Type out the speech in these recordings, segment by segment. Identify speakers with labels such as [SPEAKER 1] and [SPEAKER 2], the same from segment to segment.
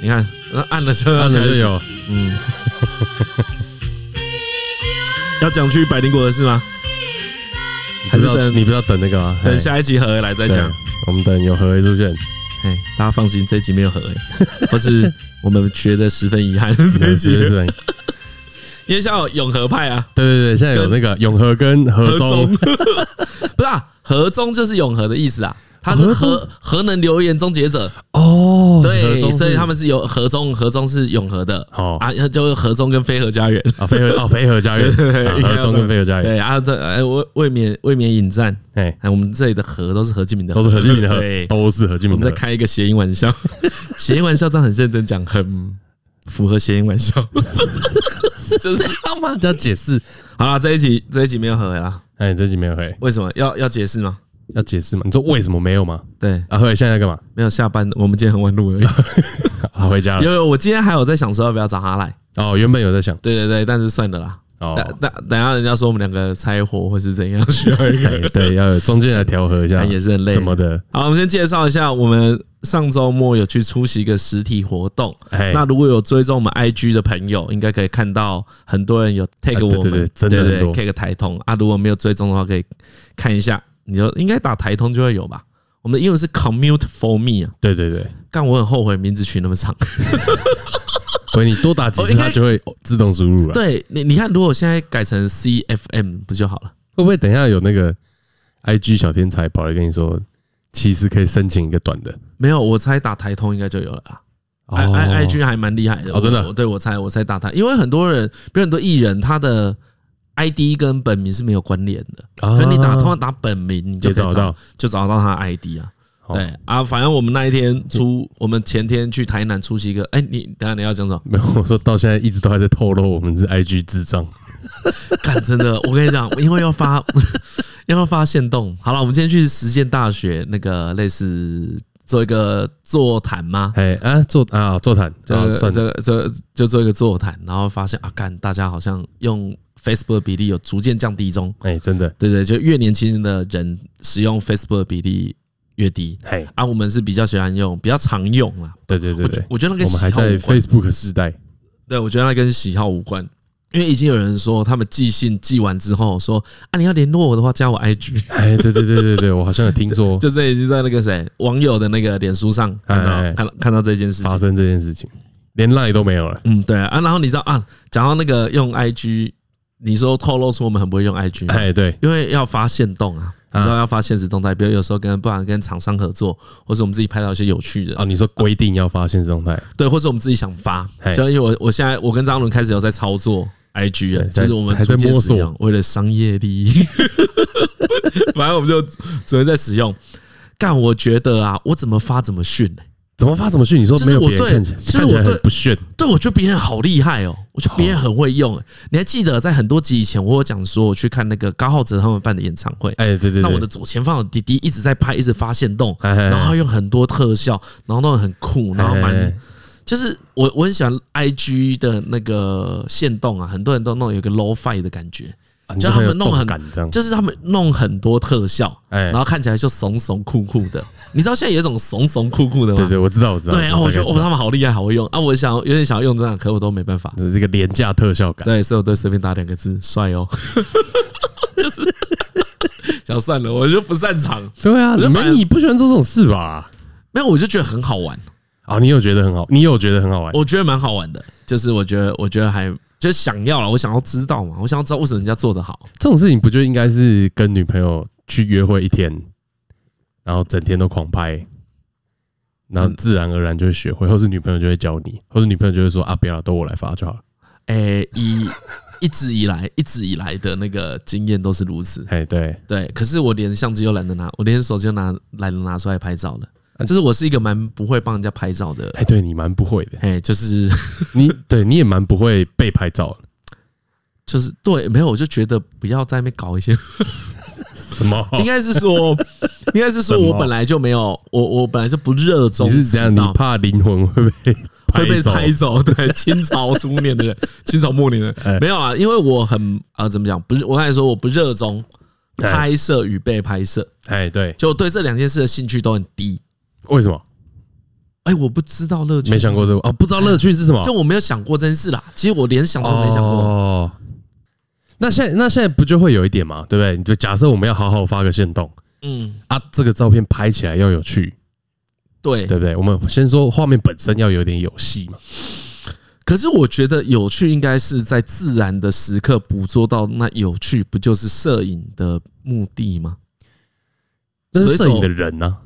[SPEAKER 1] 你看，那按了车，
[SPEAKER 2] 按了就有。
[SPEAKER 1] 嗯，要讲去百灵果的事吗？还
[SPEAKER 2] 还
[SPEAKER 1] 是
[SPEAKER 2] 是等
[SPEAKER 1] 等
[SPEAKER 2] 你不要等那个吗？
[SPEAKER 1] 等下一集合来再
[SPEAKER 2] 来
[SPEAKER 1] 讲。，
[SPEAKER 2] 我们等有合约出现，
[SPEAKER 1] 哎，大家放心，这一集没有合、欸， 或是我们觉得十分 遗憾， 这一集
[SPEAKER 2] 是
[SPEAKER 1] 没
[SPEAKER 2] 不
[SPEAKER 1] 有，
[SPEAKER 2] 是？
[SPEAKER 1] 因为现在有永和派啊，
[SPEAKER 2] 对对对，现在有那个永和跟和 中，
[SPEAKER 1] 不是啊，和中就是永和的意思啊，它是
[SPEAKER 2] 和中
[SPEAKER 1] 核核能留言终结者，
[SPEAKER 2] 哦，和
[SPEAKER 1] 对，
[SPEAKER 2] 中是
[SPEAKER 1] 所以他们是有和中，和中是永和的，
[SPEAKER 2] 哦
[SPEAKER 1] 啊，就是和中跟飞和家园，
[SPEAKER 2] 啊飞和哦飞 和家园，啊
[SPEAKER 1] 应该要
[SPEAKER 2] 和中
[SPEAKER 1] 这样
[SPEAKER 2] 跟飞和家园，
[SPEAKER 1] 对啊，这哎卫卫冕卫冕引战，
[SPEAKER 2] 哎，
[SPEAKER 1] 哎，我们这里的和都是何敬明的，
[SPEAKER 2] 都是何俊明的
[SPEAKER 1] 对
[SPEAKER 2] 和，都是何俊
[SPEAKER 1] 我们
[SPEAKER 2] 明
[SPEAKER 1] 在
[SPEAKER 2] 的和。
[SPEAKER 1] 开一个谐音玩笑， 谐音玩笑这样很认真讲，很符合谐音玩笑，就是
[SPEAKER 2] 他妈要解释，
[SPEAKER 1] 好了，这一集这一集没有合啦，
[SPEAKER 2] 哎，这集没有回，
[SPEAKER 1] 为什么要要解释吗？
[SPEAKER 2] 要解释吗？你说为什么没有吗？
[SPEAKER 1] 对，
[SPEAKER 2] 啊，何现在在干嘛？
[SPEAKER 1] 没有下班，我们今天很晚录而已。
[SPEAKER 2] 啊，回家了。
[SPEAKER 1] 有有，我今天还有在想说要不要找他来，
[SPEAKER 2] 哦，原本有在想，
[SPEAKER 1] 对对对，但是算了啦。
[SPEAKER 2] 哦，
[SPEAKER 1] 等等等下人家说我们两个拆伙或是怎样，需要一
[SPEAKER 2] 哎
[SPEAKER 1] 个。
[SPEAKER 2] 对，要有中间来调和一下，
[SPEAKER 1] 但也是很累
[SPEAKER 2] 什么的。
[SPEAKER 1] 好，我们先介绍一下，我们上周末有去出席一个实体活动。
[SPEAKER 2] 哎，
[SPEAKER 1] 那如果有追踪我们 IG 的朋友，应该可以看到很多人有 tag
[SPEAKER 2] 啊
[SPEAKER 1] 我
[SPEAKER 2] 对
[SPEAKER 1] 们，
[SPEAKER 2] 对对真的很多
[SPEAKER 1] tag 个台通啊。如果没有追踪的话，可以看一下，你就应该打台通就会有吧。我们的英文是 commute for me 啊，
[SPEAKER 2] 对对对，
[SPEAKER 1] 但我很后悔名字取那么长。
[SPEAKER 2] 所以你多打几
[SPEAKER 1] 哦
[SPEAKER 2] 次，
[SPEAKER 1] 应该
[SPEAKER 2] 它就会自动输入了。，
[SPEAKER 1] 对你，你看，如果现在改成 CFM 不就好了？
[SPEAKER 2] 会不会等一下有那个 IG 小天才跑来跟你说，其实可以申请一个短的？
[SPEAKER 1] 没有，我猜打台通应该就有了啊啦。I
[SPEAKER 2] 哦
[SPEAKER 1] I I G 还蛮厉害的
[SPEAKER 2] 哦真的
[SPEAKER 1] 我对我猜我猜打台，因为很多人，比如很多艺人，他的 I D 跟本名是没有关联的，
[SPEAKER 2] 啊
[SPEAKER 1] 可你打通常打本名，你就
[SPEAKER 2] 也
[SPEAKER 1] 可以
[SPEAKER 2] 找到，
[SPEAKER 1] 就找到他的 I D 啊。
[SPEAKER 2] 哦
[SPEAKER 1] 对啊，反正我们那一天出，我们前天去台南出席一个，哎，你等一下你要讲什么？
[SPEAKER 2] 没有，我说到现在一直都还在透露我们是 IG 智障。
[SPEAKER 1] 干，真的，我跟你讲，因为要发 要发现动。好了，我们今天去实践大学那个类似做一个座谈吗？
[SPEAKER 2] 哎啊，座啊座谈，啊
[SPEAKER 1] 就
[SPEAKER 2] 算了，
[SPEAKER 1] 这这就做一个座谈，然后发现啊，干，大家好像用 Facebook 的比例有逐渐降低中，
[SPEAKER 2] 哎，真的，
[SPEAKER 1] 对对，就越年轻的人使用 Facebook 的比例越低。
[SPEAKER 2] 哎，
[SPEAKER 1] 啊，我们是比较喜欢用，比较常用啊。
[SPEAKER 2] 对对对
[SPEAKER 1] 我觉
[SPEAKER 2] 对，
[SPEAKER 1] 我觉得那跟
[SPEAKER 2] 我们还
[SPEAKER 1] 喜好
[SPEAKER 2] 在
[SPEAKER 1] 无关
[SPEAKER 2] Facebook 时 代，
[SPEAKER 1] 对，我觉得那跟喜好无关，因为已经有人说他们寄信寄完之后说啊，你要联络我的话，加我 IG，
[SPEAKER 2] 哎，对对对对对，我好像有听 说
[SPEAKER 1] 就这已经在那个谁网友的那个脸书上看
[SPEAKER 2] 哎哎
[SPEAKER 1] 到
[SPEAKER 2] 哎
[SPEAKER 1] 看到看到这件事情
[SPEAKER 2] 发。生这件事情，连 line 都没有了。
[SPEAKER 1] 嗯，对啊，啊然后你知道啊，讲到那个用 IG，你说透露出我们很不会用 IG 吗。
[SPEAKER 2] 哎，对，
[SPEAKER 1] 因为要发现动啊，你知道要发现实动态，比如有时候跟不然跟厂商合作，或是我们自己拍到一些有趣的
[SPEAKER 2] 啊，，你说规定要发现实动态，
[SPEAKER 1] 对，或是我们自己想发。
[SPEAKER 2] 嘿
[SPEAKER 1] 就因为我我现在我跟张伦开始有在操作 IG 了，
[SPEAKER 2] 对
[SPEAKER 1] 就
[SPEAKER 2] 在
[SPEAKER 1] 是我们
[SPEAKER 2] 还在
[SPEAKER 1] 逐渐
[SPEAKER 2] 摸
[SPEAKER 1] 使用，为了商业利 益，反正我们就只会在使用。干，我觉得啊，我怎么发怎么训、欸、
[SPEAKER 2] 怎么发什么讯？你说没有
[SPEAKER 1] 就是我
[SPEAKER 2] 别
[SPEAKER 1] 对
[SPEAKER 2] 人看起来
[SPEAKER 1] 就是
[SPEAKER 2] 看起来
[SPEAKER 1] 我对
[SPEAKER 2] 很不炫
[SPEAKER 1] 对，我觉得别人好厉害哦，我觉得别人很会用、欸。你还记得在很多集以前，我有讲说我去看那个高浩哲他们办的演唱会，
[SPEAKER 2] 哎，对对
[SPEAKER 1] 那我
[SPEAKER 2] 对
[SPEAKER 1] 的，左前方的弟弟一直在拍，一直发现动，
[SPEAKER 2] 哎哎哎
[SPEAKER 1] 然后他用很多特效，然后弄得很酷，然后
[SPEAKER 2] 哎哎
[SPEAKER 1] 蛮
[SPEAKER 2] 哎
[SPEAKER 1] 就是我我很喜欢 I G 的那个线动啊，很多人都弄有一个 low fi 的感觉，
[SPEAKER 2] 啊你
[SPEAKER 1] 就
[SPEAKER 2] 就
[SPEAKER 1] 他
[SPEAKER 2] 很有
[SPEAKER 1] 们弄
[SPEAKER 2] 动
[SPEAKER 1] 很
[SPEAKER 2] 感这样，
[SPEAKER 1] 就是他们弄很多特效，
[SPEAKER 2] 嗯哎
[SPEAKER 1] 然后看起来就怂怂酷酷的。你知道现在有一种怂怂酷酷的
[SPEAKER 2] 对
[SPEAKER 1] 吗？
[SPEAKER 2] 对，我知道我知道，
[SPEAKER 1] 对啊，我觉得
[SPEAKER 2] 大概
[SPEAKER 1] 哦
[SPEAKER 2] 知道
[SPEAKER 1] 他们好厉害，好会用啊！我想要有点想要用这样，可我都没办法。
[SPEAKER 2] 就是这个廉价特效感，
[SPEAKER 1] 对，所以我都随便打两个字，帅哦， 就是。想算了，我就不擅长。
[SPEAKER 2] 对啊，
[SPEAKER 1] 我就
[SPEAKER 2] 你
[SPEAKER 1] 反而
[SPEAKER 2] 们你不喜欢做这种事吧？
[SPEAKER 1] 没有，我就觉得很好玩，
[SPEAKER 2] 啊，你有觉得很好，你有觉得很好玩，
[SPEAKER 1] 我觉得蛮好玩的。就是我觉得，我觉得还就是想要了，我想要知道嘛，我想要知道为什么人家做得好。
[SPEAKER 2] 这种事情不就应该是跟女朋友去约会一天，然后整天都狂拍，然后自然而然就会学会，或是女朋友就会教你，或是女朋友就会说啊，不要了都我来发就好了。
[SPEAKER 1] 诶、以一直以来一直以来的那个经验都是如此。
[SPEAKER 2] 哎， 对，
[SPEAKER 1] 对，可是我连相机都懒得拿，我连手机都拿懒得拿出来拍照了。就是我是一个蛮不会帮人家拍照的，
[SPEAKER 2] 哎，对你蛮不会的，
[SPEAKER 1] 哎、就是
[SPEAKER 2] 你对你也蛮不会被拍照的。
[SPEAKER 1] 就是对，没有，我就觉得不要在那边搞一些
[SPEAKER 2] 什么？
[SPEAKER 1] 应该是 说，应该是说
[SPEAKER 2] 哦什么
[SPEAKER 1] 我本来就没有，我我本来就不热衷
[SPEAKER 2] 你
[SPEAKER 1] 知道，
[SPEAKER 2] 是这样，你怕灵魂会被
[SPEAKER 1] 会被
[SPEAKER 2] 走
[SPEAKER 1] 拍走？ 对，清朝初年的人，清朝末年的
[SPEAKER 2] 哎
[SPEAKER 1] 人，没有啊，因为我很呃，怎么讲？不是，我刚才说我不热衷
[SPEAKER 2] 哎
[SPEAKER 1] 拍摄与被拍摄，
[SPEAKER 2] 哎，对，
[SPEAKER 1] 就对这两件事的兴趣都很低。
[SPEAKER 2] 为什么？
[SPEAKER 1] 哎，我不知道乐趣，
[SPEAKER 2] 没想过这个啊，不知道乐趣是什么
[SPEAKER 1] 就，我没有想过这件事啦。其实我连想都没想过。
[SPEAKER 2] 哦，那现在那现在不就会有一点嘛，对不对？你就假设我们要好好发个线动
[SPEAKER 1] 嗯，
[SPEAKER 2] 啊，这个照片拍起来要有趣，
[SPEAKER 1] 对。
[SPEAKER 2] 对不对？我们先说画面本身要有点有戏嘛，
[SPEAKER 1] 可是我觉得有趣应该是在自然的时刻捕捉到那有趣，不就是摄影的目的吗？
[SPEAKER 2] 那是摄
[SPEAKER 1] 随手
[SPEAKER 2] 影的人啊呢、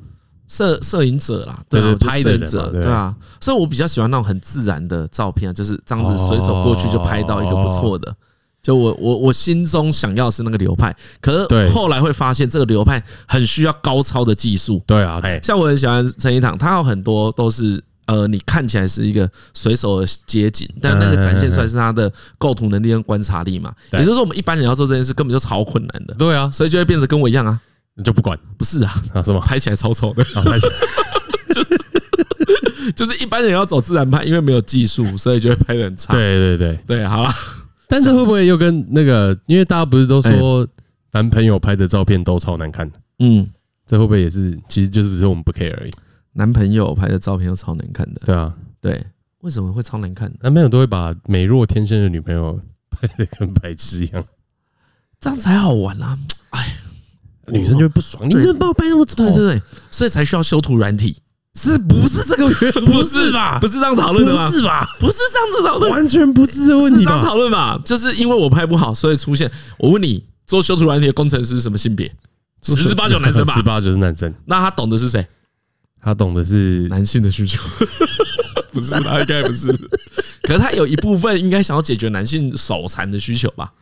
[SPEAKER 1] 摄摄影者啦，
[SPEAKER 2] 对
[SPEAKER 1] 对啊，
[SPEAKER 2] 对拍
[SPEAKER 1] 的
[SPEAKER 2] 的人嘛
[SPEAKER 1] 者，
[SPEAKER 2] 对
[SPEAKER 1] 对啊，所以我比较喜欢那种很自然的照片啊，就是这样子随手过去就拍到一个不错
[SPEAKER 2] 哦
[SPEAKER 1] 的。就我我我心中想要的是那个流派，可
[SPEAKER 2] 对
[SPEAKER 1] 是后来会发现这个流派很需要高超的技术。
[SPEAKER 2] 对啊，哎，
[SPEAKER 1] 像我很喜欢陈一堂，他有很多都是呃，你看起来是一个随手的街景，但那个展现出来是他的构图能力跟观察力嘛。
[SPEAKER 2] 对
[SPEAKER 1] 也就是说，我们一般人要做这件事根本就超困难的，
[SPEAKER 2] 对啊，
[SPEAKER 1] 所以就会变成跟我一样啊，
[SPEAKER 2] 你就不管
[SPEAKER 1] 不是啊，
[SPEAKER 2] 啊， 是吗？
[SPEAKER 1] 拍起来超丑的。
[SPEAKER 2] 啊，拍起来
[SPEAKER 1] 就是一般人要走自然拍，因为没有技术，所以就会拍的很差。
[SPEAKER 2] 对对对，
[SPEAKER 1] 对，好啦，
[SPEAKER 2] 但这会不会又跟那个？因为大家不是都
[SPEAKER 1] 哎
[SPEAKER 2] 说男朋友拍的照片都超难看的，
[SPEAKER 1] 嗯，
[SPEAKER 2] 这会不会也是？其实就是只是我们不 care 而已。
[SPEAKER 1] 男朋友拍的照片又超难看的，
[SPEAKER 2] 对啊，
[SPEAKER 1] 对，为什么会超难看呢？
[SPEAKER 2] 男朋友都会把美若天仙的女朋友拍的跟白痴一样，
[SPEAKER 1] 这样才好玩啊！
[SPEAKER 2] 女生就会不爽。你
[SPEAKER 1] 对
[SPEAKER 2] 怎么把我拍那么丑？
[SPEAKER 1] 对对对，所以才需要修图软体，
[SPEAKER 2] 是不是这个原？不是吧？
[SPEAKER 1] 不是这样讨
[SPEAKER 2] 不
[SPEAKER 1] 论的吗？
[SPEAKER 2] 是吧？
[SPEAKER 1] 不是这样子讨论，
[SPEAKER 2] 完全不是这个
[SPEAKER 1] 不
[SPEAKER 2] 问
[SPEAKER 1] 是
[SPEAKER 2] 题
[SPEAKER 1] 这样
[SPEAKER 2] 吧？
[SPEAKER 1] 讨论吧？就是因为我拍不好，所以出现。我问你，做修图软体的工程师是什么性别？十之八九男生吧
[SPEAKER 2] 十。八九是男生。
[SPEAKER 1] 那他懂的是谁？
[SPEAKER 2] 他懂的是
[SPEAKER 1] 男性的需求， 不是啦，应该不是。可是他有一部分应该想要解决男性手残的需求吧？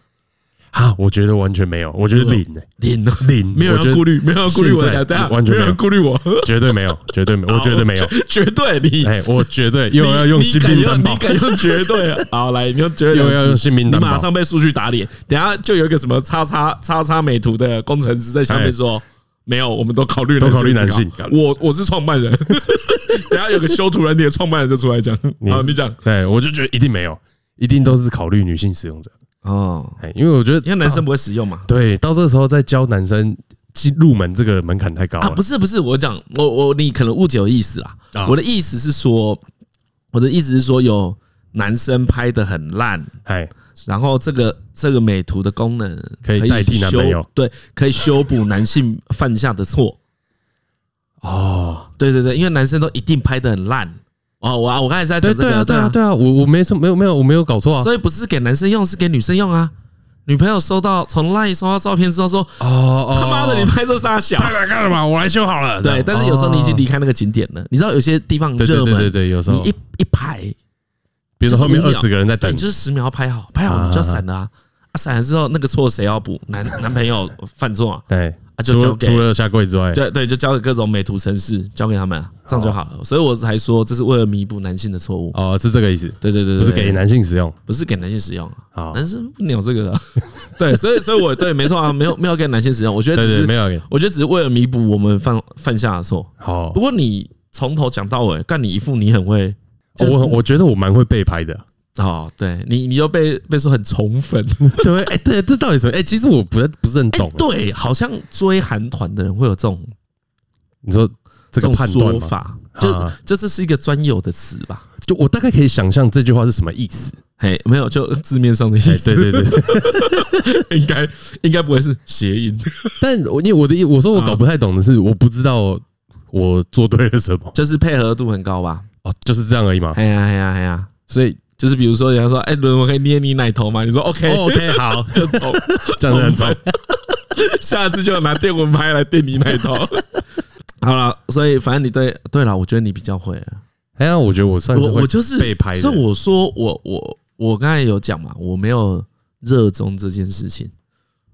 [SPEAKER 2] 啊，我觉得完全没有，我觉得零欸
[SPEAKER 1] 零哦，
[SPEAKER 2] 零，
[SPEAKER 1] 没有
[SPEAKER 2] 我觉
[SPEAKER 1] 人
[SPEAKER 2] 得
[SPEAKER 1] 顾虑，没有人顾虑我
[SPEAKER 2] 现在
[SPEAKER 1] 的，对啊，
[SPEAKER 2] 完全没有
[SPEAKER 1] 没有人顾虑我，
[SPEAKER 2] 绝对没有，绝对没有，我觉得没有。
[SPEAKER 1] 绝对你
[SPEAKER 2] 哎，我绝对又要用新兵担保
[SPEAKER 1] 你，敢用绝对？ 好，来，你用绝对两
[SPEAKER 2] 又
[SPEAKER 1] 次，
[SPEAKER 2] 要用新兵
[SPEAKER 1] 你
[SPEAKER 2] 担保
[SPEAKER 1] 马，上被数据打脸，等一下就有一个什么叉叉叉叉美图的工程师在下面说。没有，我们哎都考虑
[SPEAKER 2] 都考虑男性
[SPEAKER 1] 思考我我是创办人， 等一下有个修图软体的创办人就出来讲。好，你讲
[SPEAKER 2] 对我就觉得一定没有，一定都是考虑女性使用者。
[SPEAKER 1] 哦，
[SPEAKER 2] 哎，因为我觉得
[SPEAKER 1] 因为男生不会使用嘛。
[SPEAKER 2] 对到这时候再教男生进入门这个门槛太高
[SPEAKER 1] 啊，
[SPEAKER 2] 了
[SPEAKER 1] 不。是不是，我讲我我你可能误解我意思啦。
[SPEAKER 2] 啊
[SPEAKER 1] 我的意思是说，我的意思是说，有男生拍的很烂，
[SPEAKER 2] 哎，
[SPEAKER 1] 然后这个这个美图的功能
[SPEAKER 2] 可以代替男
[SPEAKER 1] 修
[SPEAKER 2] 朋友
[SPEAKER 1] 对，可以修补男性犯下的错。
[SPEAKER 2] 哦，
[SPEAKER 1] 对对对，因为男生都一定拍的很烂哦。我啊我刚才是在
[SPEAKER 2] 对
[SPEAKER 1] 讲这
[SPEAKER 2] 对啊，
[SPEAKER 1] 个，
[SPEAKER 2] 对啊，对啊，我我没说没有没有我没有搞错啊。
[SPEAKER 1] 所以不是给男生用，是给女生用啊。女朋友收到从 LINE 收到照片之后说
[SPEAKER 2] 哦哦：“
[SPEAKER 1] 他妈的，你拍这仨小。
[SPEAKER 2] 太难看了吧？我来修好了。”
[SPEAKER 1] 对，但是有时候你已经离开那个景点了，你知道有些地方
[SPEAKER 2] 对对
[SPEAKER 1] 热
[SPEAKER 2] 对对
[SPEAKER 1] 门，
[SPEAKER 2] 对，有时
[SPEAKER 1] 你
[SPEAKER 2] 候
[SPEAKER 1] 一一排
[SPEAKER 2] 比如说后面
[SPEAKER 1] 就是
[SPEAKER 2] 二
[SPEAKER 1] 五秒
[SPEAKER 2] 十个人在
[SPEAKER 1] 对，
[SPEAKER 2] 等
[SPEAKER 1] 你，就是十秒要拍好，拍好你就要闪了啊。啊，闪了之后，那个错谁要补？男男朋友犯错啊，
[SPEAKER 2] 对，
[SPEAKER 1] 啊就
[SPEAKER 2] 哎除
[SPEAKER 1] 交
[SPEAKER 2] 了
[SPEAKER 1] 给
[SPEAKER 2] 除了下跪之外，
[SPEAKER 1] 对对，就交给各种美图城市，交给他们啊，这样就好了。所以我才说这是为了弥补男性的错误。
[SPEAKER 2] 哦，是这个意思，
[SPEAKER 1] 对对对，对
[SPEAKER 2] 不是给，男性使用。
[SPEAKER 1] 不是给男性使用啊，
[SPEAKER 2] 好，
[SPEAKER 1] 男生不鸟这个的啊。对，所以所以我对没错啊，没有没有给男性使用，我觉
[SPEAKER 2] 对
[SPEAKER 1] 得只
[SPEAKER 2] 对，没
[SPEAKER 1] 是
[SPEAKER 2] 有
[SPEAKER 1] 我觉得只是为了弥补我们犯犯下的错。
[SPEAKER 2] 好。
[SPEAKER 1] 不
[SPEAKER 2] 哦
[SPEAKER 1] 过你从头讲到尾，干你一副你很会就
[SPEAKER 2] 哦我我觉得我蛮会被拍的。
[SPEAKER 1] 哦，对你你又被被说很宠粉，
[SPEAKER 2] 对，哎，对，这到底什么？哎，其实我不不是很
[SPEAKER 1] 哎
[SPEAKER 2] 懂。啊
[SPEAKER 1] 对，好像追韩团的人会有这种
[SPEAKER 2] 你说这
[SPEAKER 1] 这
[SPEAKER 2] 个
[SPEAKER 1] 种
[SPEAKER 2] 判断
[SPEAKER 1] 说
[SPEAKER 2] 吗？
[SPEAKER 1] 法，就
[SPEAKER 2] 啊
[SPEAKER 1] 就这是一个专有的词吧？
[SPEAKER 2] 就我大概可以想象这句话是什么意思。
[SPEAKER 1] 嘿，没有，就字面上的意
[SPEAKER 2] 哎，
[SPEAKER 1] 思。
[SPEAKER 2] 对对对，
[SPEAKER 1] 应该应该不会是谐音，
[SPEAKER 2] 但我因为我的意我说我搞不太懂的是，我不知道我做对了什么
[SPEAKER 1] 就是配合度很高吧？
[SPEAKER 2] 哦，就是这样而已嘛。
[SPEAKER 1] 哎呀哎呀哎呀，
[SPEAKER 2] 所以
[SPEAKER 1] 就是比如说人家说，哎，伦我可以捏你奶头吗？你说 OK，、
[SPEAKER 2] 哦 OK 好，
[SPEAKER 1] 就走，
[SPEAKER 2] 这样
[SPEAKER 1] 冲
[SPEAKER 2] 子
[SPEAKER 1] 粉，下次就拿电蚊拍来电你奶 头。好了，所以反正你对对了，我觉得你比较会啊，
[SPEAKER 2] 哎呀，我觉得我算是
[SPEAKER 1] 我
[SPEAKER 2] 会
[SPEAKER 1] 我就是
[SPEAKER 2] 被拍的
[SPEAKER 1] 所以我说我我我刚才有讲嘛，我没有热衷这件事情，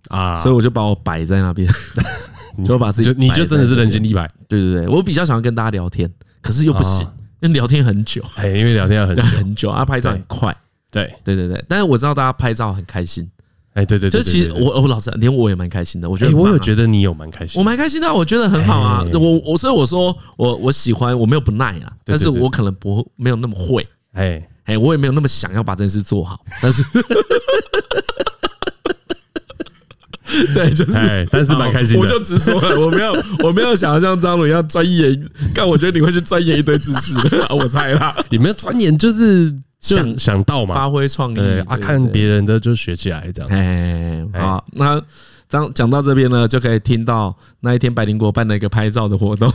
[SPEAKER 2] 啊，
[SPEAKER 1] 所以我就把我摆在那边，
[SPEAKER 2] 你
[SPEAKER 1] 就把自己
[SPEAKER 2] 就你就真的是人间一百，
[SPEAKER 1] 对对对，我比较想要跟大家聊天，可是又不行
[SPEAKER 2] 啊，
[SPEAKER 1] 因为聊天很久
[SPEAKER 2] 哎，因为聊 天要很 久，
[SPEAKER 1] 很久，啊，拍照很快。
[SPEAKER 2] 对，
[SPEAKER 1] 对对对，但是我知道大家拍照很开心，
[SPEAKER 2] 哎对对
[SPEAKER 1] 就
[SPEAKER 2] 对，
[SPEAKER 1] 是其实
[SPEAKER 2] 对对
[SPEAKER 1] 我我老实讲连我也蛮开心的，我觉得
[SPEAKER 2] 对哎，
[SPEAKER 1] 很棒啊、
[SPEAKER 2] 我有觉得你有蛮开心
[SPEAKER 1] 我，蛮开心的啊，我觉得很好啊
[SPEAKER 2] 哎，
[SPEAKER 1] 我我所以我说我我喜欢，我没有不耐啊，
[SPEAKER 2] 对对
[SPEAKER 1] 但是
[SPEAKER 2] 对
[SPEAKER 1] 我可能不没有那么会，
[SPEAKER 2] 哎，
[SPEAKER 1] 哎，我也没有那 么想要把这件事做好，但是对，就是
[SPEAKER 2] 哎，但是蛮开心
[SPEAKER 1] 好我
[SPEAKER 2] 的
[SPEAKER 1] 就。直说了，我没有，我没有想要像张鲁一样钻研。但我觉得你会去钻研一堆知 识
[SPEAKER 2] 啊
[SPEAKER 1] 的，我猜啦。
[SPEAKER 2] 你们钻研就是就
[SPEAKER 1] 想
[SPEAKER 2] 想到嘛，
[SPEAKER 1] 发挥创意
[SPEAKER 2] 对啊，看别人的就学起来这样。
[SPEAKER 1] 哎，
[SPEAKER 2] 哎
[SPEAKER 1] 好，那张讲到这边呢，就可以听到那一天百灵国办了一个拍照的活动。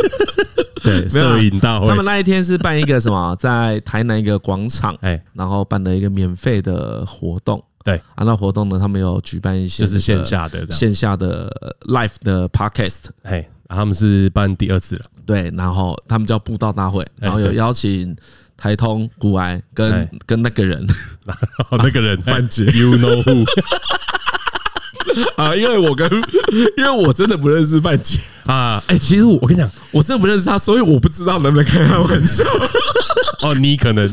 [SPEAKER 2] 对，
[SPEAKER 1] 没有啊
[SPEAKER 2] 摄影大会
[SPEAKER 1] 他，们那一天是办一个什么，在台南一个广场，
[SPEAKER 2] 哎，
[SPEAKER 1] 然后办了一个免费的活动。
[SPEAKER 2] 对
[SPEAKER 1] 啊，那活动呢，他们有举办一些
[SPEAKER 2] 就是
[SPEAKER 1] 那
[SPEAKER 2] 线
[SPEAKER 1] 个
[SPEAKER 2] 下的这样。
[SPEAKER 1] 线下的呃 live 的 podcast，
[SPEAKER 2] 哎，啊他们是办第二次 了，
[SPEAKER 1] 对，然后他们叫布道大会，然后有
[SPEAKER 2] 对
[SPEAKER 1] 邀请台通、古癌跟
[SPEAKER 2] 哎
[SPEAKER 1] 跟那个人
[SPEAKER 2] 然后那个人范姐，You know who，
[SPEAKER 1] 啊，因为我跟因为我真的不认识范姐，
[SPEAKER 2] 啊，哎、其实我我跟你讲，
[SPEAKER 1] 我真的不认识他，所以我不知道能不能开他玩笑。
[SPEAKER 2] 哦，你可能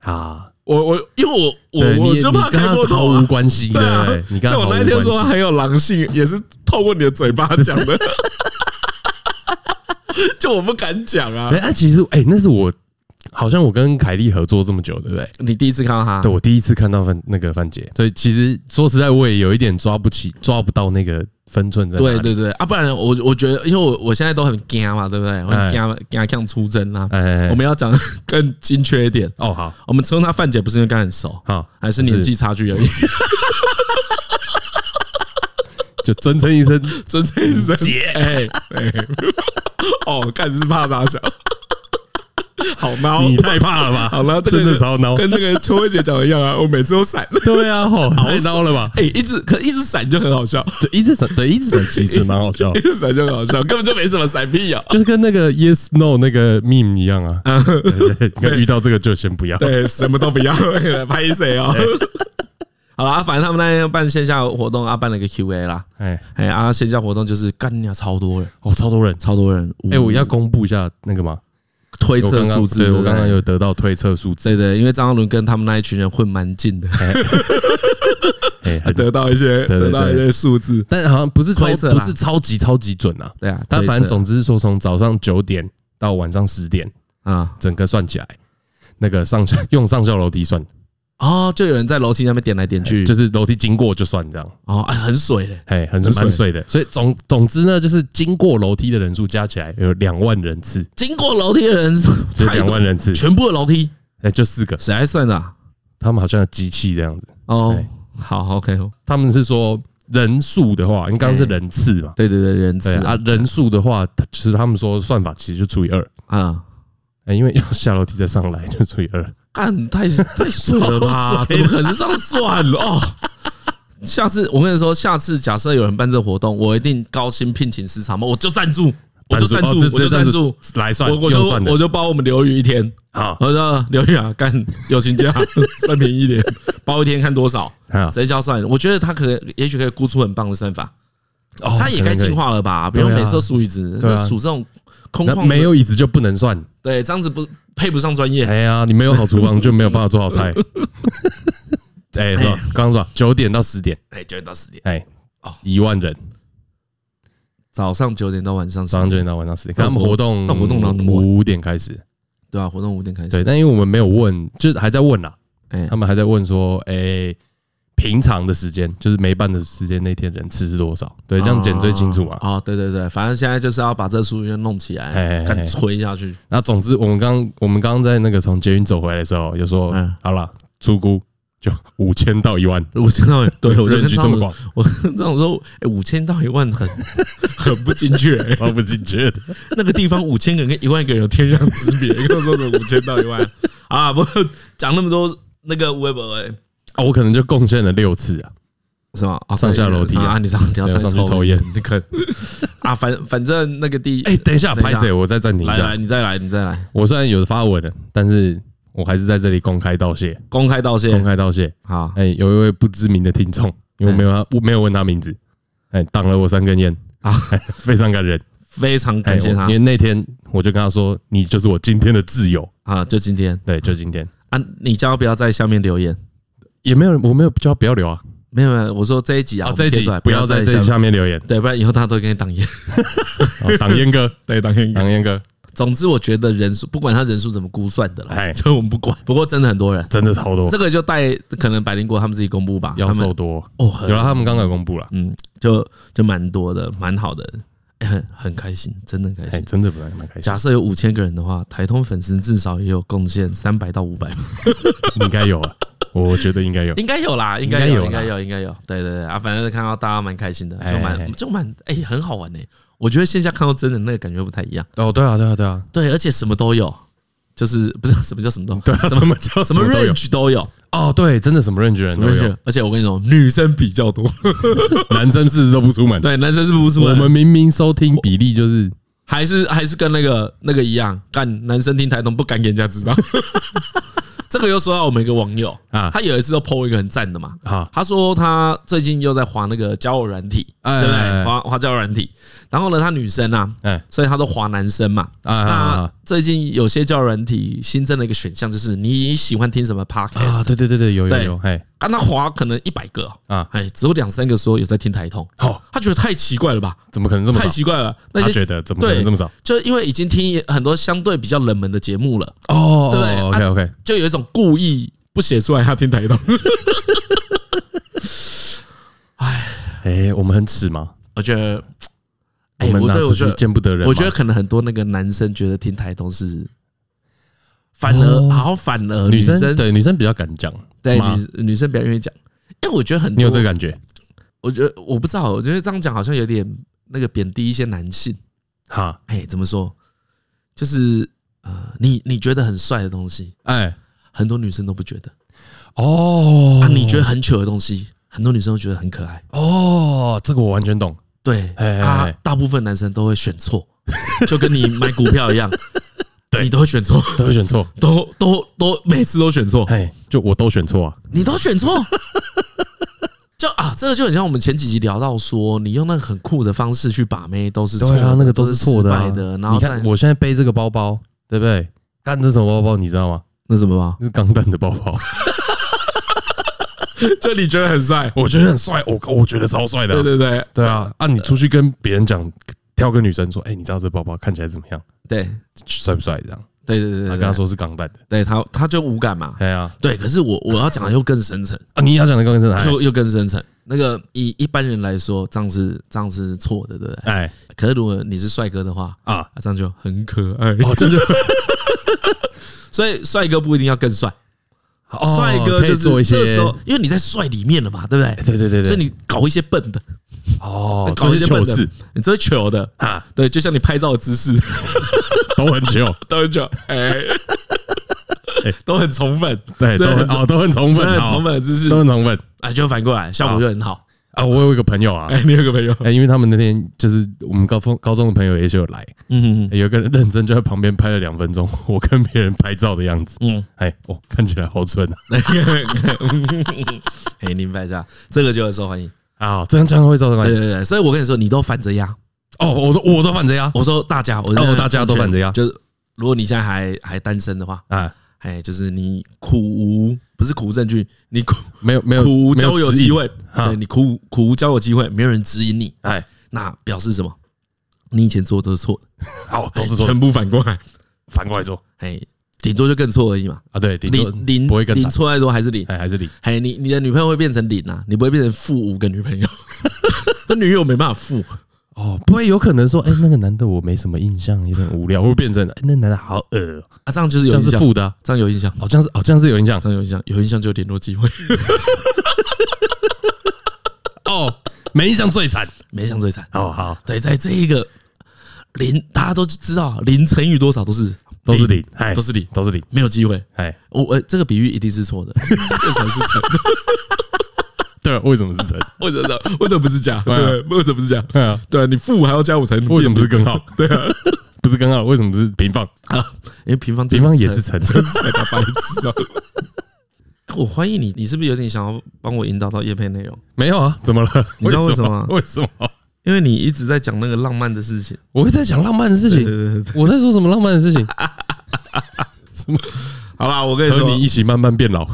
[SPEAKER 2] 啊，
[SPEAKER 1] 我我因为我
[SPEAKER 2] 对
[SPEAKER 1] 我我
[SPEAKER 2] 你
[SPEAKER 1] 就怕
[SPEAKER 2] 你跟
[SPEAKER 1] 开
[SPEAKER 2] 他
[SPEAKER 1] 过
[SPEAKER 2] 毫
[SPEAKER 1] 头
[SPEAKER 2] 无
[SPEAKER 1] 啊。
[SPEAKER 2] 关系，
[SPEAKER 1] 对
[SPEAKER 2] 对不
[SPEAKER 1] 啊
[SPEAKER 2] 对？你跟他
[SPEAKER 1] 像我
[SPEAKER 2] 毫无
[SPEAKER 1] 那
[SPEAKER 2] 关
[SPEAKER 1] 天说他
[SPEAKER 2] 系，
[SPEAKER 1] 很有狼性，也是透过你的嘴巴讲 的，就我不敢讲啊
[SPEAKER 2] 对。啊，其实哎、那是我好像我跟凯莉合作这么久，对不对？
[SPEAKER 1] 你第一次看到他
[SPEAKER 2] 对，我第一次看到范那个范姐，所以其实说实在，我也有一点抓不起，抓不到那个分寸在哪里
[SPEAKER 1] 对，对对啊，不然我我觉得，因为我我现在都很惊嘛，对不对？我很惊惊像出征啊。
[SPEAKER 2] 哎、哎
[SPEAKER 1] 我们要讲得更精确一点，
[SPEAKER 2] 哦，好
[SPEAKER 1] 我们称她范姐不是因为跟她很熟，
[SPEAKER 2] 好，
[SPEAKER 1] 还是年纪差距而已。
[SPEAKER 2] 就尊称一声
[SPEAKER 1] 尊称一声姐，哎， 对哦，干是怕傻小，好孬，
[SPEAKER 2] 你太怕了吧？
[SPEAKER 1] 好了，这个
[SPEAKER 2] 真的超孬，
[SPEAKER 1] 跟那个邱慧姐讲的一样啊，我每次都闪，
[SPEAKER 2] 对啊，吼，太孬了吧？
[SPEAKER 1] 哎，一直可一直闪就很好笑，
[SPEAKER 2] 对，一直闪，对，一直闪，其实蛮好笑的
[SPEAKER 1] 一。直闪就很好笑，根本就没什么闪避啊。
[SPEAKER 2] 就是跟那个 yes no 那个 meme 一样啊， 对对对遇到这个就先不要。
[SPEAKER 1] 对，什么都不要， 拍谁哦。好啦，反正他们那天办线下活动啊，办了一个 Q&A 啦。
[SPEAKER 2] 哎，
[SPEAKER 1] 哎啊，线下活动就是干呀，超多人，
[SPEAKER 2] 哦，超多人。
[SPEAKER 1] 超多人。
[SPEAKER 2] 哎，我要公布一下那个嘛，
[SPEAKER 1] 推
[SPEAKER 2] 我
[SPEAKER 1] 测
[SPEAKER 2] 刚
[SPEAKER 1] 数
[SPEAKER 2] 刚
[SPEAKER 1] 字，
[SPEAKER 2] 对
[SPEAKER 1] 对不
[SPEAKER 2] 我
[SPEAKER 1] 对
[SPEAKER 2] 刚刚有得到推测数字，
[SPEAKER 1] 对对，因为张嘉伦跟他们那一群人混蛮近的，
[SPEAKER 2] 哎，很
[SPEAKER 1] 得到一些
[SPEAKER 2] 对对
[SPEAKER 1] 得到一些数字。
[SPEAKER 2] 但好像不是超
[SPEAKER 1] 推测啦
[SPEAKER 2] 不是超级超级准啊。
[SPEAKER 1] 对啊，
[SPEAKER 2] 但反正
[SPEAKER 1] 推测
[SPEAKER 2] 总之是说，从早上九点到晚上十点，
[SPEAKER 1] 啊
[SPEAKER 2] 整个算起来，那个上下用上下楼梯算，
[SPEAKER 1] 哦，就有人在楼梯那边点来点去，
[SPEAKER 2] 哎就是楼梯经过就算这样，
[SPEAKER 1] 哦，哎，很水嘞，
[SPEAKER 2] 哎，很
[SPEAKER 1] 很
[SPEAKER 2] 蛮
[SPEAKER 1] 碎
[SPEAKER 2] 碎的。所以总总之呢，就是经过楼梯的人数加起来有两万人次，
[SPEAKER 1] 经过楼梯的人
[SPEAKER 2] 就
[SPEAKER 1] 太
[SPEAKER 2] 两
[SPEAKER 1] 多
[SPEAKER 2] 万，人次，
[SPEAKER 1] 全部的楼梯
[SPEAKER 2] 哎，就四个，
[SPEAKER 1] 谁来算的啊？
[SPEAKER 2] 他们好像有机器这样子。
[SPEAKER 1] 哦
[SPEAKER 2] 对，
[SPEAKER 1] 好，OK，
[SPEAKER 2] 他们是说人数的话，你刚刚是人次嘛？
[SPEAKER 1] 对对哎对，人次
[SPEAKER 2] 对啊，人数的话，它其实他们说算法其实就除以二，
[SPEAKER 1] 啊，
[SPEAKER 2] 哎因为要下楼梯再上来就除以二。
[SPEAKER 1] 干太太水了吧？
[SPEAKER 2] 超
[SPEAKER 1] 怎
[SPEAKER 2] 水
[SPEAKER 1] 么可能是这样算哦？下次我跟你说，下次假设有人办这活动，我一定高薪聘请市场嘛，我就赞助，我就赞助，
[SPEAKER 2] 哦这
[SPEAKER 1] 我就赞助，
[SPEAKER 2] 这来算，
[SPEAKER 1] 我我
[SPEAKER 2] 用
[SPEAKER 1] 就
[SPEAKER 2] 算的
[SPEAKER 1] 我就包我们刘宇一天，
[SPEAKER 2] 好
[SPEAKER 1] 我说刘宇啊，干友情价 算便宜一点，包一天看多少，
[SPEAKER 2] 好，
[SPEAKER 1] 谁教算？我觉得他可能也许可以估出很棒的算法，
[SPEAKER 2] 哦
[SPEAKER 1] 他也该进。化了吧？不用
[SPEAKER 2] 对啊
[SPEAKER 1] 每次都数椅子，
[SPEAKER 2] 对啊
[SPEAKER 1] 数这种空
[SPEAKER 2] 可
[SPEAKER 1] 旷
[SPEAKER 2] 能可以那
[SPEAKER 1] 的，
[SPEAKER 2] 没有椅子就不能 算，
[SPEAKER 1] 对，这样子不配不上专业。
[SPEAKER 2] 哎呀，你没有好厨房就没有办法做好菜。 哎，是吧刚刚说九点到十点，
[SPEAKER 1] 哎，九点到十点，
[SPEAKER 2] 哎
[SPEAKER 1] 哦，
[SPEAKER 2] 一万人，
[SPEAKER 1] 早上九点到晚上十
[SPEAKER 2] 早
[SPEAKER 1] 点
[SPEAKER 2] 上，九点到晚上十点。可他们
[SPEAKER 1] 那活
[SPEAKER 2] 活动
[SPEAKER 1] 那活动哪那么晚
[SPEAKER 2] 五点开始，
[SPEAKER 1] 对啊，活动五点开始。
[SPEAKER 2] 对，但因为我们没有问，就是还在问啦，
[SPEAKER 1] 哎
[SPEAKER 2] 他，们还在问说，诶，平常的时间就是没办的时间，那天人次是多少？对，这样
[SPEAKER 1] 剪
[SPEAKER 2] 剪最清楚嘛。啊
[SPEAKER 1] 哦，对对对，反正现在就是要把这个数据弄起
[SPEAKER 2] 哎哎
[SPEAKER 1] 来，
[SPEAKER 2] 哎
[SPEAKER 1] 看吹下去。
[SPEAKER 2] 那总之，我们刚我们刚刚在那个从捷运走回来的时候，有说
[SPEAKER 1] 嗯，
[SPEAKER 2] 好啦，出估就五千到 一万，
[SPEAKER 1] 五千到对，我就
[SPEAKER 2] 认
[SPEAKER 1] 跟
[SPEAKER 2] 知
[SPEAKER 1] 他
[SPEAKER 2] 这么
[SPEAKER 1] 们，
[SPEAKER 2] 广，
[SPEAKER 1] 我跟这样说，哎，五千到一万 很很不哎精确，
[SPEAKER 2] 超不精确的。
[SPEAKER 1] 那个地方五千个人跟一万个人有天壤之 别，跟我说什么五千到一万啊？不讲那么多那个微博哎，
[SPEAKER 2] 啊，我可能就贡献了六次啊，
[SPEAKER 1] 是吗？啊
[SPEAKER 2] 上下楼梯啊
[SPEAKER 1] 啊，你上你要
[SPEAKER 2] 对
[SPEAKER 1] 上
[SPEAKER 2] 上去抽烟。
[SPEAKER 1] 你 看啊，反反正那个地，
[SPEAKER 2] 哎，等一下，
[SPEAKER 1] 等一
[SPEAKER 2] 拍
[SPEAKER 1] 下
[SPEAKER 2] 谁？我再暂停一
[SPEAKER 1] 来来，
[SPEAKER 2] 下。
[SPEAKER 1] 你再来，你再来，
[SPEAKER 2] 我虽然有发文了，但是我还是在这里公开道谢，
[SPEAKER 1] 公开道
[SPEAKER 2] 公
[SPEAKER 1] 谢，
[SPEAKER 2] 开道谢。
[SPEAKER 1] 好，
[SPEAKER 2] 哎，有一位不知名的听众，因为我没有他，我没有问他名字，哎，挡了我三根烟
[SPEAKER 1] 哎啊
[SPEAKER 2] 啊，哎 非常感人。
[SPEAKER 1] 非常
[SPEAKER 2] 哎
[SPEAKER 1] 感谢他
[SPEAKER 2] 我因为那天我就跟他说，你就是我今天的挚友，
[SPEAKER 1] 啊！就今天。
[SPEAKER 2] 对，就今天
[SPEAKER 1] 啊，你叫他不要在下面留言。
[SPEAKER 2] 也没有，我没有叫他不要留啊，
[SPEAKER 1] 没有没有，我说这一集啊，
[SPEAKER 2] 啊
[SPEAKER 1] 我，们
[SPEAKER 2] 这一
[SPEAKER 1] 贴
[SPEAKER 2] 集
[SPEAKER 1] 出来
[SPEAKER 2] 不要在这一集
[SPEAKER 1] 面，
[SPEAKER 2] 下面留言，
[SPEAKER 1] 对，不然以后大家都会给你挡烟。
[SPEAKER 2] 哦挡烟哥，
[SPEAKER 1] 对，挡烟
[SPEAKER 2] 挡烟哥，
[SPEAKER 1] 总之，我觉得人数不管他人数怎么估算的啦，
[SPEAKER 2] 哎
[SPEAKER 1] 就我们不管。不过真的很多人，
[SPEAKER 2] 真的超多，
[SPEAKER 1] 这个就带可能百灵果他们自己公布吧，
[SPEAKER 2] 妖
[SPEAKER 1] 他们
[SPEAKER 2] 兽多，
[SPEAKER 1] 哦，很
[SPEAKER 2] 有了他们刚才公布了，
[SPEAKER 1] 嗯，就就蛮多的，蛮好的，哎很很开心，真的很开
[SPEAKER 2] 哎，
[SPEAKER 1] 心。
[SPEAKER 2] 真的本来蛮开心，
[SPEAKER 1] 假设有五千个人的话，台通粉丝至少也有贡献三百到五百，
[SPEAKER 2] 应该有啊，我觉得应该有，
[SPEAKER 1] 应该有啦，应该
[SPEAKER 2] 该
[SPEAKER 1] 有，
[SPEAKER 2] 有
[SPEAKER 1] 应该
[SPEAKER 2] 啦
[SPEAKER 1] 有，应该有。对对对啊，反正看到大家蛮开心的，
[SPEAKER 2] 哎
[SPEAKER 1] 就
[SPEAKER 2] 哎哎
[SPEAKER 1] 蛮就蛮哎，很好玩呢。我觉得线下看到真人那个感觉不太一样，
[SPEAKER 2] 哦，对啊，对啊，对啊，
[SPEAKER 1] 对，而且什么都有，就是不知道什么叫什么都有
[SPEAKER 2] 对啊，
[SPEAKER 1] 什么
[SPEAKER 2] 什么叫
[SPEAKER 1] 什么
[SPEAKER 2] 都有？
[SPEAKER 1] range 都有，
[SPEAKER 2] 哦，对，真的什么 range 人
[SPEAKER 1] 什
[SPEAKER 2] 都
[SPEAKER 1] 么
[SPEAKER 2] 有
[SPEAKER 1] range，，而且我跟你说，女生比较多，
[SPEAKER 2] 男生是都不出 门。
[SPEAKER 1] 对，男生是不出
[SPEAKER 2] 我
[SPEAKER 1] 来，
[SPEAKER 2] 们明明收听比例就是
[SPEAKER 1] 还是还是跟那个那个一样，干男生听台东不敢给人家知道。 这个又说到我们一个网友啊
[SPEAKER 2] 啊，
[SPEAKER 1] 他有一次又 PO 一个很赞的嘛，
[SPEAKER 2] 啊，
[SPEAKER 1] 他说他最近又在滑那个交友软体，
[SPEAKER 2] 哎
[SPEAKER 1] 对不
[SPEAKER 2] 哎
[SPEAKER 1] 对？
[SPEAKER 2] 哎
[SPEAKER 1] 滑滑交友软体，然后呢，他女生啊，
[SPEAKER 2] 哎
[SPEAKER 1] 所以他都滑男生嘛。
[SPEAKER 2] 啊
[SPEAKER 1] 那
[SPEAKER 2] 啊
[SPEAKER 1] 最近有些交友软体新增了一个选项，就是你喜欢听什么
[SPEAKER 2] 啊
[SPEAKER 1] podcast
[SPEAKER 2] 啊！对对对对，有有
[SPEAKER 1] 对
[SPEAKER 2] 有，哎
[SPEAKER 1] 啊？那滑可能一百个哦
[SPEAKER 2] 啊，
[SPEAKER 1] 哎，只有两三个说有在听台通，啊
[SPEAKER 2] 好，
[SPEAKER 1] 他觉得太奇怪了吧？
[SPEAKER 2] 怎么可能这么
[SPEAKER 1] 太
[SPEAKER 2] 少？
[SPEAKER 1] 奇怪了，那
[SPEAKER 2] 他
[SPEAKER 1] 些
[SPEAKER 2] 觉得怎么可
[SPEAKER 1] 对
[SPEAKER 2] 能这么少？
[SPEAKER 1] 就因为已经听很多相对比较冷门的节目了，
[SPEAKER 2] 哦
[SPEAKER 1] 对啊
[SPEAKER 2] ，OK OK，
[SPEAKER 1] 就有一种故意不写出来他听台通。
[SPEAKER 2] 哎，我们很耻吗？
[SPEAKER 1] 我觉得，
[SPEAKER 2] 我
[SPEAKER 1] 哎，
[SPEAKER 2] 们
[SPEAKER 1] 我
[SPEAKER 2] 拿
[SPEAKER 1] 对
[SPEAKER 2] 出
[SPEAKER 1] 我觉
[SPEAKER 2] 去
[SPEAKER 1] 得，
[SPEAKER 2] 见不得人吗。
[SPEAKER 1] 我觉得可能很多那个男生觉得听台通是，反而
[SPEAKER 2] 哦
[SPEAKER 1] 好，反而
[SPEAKER 2] 女生
[SPEAKER 1] 生
[SPEAKER 2] 对女生比较敢讲，
[SPEAKER 1] 对
[SPEAKER 2] 吗
[SPEAKER 1] 女女生比较愿意讲，因为我觉得很
[SPEAKER 2] 你有
[SPEAKER 1] 多
[SPEAKER 2] 这个，感觉？
[SPEAKER 1] 我觉得我不知道，我觉得这样讲好像有点那个贬低一些男性。
[SPEAKER 2] 哈，
[SPEAKER 1] 哎，怎么说？就是呃，你你觉得很帅的东西，
[SPEAKER 2] 哎，
[SPEAKER 1] 很多女生都不觉得
[SPEAKER 2] 哦
[SPEAKER 1] 啊；你觉得很糗的东西，很多女生都觉得很可爱。
[SPEAKER 2] 哦，这个我完全懂。
[SPEAKER 1] 对，
[SPEAKER 2] 哎
[SPEAKER 1] 啊
[SPEAKER 2] 哎，
[SPEAKER 1] 大部分男生都会选错，就跟你买股票一 样，你都会选错，
[SPEAKER 2] 都会选错，
[SPEAKER 1] 都都都每次都选错，
[SPEAKER 2] 哎，就我都选错啊，
[SPEAKER 1] 你都选错。 就啊，这个就很像我们前几集聊到说，你用那个很酷的方式去把妹都是错
[SPEAKER 2] 对
[SPEAKER 1] 的，
[SPEAKER 2] 啊，那个都
[SPEAKER 1] 是
[SPEAKER 2] 是错
[SPEAKER 1] 失
[SPEAKER 2] 的啊
[SPEAKER 1] 败的。然后
[SPEAKER 2] 你
[SPEAKER 1] 再
[SPEAKER 2] 看我现在背这个包包，对不对？干这什么包包，你知道吗？
[SPEAKER 1] 那什么 吧，
[SPEAKER 2] 是钢弹的包包，
[SPEAKER 1] 就你觉得很帅，
[SPEAKER 2] 我觉得很帅，我我觉得超帅的啊、
[SPEAKER 1] 对对对
[SPEAKER 2] 对啊，啊，你出去跟别人讲，挑个女生说，哎、你知道这包包看起来怎么样，
[SPEAKER 1] 对
[SPEAKER 2] 帅不帅？这样，
[SPEAKER 1] 对对对
[SPEAKER 2] 他
[SPEAKER 1] 对，
[SPEAKER 2] 跟他说是钢弹的，
[SPEAKER 1] 对，对他他就无感嘛。
[SPEAKER 2] 哎呀，
[SPEAKER 1] 对，啊可是我我要讲的又更深层，
[SPEAKER 2] 啊，你要讲的钢弹是哪里？
[SPEAKER 1] 又又更深层。那个以一般人来说，这样是这样是错的，对不对？
[SPEAKER 2] 哎
[SPEAKER 1] 可是如果你是帅哥的话，
[SPEAKER 2] 啊，
[SPEAKER 1] 啊，这样就很可爱。
[SPEAKER 2] 哦，这就
[SPEAKER 1] 所以帅哥不一定要更帅，
[SPEAKER 2] 哦
[SPEAKER 1] 帅哥
[SPEAKER 2] 可以
[SPEAKER 1] 就
[SPEAKER 2] 做一
[SPEAKER 1] 是
[SPEAKER 2] 些，
[SPEAKER 1] 这时候，因为你在帅里面了嘛，对不对？
[SPEAKER 2] 对对对
[SPEAKER 1] 所以
[SPEAKER 2] 对，
[SPEAKER 1] 你搞一些笨的，
[SPEAKER 2] 哦，
[SPEAKER 1] 搞
[SPEAKER 2] 做
[SPEAKER 1] 一
[SPEAKER 2] 一些
[SPEAKER 1] 些笨
[SPEAKER 2] 糗
[SPEAKER 1] 的
[SPEAKER 2] 事，
[SPEAKER 1] 你这是糗的
[SPEAKER 2] 啊，
[SPEAKER 1] 对，就像你拍照的姿势
[SPEAKER 2] 都很糗，
[SPEAKER 1] 都很糗，哎， 都很宠粉，
[SPEAKER 2] 对，都很
[SPEAKER 1] 对
[SPEAKER 2] 哦，都很宠
[SPEAKER 1] 都
[SPEAKER 2] 粉
[SPEAKER 1] 很，
[SPEAKER 2] 好
[SPEAKER 1] 宠粉的姿势
[SPEAKER 2] 都，很宠粉
[SPEAKER 1] 哎，就反过来效果就很好。
[SPEAKER 2] 啊！我有一个朋友啊，
[SPEAKER 1] 哎，你有个朋友，
[SPEAKER 2] 哎，因为他们那天就是我们高中高中的朋友也是有来，
[SPEAKER 1] 嗯
[SPEAKER 2] 有一个人认真就在旁边拍了两分钟，我跟别人拍照的样子，
[SPEAKER 1] 嗯，
[SPEAKER 2] 哎，哦，看起来好蠢啊！
[SPEAKER 1] 哎，你明白一下，这个就很受欢迎。
[SPEAKER 2] 啊，这样这样会造成关
[SPEAKER 1] 对
[SPEAKER 2] 系
[SPEAKER 1] 对对，所以我跟你说，你都反着压。
[SPEAKER 2] 哦，我都我都反着呀，
[SPEAKER 1] 我说大家，我
[SPEAKER 2] 哦大家都反着压
[SPEAKER 1] 就是如果你现在还还单身的话，
[SPEAKER 2] 啊，
[SPEAKER 1] 哎，就是你苦无不是苦无证据，你苦
[SPEAKER 2] 没有没有
[SPEAKER 1] 苦无交友
[SPEAKER 2] 有
[SPEAKER 1] 机，会，
[SPEAKER 2] 啊
[SPEAKER 1] 对你苦无苦无交友机会，没有人指引你，
[SPEAKER 2] 哎，
[SPEAKER 1] 那表示什么？你以前做的都是错的，
[SPEAKER 2] 好，都是
[SPEAKER 1] 哎
[SPEAKER 2] 错，
[SPEAKER 1] 全部反过来，
[SPEAKER 2] 反过来做
[SPEAKER 1] 哎，顶多就更错而已嘛，
[SPEAKER 2] 啊，对，顶多
[SPEAKER 1] 零零
[SPEAKER 2] 不会更
[SPEAKER 1] 零
[SPEAKER 2] 惨，
[SPEAKER 1] 错太多还是零，
[SPEAKER 2] 哎，还是零，
[SPEAKER 1] 哎，你你的女朋友会变成零啊，你不会变成负五个女朋友， 那女友没办法负，
[SPEAKER 2] 哦，不会有可能说，哎，那个男的我没什么印象，有点无聊，会变成哎那男的好恶哦，
[SPEAKER 1] 啊，这样就是
[SPEAKER 2] 这
[SPEAKER 1] 有
[SPEAKER 2] 样
[SPEAKER 1] 印
[SPEAKER 2] 是
[SPEAKER 1] 象，
[SPEAKER 2] 负的啊，
[SPEAKER 1] 这样有印象，
[SPEAKER 2] 哦，这样是哦，这样是有印象
[SPEAKER 1] 这样有印象，有印象就有联络机会，
[SPEAKER 2] 哦，没印象最惨
[SPEAKER 1] 没想最惨。
[SPEAKER 2] 哦，好，
[SPEAKER 1] 对，在这一个零，大家都知道零乘以多少都是
[SPEAKER 2] 都是零，哎，
[SPEAKER 1] 都是零，
[SPEAKER 2] 都是零，
[SPEAKER 1] 没有机会。
[SPEAKER 2] 哎，
[SPEAKER 1] 我我这个比喻一定是错 的，为什么是乘？
[SPEAKER 2] 对，啊为什么是真？
[SPEAKER 1] 为什 么为什么不是加？对，
[SPEAKER 2] 对
[SPEAKER 1] 为什么不是加？
[SPEAKER 2] 对啊，
[SPEAKER 1] 对你负还要加五乘，
[SPEAKER 2] 为什么不是根号？对啊， 不是根号，为什么是平方？
[SPEAKER 1] 啊？因为平方
[SPEAKER 2] 平方也是乘，
[SPEAKER 1] 白痴
[SPEAKER 2] 哦
[SPEAKER 1] 啊！我怀疑你，你是不是有点想要帮我引导到叶配内容？
[SPEAKER 2] 没有啊？怎么了？
[SPEAKER 1] 你知道为什么
[SPEAKER 2] 为什么？
[SPEAKER 1] 因为你一直在讲那个浪漫的事情。
[SPEAKER 2] 我会在讲浪漫的事
[SPEAKER 1] 对
[SPEAKER 2] 情
[SPEAKER 1] 对，对对，
[SPEAKER 2] 我在说什么浪漫的事情？
[SPEAKER 1] 好啦，我跟你
[SPEAKER 2] 和
[SPEAKER 1] 说，
[SPEAKER 2] 你一起慢慢变老。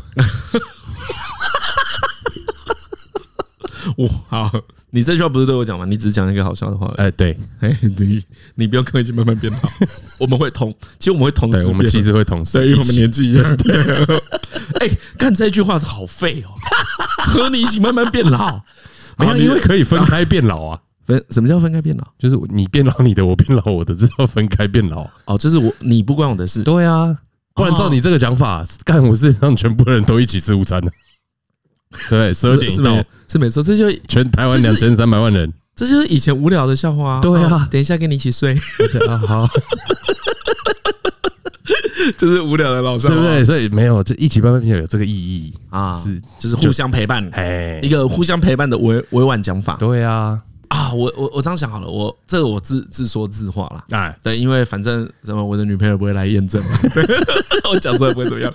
[SPEAKER 1] 我好，你这句话不是对我讲吗？你只是讲一个好笑的话而已。
[SPEAKER 2] 哎，对，
[SPEAKER 1] 哎，你你不用客气，慢慢变好。 我们会同，其实我们会同时
[SPEAKER 2] 对，
[SPEAKER 1] 变，
[SPEAKER 2] 我们其实会同时
[SPEAKER 1] 对，
[SPEAKER 2] 一
[SPEAKER 1] 因为
[SPEAKER 2] 起，
[SPEAKER 1] 我们年纪一样。 对，哎，干这句话好废哦，和你一起慢慢变老。
[SPEAKER 2] 没 有，
[SPEAKER 1] 好你
[SPEAKER 2] 因为可以分开变老 啊，
[SPEAKER 1] 分什么叫分开变老？
[SPEAKER 2] 就是你变老你的，我变老我的，这叫分开变老。
[SPEAKER 1] 哦，就是我你不关我的事。
[SPEAKER 2] 对啊，不然照你这个讲法，干我是让全部人都一起吃午餐的。对，十二点一
[SPEAKER 1] 是
[SPEAKER 2] 到
[SPEAKER 1] 没，是没错，这就
[SPEAKER 2] 全台湾
[SPEAKER 1] 这
[SPEAKER 2] 两
[SPEAKER 1] 是
[SPEAKER 2] 千三百万人。
[SPEAKER 1] 这就是以前无聊的笑话、啊。
[SPEAKER 2] 对啊
[SPEAKER 1] 哦等一下跟你一起 睡，
[SPEAKER 2] 对啊，好，
[SPEAKER 1] 就是无聊的老笑
[SPEAKER 2] 对不对？所以没有，就一起慢慢变老有这个意义
[SPEAKER 1] 啊？
[SPEAKER 2] 是，
[SPEAKER 1] 就是互相陪伴，
[SPEAKER 2] 哎
[SPEAKER 1] 一，个互相陪伴的委委婉讲法
[SPEAKER 2] 对啊，
[SPEAKER 1] 啊。我我我这样想好了，我这个我自自说自话啦。
[SPEAKER 2] 哎，
[SPEAKER 1] 对，因为反正什么，我的女朋友不会来验证 嘛，对我讲出来不会怎么样。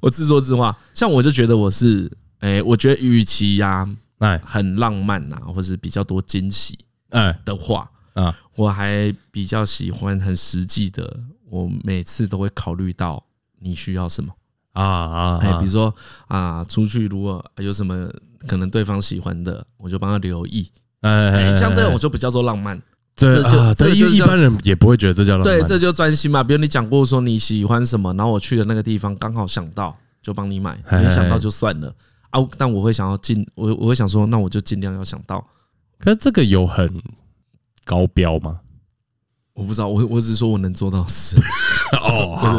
[SPEAKER 1] 我自说自话，像我就觉得我是，哎，我觉得与其呀、
[SPEAKER 2] 哎，
[SPEAKER 1] 很浪漫啊，或是比较多惊喜
[SPEAKER 2] 哎，
[SPEAKER 1] 的话，
[SPEAKER 2] 啊，
[SPEAKER 1] 我还比较喜欢很实际的，我每次都会考虑到你需要什么。
[SPEAKER 2] 啊啊，
[SPEAKER 1] 哎，比
[SPEAKER 2] 如
[SPEAKER 1] 如说啊，出去如果有什么可能对方喜欢的，我就帮他留意。哎，像这种就比较做浪漫，
[SPEAKER 2] 这
[SPEAKER 1] 这就
[SPEAKER 2] 啊
[SPEAKER 1] 这
[SPEAKER 2] 这
[SPEAKER 1] 就
[SPEAKER 2] 一一
[SPEAKER 1] 叫
[SPEAKER 2] 般人也不会觉得这叫浪漫。
[SPEAKER 1] 对，这就专心嘛。比如你讲过说你喜欢什么，然后我去的那个地方刚好想到，就帮你买，
[SPEAKER 2] 哎
[SPEAKER 1] 没想到就算了啊。但我会想要尽，我我会想说，那我就尽量要想到。
[SPEAKER 2] 可是这个有很高标吗？
[SPEAKER 1] 我不知道，我我只是说我能做到的事。
[SPEAKER 2] 哦，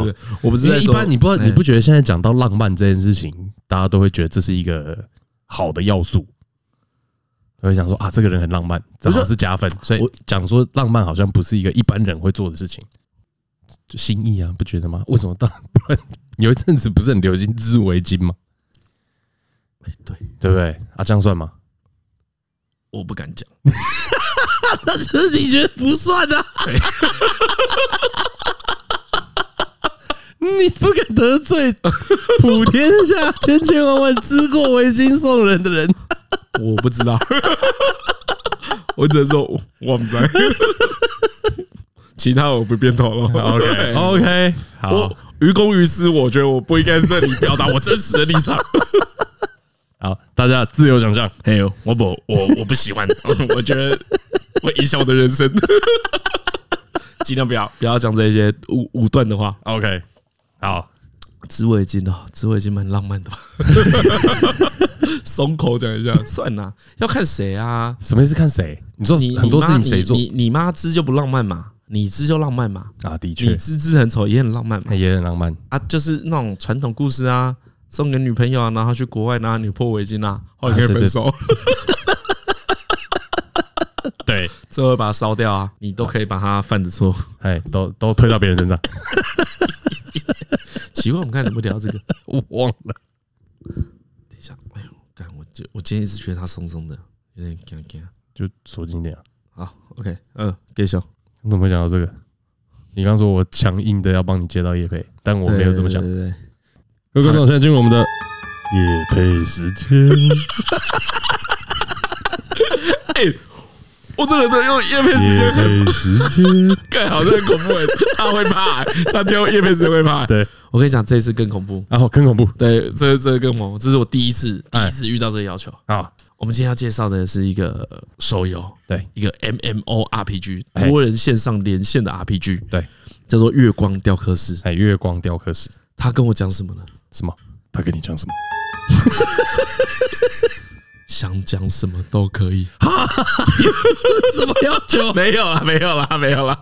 [SPEAKER 1] 对对对，我不是
[SPEAKER 2] 因
[SPEAKER 1] 在
[SPEAKER 2] 为一
[SPEAKER 1] 说
[SPEAKER 2] 般你不知道，
[SPEAKER 1] 哎
[SPEAKER 2] 你不觉得现在讲到浪漫这件事情，大家都会觉得这是一个好的要素，都会想说啊，这个人很浪漫，这
[SPEAKER 1] 不是
[SPEAKER 2] 好像是加分。所以
[SPEAKER 1] 我
[SPEAKER 2] 讲说浪漫好像不是一个一般人会做的事情，就心意啊，不觉得吗？为什么大不然有一阵子不是很流行织围巾吗？
[SPEAKER 1] 哎对，
[SPEAKER 2] 对不对？啊，这样算吗？
[SPEAKER 1] 我不敢讲。
[SPEAKER 2] 就是你觉得不算啊？你不敢得罪普天下千千万万织过围巾送人的人，
[SPEAKER 1] 我不知道， 我只能说我我不在，其他我不变头 了。
[SPEAKER 2] OK OK，好
[SPEAKER 1] 我于公于私，我觉得我不应该在这里表达我真实的立 场。
[SPEAKER 2] 好，大家自由想象。
[SPEAKER 1] 哎呦，我不，我我不喜欢， 我觉得会影响我的人生。 尽量不要不要讲这些武武断的话。
[SPEAKER 2] OK，好，
[SPEAKER 1] 织围巾哦，织围巾蛮浪漫的吧？ 松口讲一下，算啦，要看谁啊。
[SPEAKER 2] 什么意思？看谁？你说
[SPEAKER 1] 你
[SPEAKER 2] 很多事情谁做
[SPEAKER 1] 你妈你你妈织就不浪漫嘛，你织就浪漫嘛，
[SPEAKER 2] 啊？的
[SPEAKER 1] 你
[SPEAKER 2] 确，
[SPEAKER 1] 织织很丑也很浪漫嘛，
[SPEAKER 2] 也很浪漫。
[SPEAKER 1] 啊，就是那种传统故事啊，送给女朋友啊，然后去国外拿女破围巾啊，后来可以
[SPEAKER 2] 啊对对
[SPEAKER 1] 分手，
[SPEAKER 2] 对，
[SPEAKER 1] 最后把它烧掉啊，你都可以把它犯的错。
[SPEAKER 2] 哎，都都推到别人身上，
[SPEAKER 1] 奇怪，我们刚才怎么聊这个？
[SPEAKER 2] 我忘了。
[SPEAKER 1] 等一下，哎呦，干，我就我今天一直觉得它松松的，有点干干。
[SPEAKER 2] 就说经典啊，
[SPEAKER 1] 好，OK，嗯，给小，
[SPEAKER 2] 你怎么会讲到这个？你刚说我强硬的要帮你接到叶配，但我没有这么想
[SPEAKER 1] 对。对对对
[SPEAKER 2] 各位观众，现在进入我们的夜配时间。
[SPEAKER 1] 哎我这个人用叶片时
[SPEAKER 2] 夜
[SPEAKER 1] 间
[SPEAKER 2] 配时间，
[SPEAKER 1] 干，好像很恐 怖欸，他会怕欸，他听叶片时间会怕欸。
[SPEAKER 2] 对，
[SPEAKER 1] 我跟你讲，这一次更恐怖。
[SPEAKER 2] 然后更恐怖
[SPEAKER 1] 对，这这更猛，这是我第一次第
[SPEAKER 2] 哎
[SPEAKER 1] 一次遇到这个要求。
[SPEAKER 2] 啊！
[SPEAKER 1] 我们今天要介绍的是一个呃手游，
[SPEAKER 2] 对，
[SPEAKER 1] 一个 MMORPG
[SPEAKER 2] 哎
[SPEAKER 1] 多人线上连线的 RPG，
[SPEAKER 2] 对，
[SPEAKER 1] 叫做《月光雕刻师》。
[SPEAKER 2] 哎，月光雕刻师
[SPEAKER 1] 他跟我讲什么呢？
[SPEAKER 2] 什么？他跟你讲什么？
[SPEAKER 1] 想讲什么都可 以。
[SPEAKER 2] 是什么要 求？
[SPEAKER 1] 没有啦，没有啦，没有啦。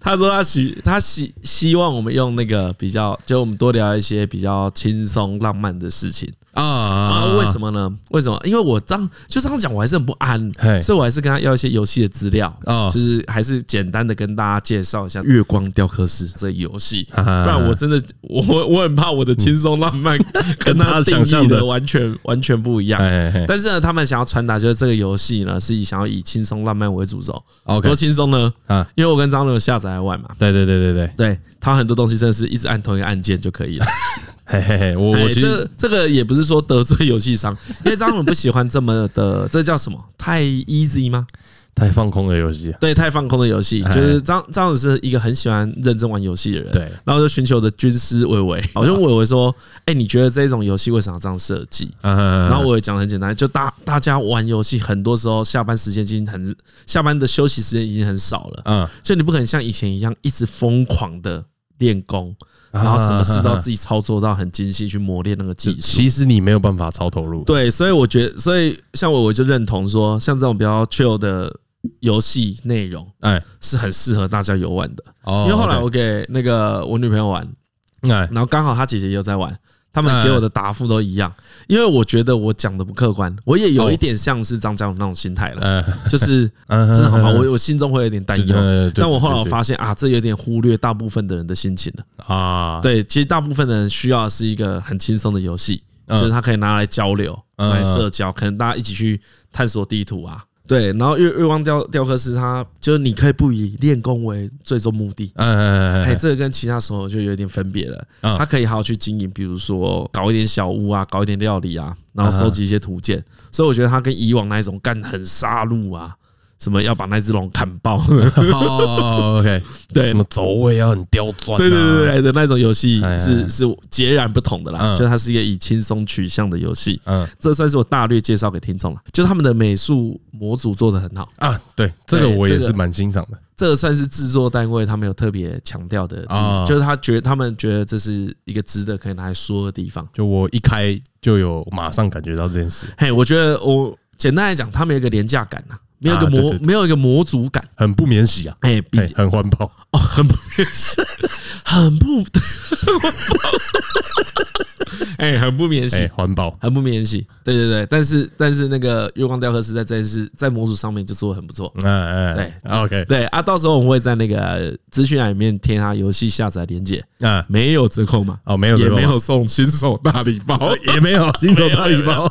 [SPEAKER 1] 他说他希他希希望我们用那个比较，就我们多聊一些比较轻松浪漫的事情。
[SPEAKER 2] 啊
[SPEAKER 1] 啊，为什？么呢？为什么？因为我这样就这样讲，我还是很不安
[SPEAKER 2] 嘿，
[SPEAKER 1] 所以我还是跟他要一些游戏的资料
[SPEAKER 2] 哦
[SPEAKER 1] 就是还是简单的跟大家介绍一下《月光雕刻师》这游戏。
[SPEAKER 2] 啊
[SPEAKER 1] 不然我真的我我很怕我的轻松浪 漫跟
[SPEAKER 2] 跟他
[SPEAKER 1] 他定
[SPEAKER 2] 想象
[SPEAKER 1] 义
[SPEAKER 2] 的
[SPEAKER 1] 的完全完全不一样。
[SPEAKER 2] 哎哎
[SPEAKER 1] 但是呢，他们想要传达就是这个游戏呢是以想要以轻松浪漫为主轴，
[SPEAKER 2] ，OK
[SPEAKER 1] 多轻松呢？
[SPEAKER 2] 啊，
[SPEAKER 1] 因为我跟张伦有下载来玩嘛，
[SPEAKER 2] 对对对对对，
[SPEAKER 1] 对他很多东西真的是一直按同一个按键就可以了。
[SPEAKER 2] 嘿嘿嘿，我
[SPEAKER 1] 哎
[SPEAKER 2] 我其实
[SPEAKER 1] 这这个也不是 说得罪游戏商，因为张总不喜欢这么的，这叫什么？太 easy 吗？哎
[SPEAKER 2] 太放空的游戏。
[SPEAKER 1] 对，太放空的游戏，就是张张老师是一个很喜欢认真玩游戏的人，
[SPEAKER 2] 对，
[SPEAKER 1] 然后就寻求的军师伟伟，我就问伟伟说：“哎，你觉得这种游戏为什么要这样设计？”
[SPEAKER 2] 嗯，
[SPEAKER 1] 然后我也讲得很简单，就大大家玩游戏，很多时候下班时间已经很下班的休息时间已经很少了，
[SPEAKER 2] 嗯，
[SPEAKER 1] 所以你不可能像以前一样一直疯狂的练功，然后什么事都
[SPEAKER 2] 啊
[SPEAKER 1] 要自己操作到很精细去磨练那个技
[SPEAKER 2] 就
[SPEAKER 1] 术。
[SPEAKER 2] 其实你没有办法超投入。
[SPEAKER 1] 对，所以我觉得，所以像我我就认同说，像这种比较 chill 的游戏内容
[SPEAKER 2] 哎，
[SPEAKER 1] 是很适合大家游玩的。
[SPEAKER 2] 哦
[SPEAKER 1] 因为后来我给那个我女朋友玩，
[SPEAKER 2] 哎，
[SPEAKER 1] 然后刚好她姐姐也有在玩，他们给我
[SPEAKER 2] 嗯
[SPEAKER 1] 的答复都一样。因为我觉得我讲的不客观，我也有一点像是张家勇那种心态了，
[SPEAKER 2] 哦嗯，
[SPEAKER 1] 就是
[SPEAKER 2] 嗯
[SPEAKER 1] 真的好吧，我我心中会有点
[SPEAKER 2] 哎
[SPEAKER 1] 担忧。
[SPEAKER 2] 有
[SPEAKER 1] 但我后来我发现啊，这有点忽略大部分的人的心情了。
[SPEAKER 2] 啊，
[SPEAKER 1] 对，其实大部分的人需要的是一个很轻松的游戏，
[SPEAKER 2] 嗯
[SPEAKER 1] 就是他可以拿来交流、
[SPEAKER 2] 嗯
[SPEAKER 1] 拿来社交，可能大家一起去探索地图啊。对，然后月月光雕雕刻师，它就是你可以不以练功为最终目的。
[SPEAKER 2] 嗯，嗯嗯
[SPEAKER 1] 哎，
[SPEAKER 2] 嗯
[SPEAKER 1] 这个跟其他手游就有点分别了。
[SPEAKER 2] 嗯
[SPEAKER 1] 它可以好好去经营，比如说搞一点小屋啊，搞一点料理啊，然后收集一些图鉴。所以我觉得它跟以往那一种干很杀戮啊，什么要把那只龙砍 爆，
[SPEAKER 2] 嗯，哦，OK，
[SPEAKER 1] 对
[SPEAKER 2] 什么走位要很刁钻啊，
[SPEAKER 1] 对对对对的那种游戏
[SPEAKER 2] 哎哎
[SPEAKER 1] 是
[SPEAKER 2] 哎
[SPEAKER 1] 是截然不同的啦，
[SPEAKER 2] 嗯
[SPEAKER 1] 就它是一个以轻松取向的游戏，
[SPEAKER 2] 嗯
[SPEAKER 1] 这算是我大略介绍给听众了。就他们的美术模组做的很好，
[SPEAKER 2] 啊，对，这个
[SPEAKER 1] 对
[SPEAKER 2] 我
[SPEAKER 1] 这
[SPEAKER 2] 也
[SPEAKER 1] 个
[SPEAKER 2] 是蛮欣赏的。
[SPEAKER 1] 这个算是制作单位他们有特别强调的
[SPEAKER 2] 啊
[SPEAKER 1] 就是他觉他们觉得这是一个值得可以拿来说的地方。
[SPEAKER 2] 就我一开就有马上感觉到这件事，
[SPEAKER 1] 嘿，我觉得我简单来讲，他们有一个廉价感啊，没有一个
[SPEAKER 2] 啊对
[SPEAKER 1] 模
[SPEAKER 2] 对对
[SPEAKER 1] 没有一个模组感，
[SPEAKER 2] 很不免洗啊，
[SPEAKER 1] 哎，比
[SPEAKER 2] 哎很环 保。
[SPEAKER 1] 哦很不很不 哎很不免
[SPEAKER 2] 哎，
[SPEAKER 1] 洗。
[SPEAKER 2] 环保，
[SPEAKER 1] 很不免洗。对对对，但是但是那个月光雕刻师在这一次在模组上面就做的很不错。
[SPEAKER 2] 嗯嗯，对，OK，
[SPEAKER 1] 对啊，到时候我们会在那个呃资讯栏里面贴他游戏下载链接，
[SPEAKER 2] 啊，
[SPEAKER 1] 没有折扣嘛，
[SPEAKER 2] 哦，没有
[SPEAKER 1] 也
[SPEAKER 2] 这个吗，
[SPEAKER 1] 没有送新手大礼包
[SPEAKER 2] 哦，，也没有，新手大礼包，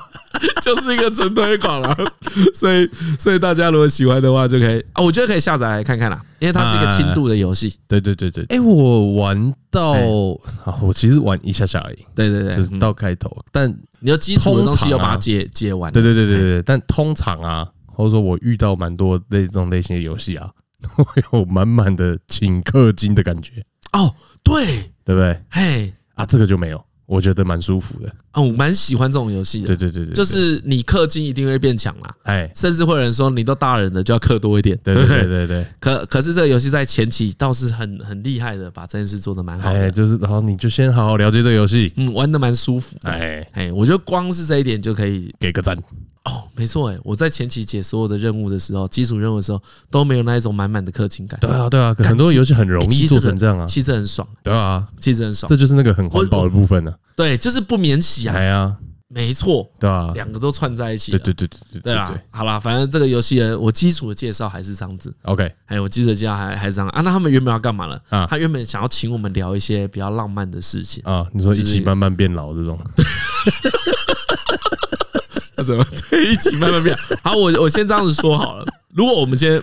[SPEAKER 1] 就是一个纯推广啊。 所以所以大家如果喜欢的话，就可以啊，我觉得可以下载来看看啦，因为它是一个轻度的游戏。
[SPEAKER 2] 对对对对，哎，我玩到
[SPEAKER 1] 哎，
[SPEAKER 2] 啊我其实玩一下下而已，
[SPEAKER 1] 对对
[SPEAKER 2] 哎
[SPEAKER 1] 对，
[SPEAKER 2] 就是到开头，但
[SPEAKER 1] 你的基础的东西有把它
[SPEAKER 2] 通常啊
[SPEAKER 1] 解解完。
[SPEAKER 2] 对对对对对，但通常啊，或者说我遇到蛮多类这种类型的游戏啊， 我有满满的请氪金的感觉，
[SPEAKER 1] 哦，对，
[SPEAKER 2] 对不对？
[SPEAKER 1] 嘿，
[SPEAKER 2] 啊，这个就没有，我觉得蛮舒服的。
[SPEAKER 1] 啊，我蛮喜欢这种游戏的
[SPEAKER 2] 对，对对对，
[SPEAKER 1] 就
[SPEAKER 2] 对
[SPEAKER 1] 是你氪金一定会变强啦。啊
[SPEAKER 2] 哎，
[SPEAKER 1] 甚至会有人说你都大人了就要氪多一点，
[SPEAKER 2] 对
[SPEAKER 1] 不
[SPEAKER 2] 对对对对，
[SPEAKER 1] 可可是这个游戏在前期倒是很很厉害的，把这件事做得蛮好
[SPEAKER 2] 哎，
[SPEAKER 1] 的，
[SPEAKER 2] 就是然后你就先好好了解这个游戏，
[SPEAKER 1] 嗯，玩得蛮舒服的。
[SPEAKER 2] 哎，
[SPEAKER 1] 哎，我觉得光是这一点就可以
[SPEAKER 2] 给个赞，
[SPEAKER 1] 哦，没错哎，我在前期解所有的任务的时候，基础任务的时候都没有那一种满满的氪金感，
[SPEAKER 2] 对啊对啊，可
[SPEAKER 1] 感
[SPEAKER 2] 很多
[SPEAKER 1] 激哎
[SPEAKER 2] 游戏很容
[SPEAKER 1] 其
[SPEAKER 2] 易
[SPEAKER 1] 实
[SPEAKER 2] 做
[SPEAKER 1] 这个
[SPEAKER 2] 成这样啊，
[SPEAKER 1] 气质很爽，
[SPEAKER 2] 对啊，
[SPEAKER 1] 气质很爽
[SPEAKER 2] 这，就是那个很环保的部分呢，啊
[SPEAKER 1] 对，就是不免洗啊，
[SPEAKER 2] 哎呀，
[SPEAKER 1] 没错，
[SPEAKER 2] 对啊，
[SPEAKER 1] 两个都串在一起
[SPEAKER 2] 对
[SPEAKER 1] 了，
[SPEAKER 2] 对对对对
[SPEAKER 1] 对啦，好啦，反正这个游戏的我基础的介绍还是这样子，
[SPEAKER 2] ，OK，
[SPEAKER 1] 哎，我记得接下来还是这样啊。那他们原本要干嘛了？
[SPEAKER 2] 啊
[SPEAKER 1] 他原本想要请我们聊一些比较浪漫的事情，
[SPEAKER 2] 啊，你说一
[SPEAKER 1] 就是
[SPEAKER 2] 起慢慢变老这种，
[SPEAKER 1] 什么对，一起慢慢 变。好，我我先这样子说好了。如果我们今天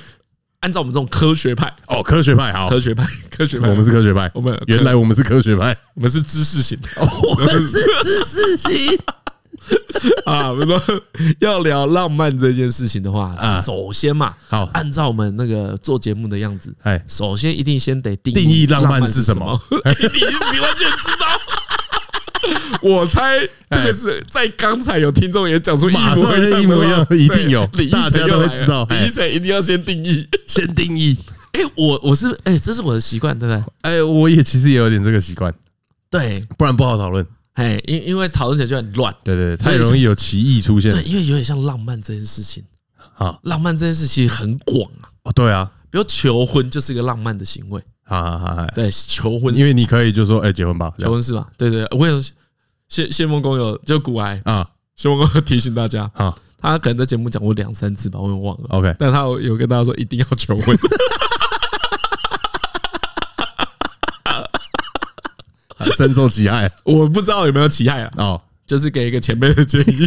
[SPEAKER 1] 按照我们这种科学派、
[SPEAKER 2] 哦，科学派好，
[SPEAKER 1] 科学派、科学派，
[SPEAKER 2] 我们是科学派，
[SPEAKER 1] 哦我们
[SPEAKER 2] 原来我们是科学 派。
[SPEAKER 1] 我们是知识型的
[SPEAKER 2] 我们是知识型。
[SPEAKER 1] 啊。我们说 要聊浪漫这件事情的话，
[SPEAKER 2] 啊
[SPEAKER 1] 首先嘛，
[SPEAKER 2] 好，
[SPEAKER 1] 按照我们那个做节目的样子，
[SPEAKER 2] 哎，
[SPEAKER 1] 首先一定先得定
[SPEAKER 2] 定义浪漫
[SPEAKER 1] 漫
[SPEAKER 2] 是什么
[SPEAKER 1] 么？ 哎你你完全知道。 哎我猜这个是在刚才有听众也讲出一模
[SPEAKER 2] 马上
[SPEAKER 1] 一
[SPEAKER 2] 就一模一样
[SPEAKER 1] 对
[SPEAKER 2] 一定有
[SPEAKER 1] 李医
[SPEAKER 2] 大家
[SPEAKER 1] 生
[SPEAKER 2] 都
[SPEAKER 1] 又
[SPEAKER 2] 会
[SPEAKER 1] 来了
[SPEAKER 2] 知道
[SPEAKER 1] 李医生一定要先定义。
[SPEAKER 2] 先定义。
[SPEAKER 1] 哎，我我是哎，这是我的习惯，对不对？
[SPEAKER 2] 哎，我也其实也有点这个习惯，
[SPEAKER 1] 对，
[SPEAKER 2] 不然不好讨论。
[SPEAKER 1] 哎，因因为讨论起来就很乱。
[SPEAKER 2] 对对，对太容易有歧义出现
[SPEAKER 1] 对，。因为有点像浪漫这件事情，
[SPEAKER 2] 啊，
[SPEAKER 1] 浪漫这件事情很广啊。
[SPEAKER 2] 哦，对啊，
[SPEAKER 1] 比如求婚就是一个浪漫的行为，
[SPEAKER 2] 啊啊，啊
[SPEAKER 1] 对，求婚
[SPEAKER 2] 因为你可以就说，哎，结婚吧，这
[SPEAKER 1] 求
[SPEAKER 2] 样
[SPEAKER 1] 婚是吧？对对，我跟你说，谢谢梦工友就古癌，
[SPEAKER 2] 啊
[SPEAKER 1] 谢梦工友提醒大家，
[SPEAKER 2] 啊
[SPEAKER 1] 他可能在节目讲过两三次吧，我也忘了。
[SPEAKER 2] ，OK，
[SPEAKER 1] 但他有有跟大家说一定要求婚，
[SPEAKER 2] 啊深受其害
[SPEAKER 1] 我不知道有没有其害啊，
[SPEAKER 2] 哦。
[SPEAKER 1] 就是给一个前辈的建 议。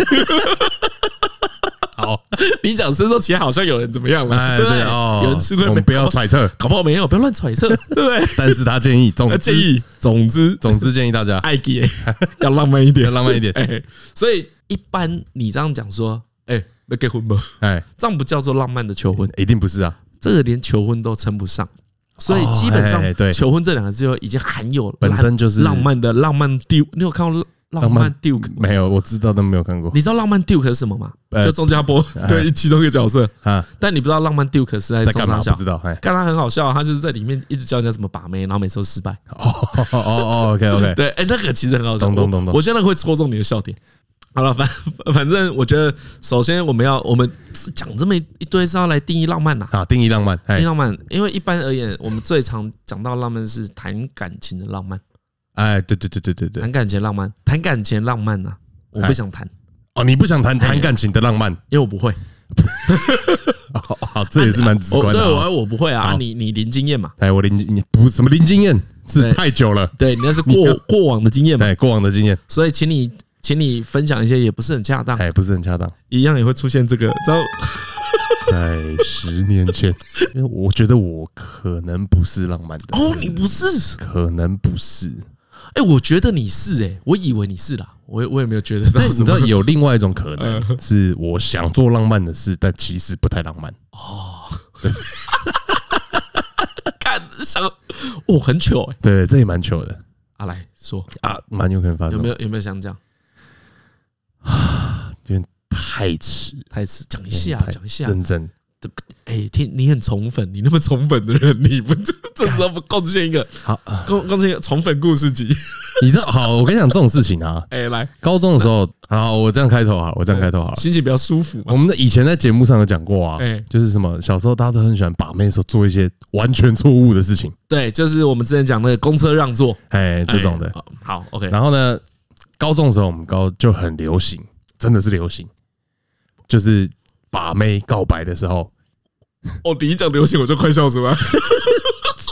[SPEAKER 1] 好，你讲深受其害，好像有人怎么样了？
[SPEAKER 2] 哎，
[SPEAKER 1] 对不
[SPEAKER 2] 对哦，
[SPEAKER 1] 有人吃亏
[SPEAKER 2] 我
[SPEAKER 1] 没
[SPEAKER 2] 们？不要揣测，
[SPEAKER 1] 搞不好没有，不要乱揣 测，对不对？
[SPEAKER 2] 但是他建议，总
[SPEAKER 1] 他
[SPEAKER 2] 之
[SPEAKER 1] 建议，总之
[SPEAKER 2] 总之建 议大家
[SPEAKER 1] 爱 给要浪漫一点
[SPEAKER 2] 要，浪漫一点。
[SPEAKER 1] 哎，所以一般你这样讲说，哎、要结婚吧？
[SPEAKER 2] 哎，
[SPEAKER 1] 这样不叫做浪漫的求婚，
[SPEAKER 2] 一定不是啊，
[SPEAKER 1] 这个连求婚都称不上。所以
[SPEAKER 2] 哦
[SPEAKER 1] 基本上
[SPEAKER 2] 哎哎，对
[SPEAKER 1] 求婚这两个字就已经含有
[SPEAKER 2] 本身就是
[SPEAKER 1] 浪漫的浪漫 Duke。你有看过浪
[SPEAKER 2] 浪
[SPEAKER 1] 漫
[SPEAKER 2] 漫
[SPEAKER 1] Duke？
[SPEAKER 2] 没有，我知道但没有看过
[SPEAKER 1] 你知道浪漫 Duke 是什么吗？
[SPEAKER 2] 呃
[SPEAKER 1] 就钟家波
[SPEAKER 2] 哎
[SPEAKER 1] 对其中一个角色，
[SPEAKER 2] 啊，
[SPEAKER 1] 但你不知道浪漫 Duke 是在
[SPEAKER 2] 在
[SPEAKER 1] 中
[SPEAKER 2] 干嘛
[SPEAKER 1] 山小
[SPEAKER 2] 不知。道，哎，
[SPEAKER 1] 看他很好笑啊，他就是在里面一直教人家怎么把妹，然后每次都失败。
[SPEAKER 2] 哦哦哦，OK OK，
[SPEAKER 1] 对，哎、那个其实很好笑，
[SPEAKER 2] 懂懂
[SPEAKER 1] 我
[SPEAKER 2] 懂懂
[SPEAKER 1] 我觉得那个会戳中你的笑点。好了，反 反正我觉得，首先我们要我们讲这么一堆是要来定义浪漫呐、啊
[SPEAKER 2] 好，定义浪漫，
[SPEAKER 1] 定
[SPEAKER 2] 哎
[SPEAKER 1] 义浪漫，因为一般而言，我们最常讲到浪漫是谈感情的浪漫，
[SPEAKER 2] 哎，对对对对对对，
[SPEAKER 1] 谈感情的浪漫，谈感情的浪漫呐、啊我不
[SPEAKER 2] 哎
[SPEAKER 1] 想谈，
[SPEAKER 2] 哦，你不想谈
[SPEAKER 1] 哎
[SPEAKER 2] 谈感情的浪漫，
[SPEAKER 1] 因为我不会，
[SPEAKER 2] 哦好，这也是蛮直
[SPEAKER 1] 我
[SPEAKER 2] 观
[SPEAKER 1] 对
[SPEAKER 2] 的啊。
[SPEAKER 1] 我我不会啊，啊
[SPEAKER 2] 好
[SPEAKER 1] 你你零经验嘛，
[SPEAKER 2] 哎，我零你不什么零经验是
[SPEAKER 1] 对
[SPEAKER 2] 太久了，
[SPEAKER 1] 对，你那是
[SPEAKER 2] 你
[SPEAKER 1] 过
[SPEAKER 2] 要
[SPEAKER 1] 过往的经验嘛，
[SPEAKER 2] 哎，过往的经验
[SPEAKER 1] 所以请你请你分享一些也不是很恰当，
[SPEAKER 2] 哎不是很恰当。
[SPEAKER 1] 一样也会出现这个，知道
[SPEAKER 2] 在十年前，因为我觉得我可能不是浪漫的，
[SPEAKER 1] 哦，你不是。
[SPEAKER 2] 可能不是。
[SPEAKER 1] 哎、我觉得你是哎、我以为你是啦，哎我也我也没有觉得到
[SPEAKER 2] 但你
[SPEAKER 1] 什
[SPEAKER 2] 知
[SPEAKER 1] 么
[SPEAKER 2] 道嗯有另外一种可能，是我想做浪漫的事，但其实不太浪漫。
[SPEAKER 1] 看想，哦，很糗哎、
[SPEAKER 2] 对，这也蛮糗的
[SPEAKER 1] 啊，来说
[SPEAKER 2] 啊，蛮有可能发
[SPEAKER 1] 有
[SPEAKER 2] 生
[SPEAKER 1] 没。有有没有想讲
[SPEAKER 2] 太迟，
[SPEAKER 1] 台词？讲一下
[SPEAKER 2] 太
[SPEAKER 1] 讲一下。
[SPEAKER 2] 认真。
[SPEAKER 1] 哎、听你很宠粉，你那么宠粉的人，你不这这时候不贡献一个
[SPEAKER 2] 好，啊
[SPEAKER 1] 贡贡献一个宠粉故事集？
[SPEAKER 2] 你知道，好，我跟你讲这种事情啊，
[SPEAKER 1] 哎、来
[SPEAKER 2] 高中的时候，好，我这样开头好了，我这样开头好了。
[SPEAKER 1] 心情比较舒服嘛
[SPEAKER 2] 我。们的以前在节目上有讲过啊
[SPEAKER 1] 哎，
[SPEAKER 2] 就是什么小时候大家都很喜欢把妹的时候做一些完全错误的事情，
[SPEAKER 1] 对，就是我们之前讲那个公车让座
[SPEAKER 2] 哎，这种的
[SPEAKER 1] 哎。好好，OK，
[SPEAKER 2] 然后呢，高中的时候我们高就很流行，真的是流行，就是把妹告白的时候，
[SPEAKER 1] 哦，你一讲流行我就快笑出来。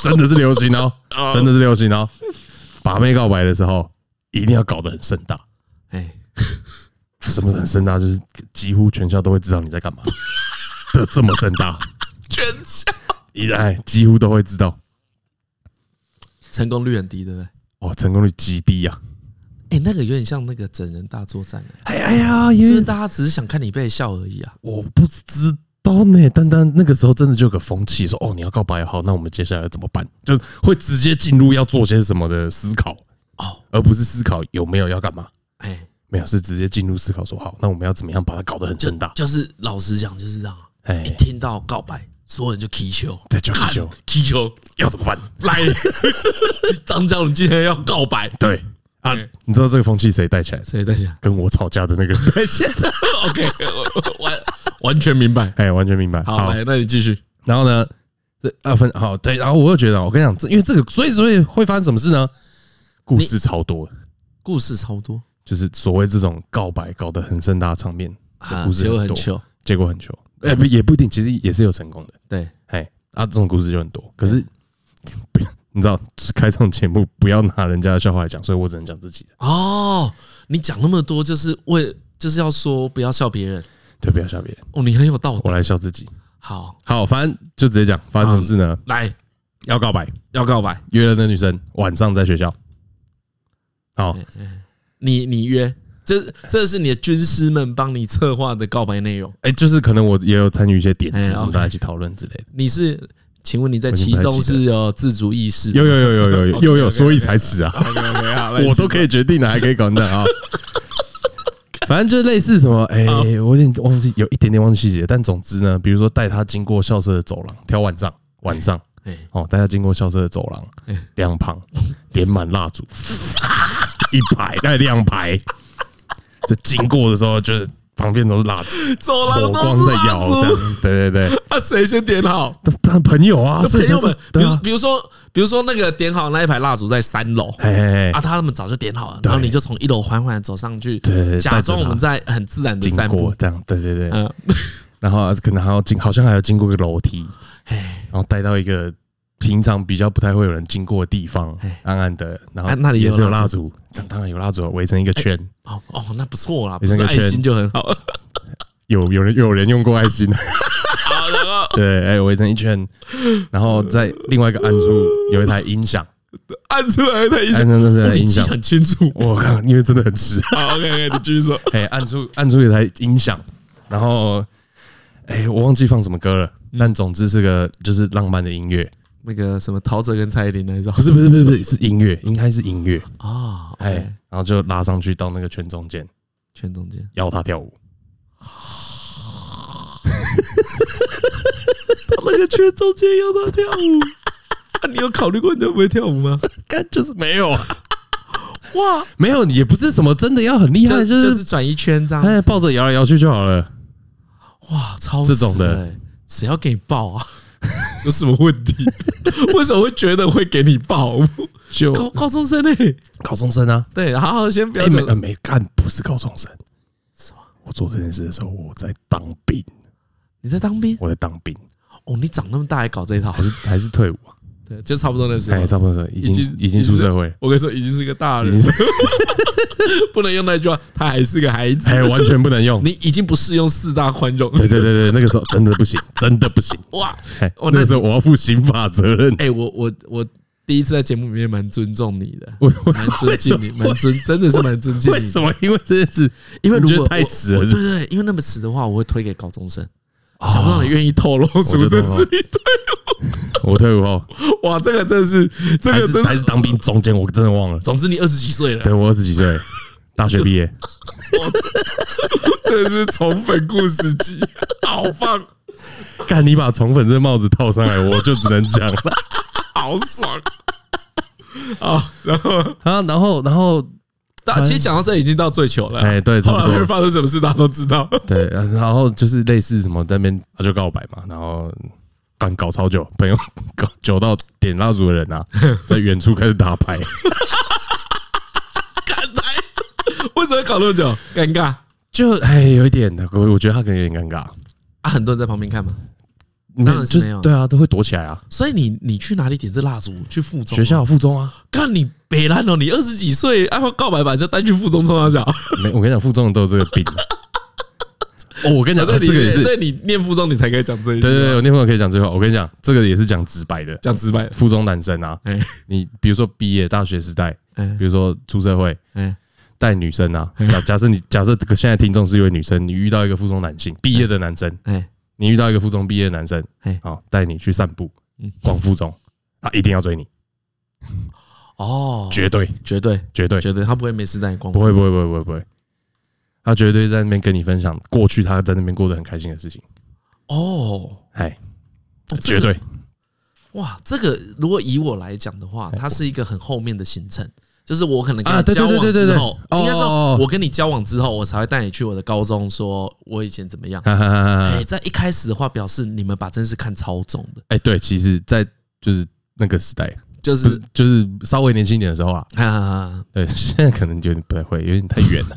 [SPEAKER 2] 真的是流行哦，
[SPEAKER 1] 哦
[SPEAKER 2] 真的是流行哦。把妹告白的时候，一定要搞得很盛大，
[SPEAKER 1] 哎、
[SPEAKER 2] 什么很盛大，就是几乎全校都会知道你在 干嘛的这么盛大，
[SPEAKER 1] 全校
[SPEAKER 2] 一哎几乎都会知道。
[SPEAKER 1] 成功率很低，对不对？
[SPEAKER 2] 哦，成功率极低呀、
[SPEAKER 1] 哎、那个有点像那个整人大作战、啊
[SPEAKER 2] 哎哎呀，
[SPEAKER 1] 是
[SPEAKER 2] 因
[SPEAKER 1] 不是
[SPEAKER 2] 为
[SPEAKER 1] 大家只是想看你被笑而已啊？
[SPEAKER 2] 我不知道呢，但但那个时候真的就有个风气，说哦，你要告白好，那我们接下来要怎么办？就会直接进入要做些什么的思考
[SPEAKER 1] 哦，
[SPEAKER 2] 而不是思考有没有要干嘛。
[SPEAKER 1] 哎，
[SPEAKER 2] 没有，是直接进入思考说好，那我们要怎么样把它搞得很
[SPEAKER 1] 就
[SPEAKER 2] 盛大？
[SPEAKER 1] 就是老实讲就是这样啊。
[SPEAKER 2] 哎
[SPEAKER 1] 一，听到告白，所有人就踢球，
[SPEAKER 2] 这就是就
[SPEAKER 1] 踢球
[SPEAKER 2] 要怎么办？
[SPEAKER 1] 来， 张嘉伦今天要告白，
[SPEAKER 2] 对啊
[SPEAKER 1] 对，
[SPEAKER 2] 你知道这个风气谁带起来？
[SPEAKER 1] 谁在想
[SPEAKER 2] 跟我吵架的那个人带起来。
[SPEAKER 1] ？OK，我我完完全明白。
[SPEAKER 2] 哎，完全明白。
[SPEAKER 1] 好，来，那你继续。
[SPEAKER 2] 然后呢，这二分好对，然后我又觉得，我跟你讲，这因为这个，所以所以会发生什么事呢？故事超多，
[SPEAKER 1] 故事超多
[SPEAKER 2] 就是所谓这种告白搞得很盛大的场面，这
[SPEAKER 1] 啊，
[SPEAKER 2] 故事
[SPEAKER 1] 结果
[SPEAKER 2] 很
[SPEAKER 1] 很
[SPEAKER 2] 多，
[SPEAKER 1] 糗。
[SPEAKER 2] 结果很糗。哎，不也不一定，其实也是有成功的。
[SPEAKER 1] 对，
[SPEAKER 2] 哎，啊，这种故事就很多。可是不要，你知道开这种节目不要拿人家的笑话来讲，所以我只能讲自己的。
[SPEAKER 1] 哦，你讲那么多，就是为就是要说不要笑别人
[SPEAKER 2] 对，不要笑别人，
[SPEAKER 1] 哦，你很有道
[SPEAKER 2] 我
[SPEAKER 1] 德。
[SPEAKER 2] 来笑自己。
[SPEAKER 1] 好，
[SPEAKER 2] 好，反正就直接讲发生什么事呢？
[SPEAKER 1] 来
[SPEAKER 2] 要告白，
[SPEAKER 1] 要告白，
[SPEAKER 2] 约了那女生，晚上在学校。好，
[SPEAKER 1] 嗯你你约。这这是你的军师们帮你策划的告白内容。
[SPEAKER 2] 哎，就是可能我也有参与一些点
[SPEAKER 1] 哎
[SPEAKER 2] 子，什么
[SPEAKER 1] OK
[SPEAKER 2] 大家一起讨论之类的。
[SPEAKER 1] 你是，请问你在
[SPEAKER 2] 我已经
[SPEAKER 1] 其
[SPEAKER 2] 不太
[SPEAKER 1] 中
[SPEAKER 2] 记得
[SPEAKER 1] 是有自主意识的？
[SPEAKER 2] 有有有有有有有有，
[SPEAKER 1] OK，OK，OK，
[SPEAKER 2] 所以才迟啊，我都可以决定的，还可以搞那啊。反正就类似什么，哎，我有点忘记，有一点点忘记细节，但总之呢，比如说带她经过校舍的走廊，挑晚上晚上
[SPEAKER 1] 哎，
[SPEAKER 2] 哦，带她经过校舍的走廊
[SPEAKER 1] 哎，
[SPEAKER 2] 两旁点满蜡烛，一排带两排，就经过的时候就是旁边都是蜡烛，
[SPEAKER 1] 走
[SPEAKER 2] 火
[SPEAKER 1] 廊
[SPEAKER 2] 光
[SPEAKER 1] 都
[SPEAKER 2] 在
[SPEAKER 1] 是蜡
[SPEAKER 2] 摇，这
[SPEAKER 1] 烛，
[SPEAKER 2] 样，对对对，
[SPEAKER 1] 那谁先点好？
[SPEAKER 2] 当当然朋友啊，
[SPEAKER 1] 那
[SPEAKER 2] 所
[SPEAKER 1] 朋
[SPEAKER 2] 以就
[SPEAKER 1] 友
[SPEAKER 2] 是
[SPEAKER 1] 们，比
[SPEAKER 2] 对
[SPEAKER 1] 如
[SPEAKER 2] 啊，
[SPEAKER 1] 比如说，比如说那个点好的那一排蜡烛在三楼
[SPEAKER 2] 哎哎
[SPEAKER 1] 啊，
[SPEAKER 2] 哎，
[SPEAKER 1] 他们早就点好了，然后
[SPEAKER 2] 对
[SPEAKER 1] 你就从一楼缓缓地走上去
[SPEAKER 2] 对对对，
[SPEAKER 1] 假装
[SPEAKER 2] 带着
[SPEAKER 1] 我
[SPEAKER 2] 它
[SPEAKER 1] 们在很自然的
[SPEAKER 2] 经
[SPEAKER 1] 散步
[SPEAKER 2] 过，这样，对对对，
[SPEAKER 1] 嗯，
[SPEAKER 2] 然后可能还要经，好像还要经过一个楼梯，
[SPEAKER 1] 哎，
[SPEAKER 2] 然后带到一个平常比较不太会有人经过的地方
[SPEAKER 1] 哎，
[SPEAKER 2] 暗暗的，然后
[SPEAKER 1] 啊那里
[SPEAKER 2] 也
[SPEAKER 1] 有
[SPEAKER 2] 是有
[SPEAKER 1] 蜡
[SPEAKER 2] 蜡烛，当当然有蜡烛，围成一个圈，
[SPEAKER 1] 哦哦，那不错啦，不
[SPEAKER 2] 你
[SPEAKER 1] 是
[SPEAKER 2] 那个
[SPEAKER 1] 爱
[SPEAKER 2] 圈
[SPEAKER 1] 心就很好。
[SPEAKER 2] 有有人有人用过爱 心，
[SPEAKER 1] 好，然后
[SPEAKER 2] 对，哎，围成一圈，然后在另外一个暗处有一台音响，
[SPEAKER 1] 按出来他一
[SPEAKER 2] 哎，
[SPEAKER 1] 下，
[SPEAKER 2] 那那是
[SPEAKER 1] 哦
[SPEAKER 2] 台
[SPEAKER 1] 你
[SPEAKER 2] 音
[SPEAKER 1] 记
[SPEAKER 2] 响，
[SPEAKER 1] 很清楚。
[SPEAKER 2] 我靠，因为真的很迟，
[SPEAKER 1] 好，OK，OK，你继续说。
[SPEAKER 2] 哎，暗处暗处有台音响，然后，哎、我忘记放什么歌了，
[SPEAKER 1] 嗯
[SPEAKER 2] 但总之是个就是浪漫的音乐，
[SPEAKER 1] 那个什么陶喆跟蔡依林那一种
[SPEAKER 2] 不是不是不是不是是音乐，应该是音乐，
[SPEAKER 1] 啊，
[SPEAKER 2] 哎、
[SPEAKER 1] 哎，
[SPEAKER 2] 然后就拉上去到那个圈中间，
[SPEAKER 1] 圈中间，
[SPEAKER 2] 邀他跳舞，
[SPEAKER 1] 到那个圈中间要他跳舞。 啊你有考虑过你会不会跳舞 吗？
[SPEAKER 2] 但就是没有啊，
[SPEAKER 1] 哇，
[SPEAKER 2] 没有，也不是什么真的要很厉害，
[SPEAKER 1] 就
[SPEAKER 2] 啊就
[SPEAKER 1] 就是
[SPEAKER 2] 是
[SPEAKER 1] 转一圈这样
[SPEAKER 2] 哎、，抱着摇来摇去就好了，
[SPEAKER 1] 哇，超
[SPEAKER 2] 这种的
[SPEAKER 1] 死欸，谁要给你抱啊？ 有什么问题？为什么会觉得会给你抱？
[SPEAKER 2] 就
[SPEAKER 1] 高高中生哎，
[SPEAKER 2] 高中生啊，
[SPEAKER 1] 对，好好先不
[SPEAKER 2] 哎、
[SPEAKER 1] 要
[SPEAKER 2] 没
[SPEAKER 1] 走
[SPEAKER 2] 呃没干不是高中生，
[SPEAKER 1] 什么？
[SPEAKER 2] 我做这件事的时候我在当兵，
[SPEAKER 1] 你在当兵
[SPEAKER 2] 我在当兵，
[SPEAKER 1] 哦？你长那么大还搞这一套
[SPEAKER 2] 还？是还是退伍 啊，
[SPEAKER 1] 对，就差不多那时候
[SPEAKER 2] 哎，。差不多是已
[SPEAKER 1] 已
[SPEAKER 2] 经
[SPEAKER 1] 经
[SPEAKER 2] 已经出社会了。
[SPEAKER 1] 我跟你说，已经是个大人
[SPEAKER 2] 已，
[SPEAKER 1] 不能用那句话，他还是个孩子。
[SPEAKER 2] 哎，完全不 能用。
[SPEAKER 1] 你已经不适用四大宽容。
[SPEAKER 2] 对对对对，那个时候真的不行，真的不行。
[SPEAKER 1] 哇，
[SPEAKER 2] 哎，
[SPEAKER 1] 哦那
[SPEAKER 2] 那个时候我要负刑法责任。
[SPEAKER 1] 哎，我我我第一次在节目里面蛮尊重你的，
[SPEAKER 2] 我我
[SPEAKER 1] 蛮尊敬你，
[SPEAKER 2] 为什么
[SPEAKER 1] 蛮尊，真的是蛮尊敬
[SPEAKER 2] 为
[SPEAKER 1] 你
[SPEAKER 2] 什。么？因为这件事，
[SPEAKER 1] 因为如
[SPEAKER 2] 你觉
[SPEAKER 1] 果
[SPEAKER 2] 得太
[SPEAKER 1] 我
[SPEAKER 2] 迟
[SPEAKER 1] 我
[SPEAKER 2] 了，是
[SPEAKER 1] 对
[SPEAKER 2] 不是
[SPEAKER 1] 对，对因为那么迟的话，我会推给高中生。想不到你愿意透露出
[SPEAKER 2] 就
[SPEAKER 1] 这
[SPEAKER 2] 透露
[SPEAKER 1] 是你对，
[SPEAKER 2] 我退伍后，
[SPEAKER 1] 哇，这个真的是，这
[SPEAKER 2] 还
[SPEAKER 1] 个
[SPEAKER 2] 是
[SPEAKER 1] 真
[SPEAKER 2] 还
[SPEAKER 1] 的，
[SPEAKER 2] 是当兵中间，我真的忘了。
[SPEAKER 1] 总之你二十几岁了，
[SPEAKER 2] 对我二十几岁，大学毕业，
[SPEAKER 1] 真的是宠粉故事集， 好棒，
[SPEAKER 2] 看你把宠粉这帽子套上来，我就只能讲了
[SPEAKER 1] 好爽。 啊，然后，哎
[SPEAKER 2] 啊。然后，然后，
[SPEAKER 1] 大其实讲到这已经到醉球了，
[SPEAKER 2] 哎，对，差
[SPEAKER 1] 后
[SPEAKER 2] 不
[SPEAKER 1] 来会
[SPEAKER 2] 多，
[SPEAKER 1] 发生什么事大家都知 道。
[SPEAKER 2] 对。然后就是类似什么在那边他就告白嘛，然后干搞超久，朋友搞久到点蜡烛的人啊，在远处开始打牌。
[SPEAKER 1] 为什么搞那么久？尴尬
[SPEAKER 2] 就哎，有一点，我我觉得他可能有点尴尬。
[SPEAKER 1] 啊！很多人在旁边看嘛，
[SPEAKER 2] 你
[SPEAKER 1] 当然是
[SPEAKER 2] 就
[SPEAKER 1] 没有
[SPEAKER 2] 对啊，都会躲起来啊。
[SPEAKER 1] 所以你你去哪里点这蜡烛？去附中？
[SPEAKER 2] 学？校附中啊，
[SPEAKER 1] 看你北兰哦，你二十几岁，爱好告白吧，就单去附中冲他 小。
[SPEAKER 2] 没，我跟你讲，附中的都有这个病。 哦，我跟你讲，
[SPEAKER 1] 对
[SPEAKER 2] 这
[SPEAKER 1] 你
[SPEAKER 2] 个也是，对
[SPEAKER 1] 对你念附中，你才可以讲这一句。
[SPEAKER 2] 对对，我那朋友可以讲这句话。我跟你讲，这个也是讲直白的，
[SPEAKER 1] 讲直白。
[SPEAKER 2] 附中男生啊，
[SPEAKER 1] 哎
[SPEAKER 2] 你比如说毕业大学时代，
[SPEAKER 1] 哎
[SPEAKER 2] 比如说出社会
[SPEAKER 1] 哎，
[SPEAKER 2] 带女生啊，假假设你假设这个现在听众是一位女生，你遇到一个附中男性毕业的男生，
[SPEAKER 1] 哎，
[SPEAKER 2] 你遇到一个附中毕业的男生
[SPEAKER 1] 哎，
[SPEAKER 2] 好带你去散步
[SPEAKER 1] 嗯，
[SPEAKER 2] 逛附中，他一定要追你，
[SPEAKER 1] 哦，
[SPEAKER 2] 绝对
[SPEAKER 1] 绝对
[SPEAKER 2] 绝对。
[SPEAKER 1] 绝对，他不会没事带你逛
[SPEAKER 2] 不。会不会不会不会不会，他绝对在那边跟你分享过去他在那边过得很开心的事情，
[SPEAKER 1] 哦，
[SPEAKER 2] 哎，
[SPEAKER 1] 哦
[SPEAKER 2] 绝对。
[SPEAKER 1] 哇！这个如果以我来讲的话，它是一个很后面的行程，就是我可能跟
[SPEAKER 2] 啊
[SPEAKER 1] 你
[SPEAKER 2] 对
[SPEAKER 1] 交
[SPEAKER 2] 对对
[SPEAKER 1] 往
[SPEAKER 2] 对对
[SPEAKER 1] 之
[SPEAKER 2] 对
[SPEAKER 1] 后，
[SPEAKER 2] 哦
[SPEAKER 1] 应该
[SPEAKER 2] 哦
[SPEAKER 1] 说
[SPEAKER 2] 哦
[SPEAKER 1] 我跟你交往之后，我才会带你去我的高中，说我以前怎么样。
[SPEAKER 2] 哈哈哈哈
[SPEAKER 1] 哎，
[SPEAKER 2] 哈！
[SPEAKER 1] 在一开始的话，表示你们把这件事看超重的，
[SPEAKER 2] 哎，对，其实，在就是那个时代，
[SPEAKER 1] 就
[SPEAKER 2] 不是
[SPEAKER 1] 是
[SPEAKER 2] 就是稍微年轻一点的时候啊，
[SPEAKER 1] 啊，
[SPEAKER 2] 对，现在可能有点不太会，有点太远了。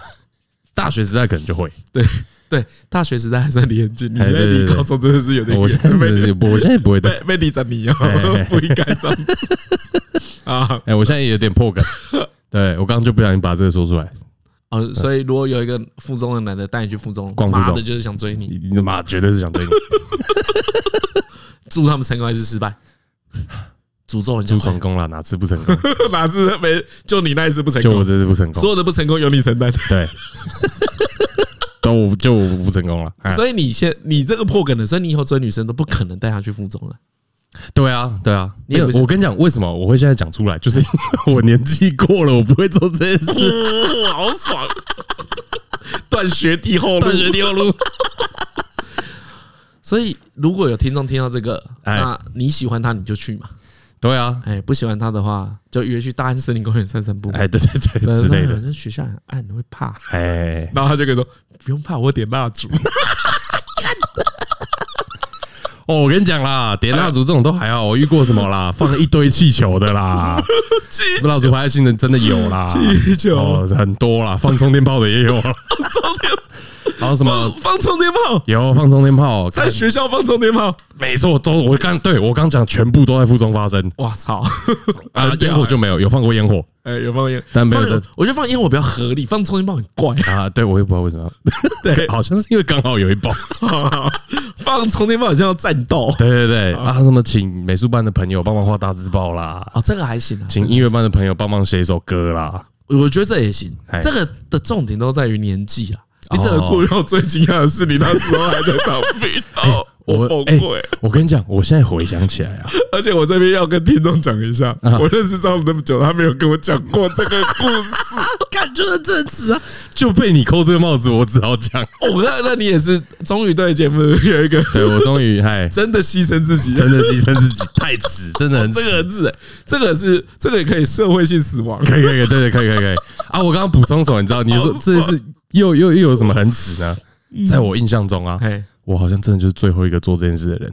[SPEAKER 2] 大学时代可能就会，
[SPEAKER 1] 对，大学时代还算离很近，你
[SPEAKER 2] 哎
[SPEAKER 1] 现在
[SPEAKER 2] 对对
[SPEAKER 1] 离
[SPEAKER 2] 对
[SPEAKER 1] 高中真的是有点
[SPEAKER 2] 我现在
[SPEAKER 1] 远，被
[SPEAKER 2] 真的是不，我现在不会的。
[SPEAKER 1] 被被离着你哦
[SPEAKER 2] 哎，
[SPEAKER 1] 不应该这样子 啊。
[SPEAKER 2] 哎，我现在也有点破 梗。对我刚刚就不小心把这个说出来，
[SPEAKER 1] 哦，所以如果有一个附中的男的带你去附中，
[SPEAKER 2] 逛附中
[SPEAKER 1] 妈的就是想追你，
[SPEAKER 2] 你你他妈绝对是想 对你
[SPEAKER 1] 祝他们成功还是失败？诅咒人家
[SPEAKER 2] 祝成功了，哪次不成功？
[SPEAKER 1] 哪次没就你那一次不成
[SPEAKER 2] 就我
[SPEAKER 1] 功，
[SPEAKER 2] 这次不成功
[SPEAKER 1] 所，有的不成功由你承担。
[SPEAKER 2] 对，都我就我不成功了。哎
[SPEAKER 1] 所以你现你这个破梗的，所以你以后追女生都不可能带她去附中了。
[SPEAKER 2] 对啊，对啊，
[SPEAKER 1] 你也
[SPEAKER 2] 没有
[SPEAKER 1] 不是，
[SPEAKER 2] 我跟你讲，为什么我会现在讲出来，就是因为我年纪过了，我不会做这件 事。
[SPEAKER 1] 好爽，断学弟后路，
[SPEAKER 2] 断学弟
[SPEAKER 1] 后路。所以如果有听众听到这个，
[SPEAKER 2] 哎
[SPEAKER 1] 那你喜欢他你就去嘛，
[SPEAKER 2] 对啊，
[SPEAKER 1] 哎，不喜欢他的话就约去大安森林公园散散步。
[SPEAKER 2] 哎，对对对，之类的，
[SPEAKER 1] 那学校很暗，你会怕。
[SPEAKER 2] 哎，
[SPEAKER 1] 然后他就跟我说：“不用怕，我点蜡 烛。
[SPEAKER 2] 哦，我跟你讲啦，点蜡烛这种都还好，我遇过什么啦，放一堆气球的啦，蜡烛牌的新人真的有 啦，
[SPEAKER 1] 气球
[SPEAKER 2] 哦，很多啦，放充电炮的也有，
[SPEAKER 1] 充 电
[SPEAKER 2] 然后什
[SPEAKER 1] 炮
[SPEAKER 2] 么
[SPEAKER 1] 放充电炮，
[SPEAKER 2] 有放充电炮，
[SPEAKER 1] 在学校放充电 炮，
[SPEAKER 2] 没错，都我刚对我刚讲全部都在附中发生
[SPEAKER 1] 哇操！
[SPEAKER 2] 啊
[SPEAKER 1] 很，屌
[SPEAKER 2] 烟火就没有，有放过烟火
[SPEAKER 1] 哎，有放烟，
[SPEAKER 2] 但没有
[SPEAKER 1] 放
[SPEAKER 2] 这
[SPEAKER 1] 我觉得放烟火比较合理，放充电炮很怪。
[SPEAKER 2] 啊，对我也不知道为 什么，
[SPEAKER 1] 对，
[SPEAKER 2] 好像是因为刚好有一包。
[SPEAKER 1] 放充电炮好像要战斗。
[SPEAKER 2] 对对 对啊，什么请美术班的朋友帮忙画大字报啦，
[SPEAKER 1] 哦，这个还行啊，
[SPEAKER 2] 请音乐班的朋友帮忙写一首歌啦，
[SPEAKER 1] 我觉得这也行
[SPEAKER 2] 哎。
[SPEAKER 1] 这个的重点都在于年纪啊，
[SPEAKER 3] 你只能顾到最惊讶的是，你那时候还在当 兵，哦，我崩溃。
[SPEAKER 2] 我跟你讲，我现在回想起来啊，
[SPEAKER 3] 而且我这边要跟听众讲一下，我认识张姆那么久，他没有跟我讲过这个故 事。
[SPEAKER 2] 感就是这词啊， 就被你扣这个帽子，我只好讲。
[SPEAKER 3] 哦，那那你也是终于对节目有一个
[SPEAKER 2] 对我终于 嗨，
[SPEAKER 3] 真的牺牲自己，
[SPEAKER 2] 真的牺牲自己，太耻，真哦的很
[SPEAKER 3] 这
[SPEAKER 2] 耻。
[SPEAKER 3] 个字，这个是这个也可以社会性死亡。
[SPEAKER 2] 可以可以可以，对对可以可以可以啊！我刚刚补充什么？你知道？你说这是又又又有什么很耻呢？在我印象中啊，
[SPEAKER 1] 嘿，
[SPEAKER 2] 我好像真的就是最后一个做这件事的人，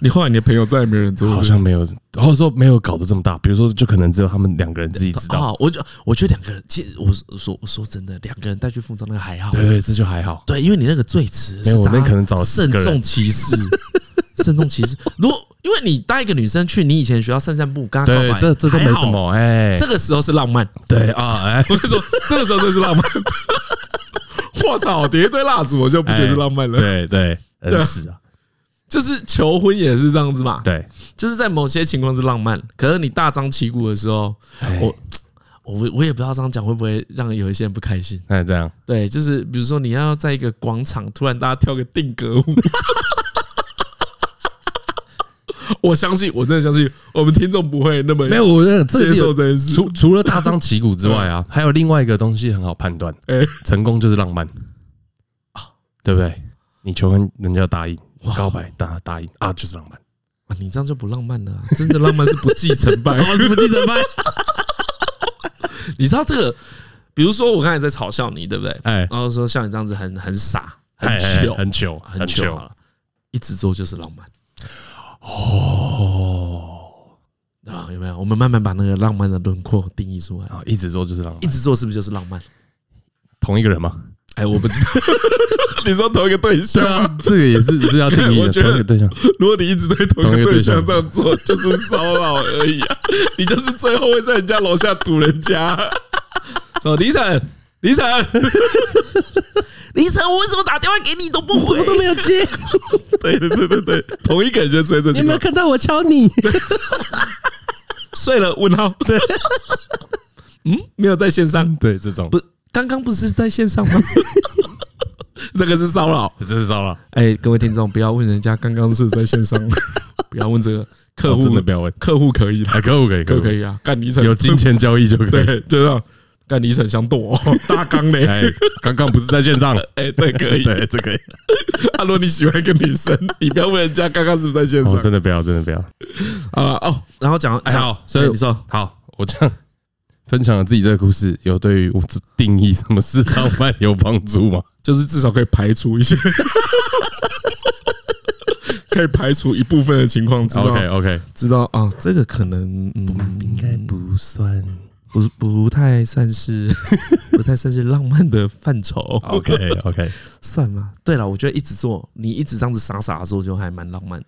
[SPEAKER 3] 你后来你的朋友再也没有人做
[SPEAKER 2] 好像没有，或者说没有搞得这么大。比如说，就可能只有他们两个人自己知道。
[SPEAKER 1] 哦，我就我觉得两个人，其实我我说我说真的，两个人带去付账那个还好，
[SPEAKER 2] 对对，这就还好。
[SPEAKER 1] 对，因为你那个最迟是
[SPEAKER 2] 没有我那
[SPEAKER 1] 大家
[SPEAKER 2] 可能找了10
[SPEAKER 1] 慎
[SPEAKER 2] 个人
[SPEAKER 1] 重其 事，慎重其事。如果因为你带一个女生去你以前学校散散步，跟她告
[SPEAKER 2] 对，
[SPEAKER 1] 白，
[SPEAKER 2] 这这都没
[SPEAKER 1] 还
[SPEAKER 2] 什
[SPEAKER 1] 好，
[SPEAKER 2] 么，哎，
[SPEAKER 1] 这个时候是浪漫，
[SPEAKER 2] 对啊， 哎，
[SPEAKER 3] 我跟你说，这个时候真是 浪漫。我操，点一堆蜡烛，我就不觉得是浪漫了。
[SPEAKER 2] 哎对 对，很耻啊，
[SPEAKER 1] 就是求婚也是这样子嘛，
[SPEAKER 2] 对，
[SPEAKER 1] 就是在某些情况是浪漫，可是你大张旗鼓的时候，
[SPEAKER 2] 哎
[SPEAKER 1] 我我我也不知道这样讲会不会让有一些人不开心。
[SPEAKER 2] 那这样，
[SPEAKER 1] 对，就是比如说你要在一个广场，突然大家跳个定格舞。
[SPEAKER 3] 我相信，我真的相信，我们听众不会那么
[SPEAKER 2] 没有，我觉得这
[SPEAKER 3] 接
[SPEAKER 2] 个地方
[SPEAKER 3] 受这件事。
[SPEAKER 2] 除除了大张旗鼓之外啊，还有另外一个东西很好判断，
[SPEAKER 3] 哎
[SPEAKER 2] 成功就是浪漫啊，对不对？你求婚人家答应，告白答答应啊，就是浪漫。
[SPEAKER 1] 啊，你这样就不浪漫了啊、真正浪漫是不计成败，是不计成败。你知道这个？比如说我刚才在嘲笑你，对不对？
[SPEAKER 2] 哎，
[SPEAKER 1] 然后说像你这样子很很傻、很
[SPEAKER 2] 哎哎
[SPEAKER 1] 糗、
[SPEAKER 2] 很糗，
[SPEAKER 1] 很糗，好了，一直做就是浪漫
[SPEAKER 2] 哦，
[SPEAKER 1] 啊，有没有？我们慢慢把那个浪漫的轮廓定义出来，
[SPEAKER 2] 啊，一直做就是浪
[SPEAKER 1] 一
[SPEAKER 2] 漫，
[SPEAKER 1] 直做是不是就是浪漫？
[SPEAKER 2] 同一个人吗？
[SPEAKER 1] 哎，我不知道，
[SPEAKER 3] 你说同一个对啊象吗，
[SPEAKER 2] 这个也是是要定义
[SPEAKER 3] 我
[SPEAKER 2] 的，
[SPEAKER 3] 觉
[SPEAKER 2] 同
[SPEAKER 3] 得
[SPEAKER 2] 一个对象。
[SPEAKER 3] 如果你一直对同一
[SPEAKER 2] 同
[SPEAKER 3] 个
[SPEAKER 2] 一
[SPEAKER 3] 对
[SPEAKER 2] 个对象
[SPEAKER 3] 象这样做，就是骚扰而已 啊！你就是最后会在人家楼下堵人家。
[SPEAKER 1] 说李晨，
[SPEAKER 3] 李 晨，
[SPEAKER 1] 李晨，我为什么打电话给你都不回？
[SPEAKER 2] 没有 接，
[SPEAKER 3] 对对对对对，同一个人就追着你。
[SPEAKER 2] 看到我敲你？
[SPEAKER 3] 睡了？问号？ 对，嗯，没有在线上，
[SPEAKER 2] 对，这种
[SPEAKER 1] 不，刚刚不是在线上 吗？
[SPEAKER 3] 这个是骚扰。
[SPEAKER 2] 这是糟了，
[SPEAKER 1] 哎，各位听众，不要问人家刚刚是不是在线 上，
[SPEAKER 3] 不要问这个客
[SPEAKER 2] 客
[SPEAKER 3] 户
[SPEAKER 2] 哦户的，不要问，
[SPEAKER 3] 客户可以啦，
[SPEAKER 2] 哎，客户可以，
[SPEAKER 3] 客户可
[SPEAKER 2] 可以，
[SPEAKER 3] 以啊，干李晨
[SPEAKER 2] 有金，钱交易就可以。
[SPEAKER 3] 对，就这样，干李晨想躲哦 大纲嘞，
[SPEAKER 2] 哎，刚刚不是在线上，
[SPEAKER 3] 哎，这可以。
[SPEAKER 2] 对，这可以。
[SPEAKER 3] 啊，如果你喜欢一个女生，你不要问人家刚刚是不是在线上
[SPEAKER 2] 哦，真的不要，真的不要。
[SPEAKER 3] 好了哦，
[SPEAKER 1] 然后讲
[SPEAKER 2] 哎
[SPEAKER 1] 讲
[SPEAKER 2] 好所以
[SPEAKER 1] 哎你说
[SPEAKER 2] 好，我这样分享了自己这个故事，有对于我自定义什么是浪漫有帮助 吗？
[SPEAKER 3] 就是至少可以排除一些， 可以排除一部分的情况，知 道
[SPEAKER 2] 哦
[SPEAKER 3] 哦
[SPEAKER 2] OK OK，
[SPEAKER 1] 知道啊、这个可能嗯，应该
[SPEAKER 2] 不算
[SPEAKER 1] 不不太算是 不太算是浪漫的范畴，
[SPEAKER 2] OK OK
[SPEAKER 1] 算吗？对了，我觉得一直做，你一直这样子傻傻的做，就还蛮浪漫的。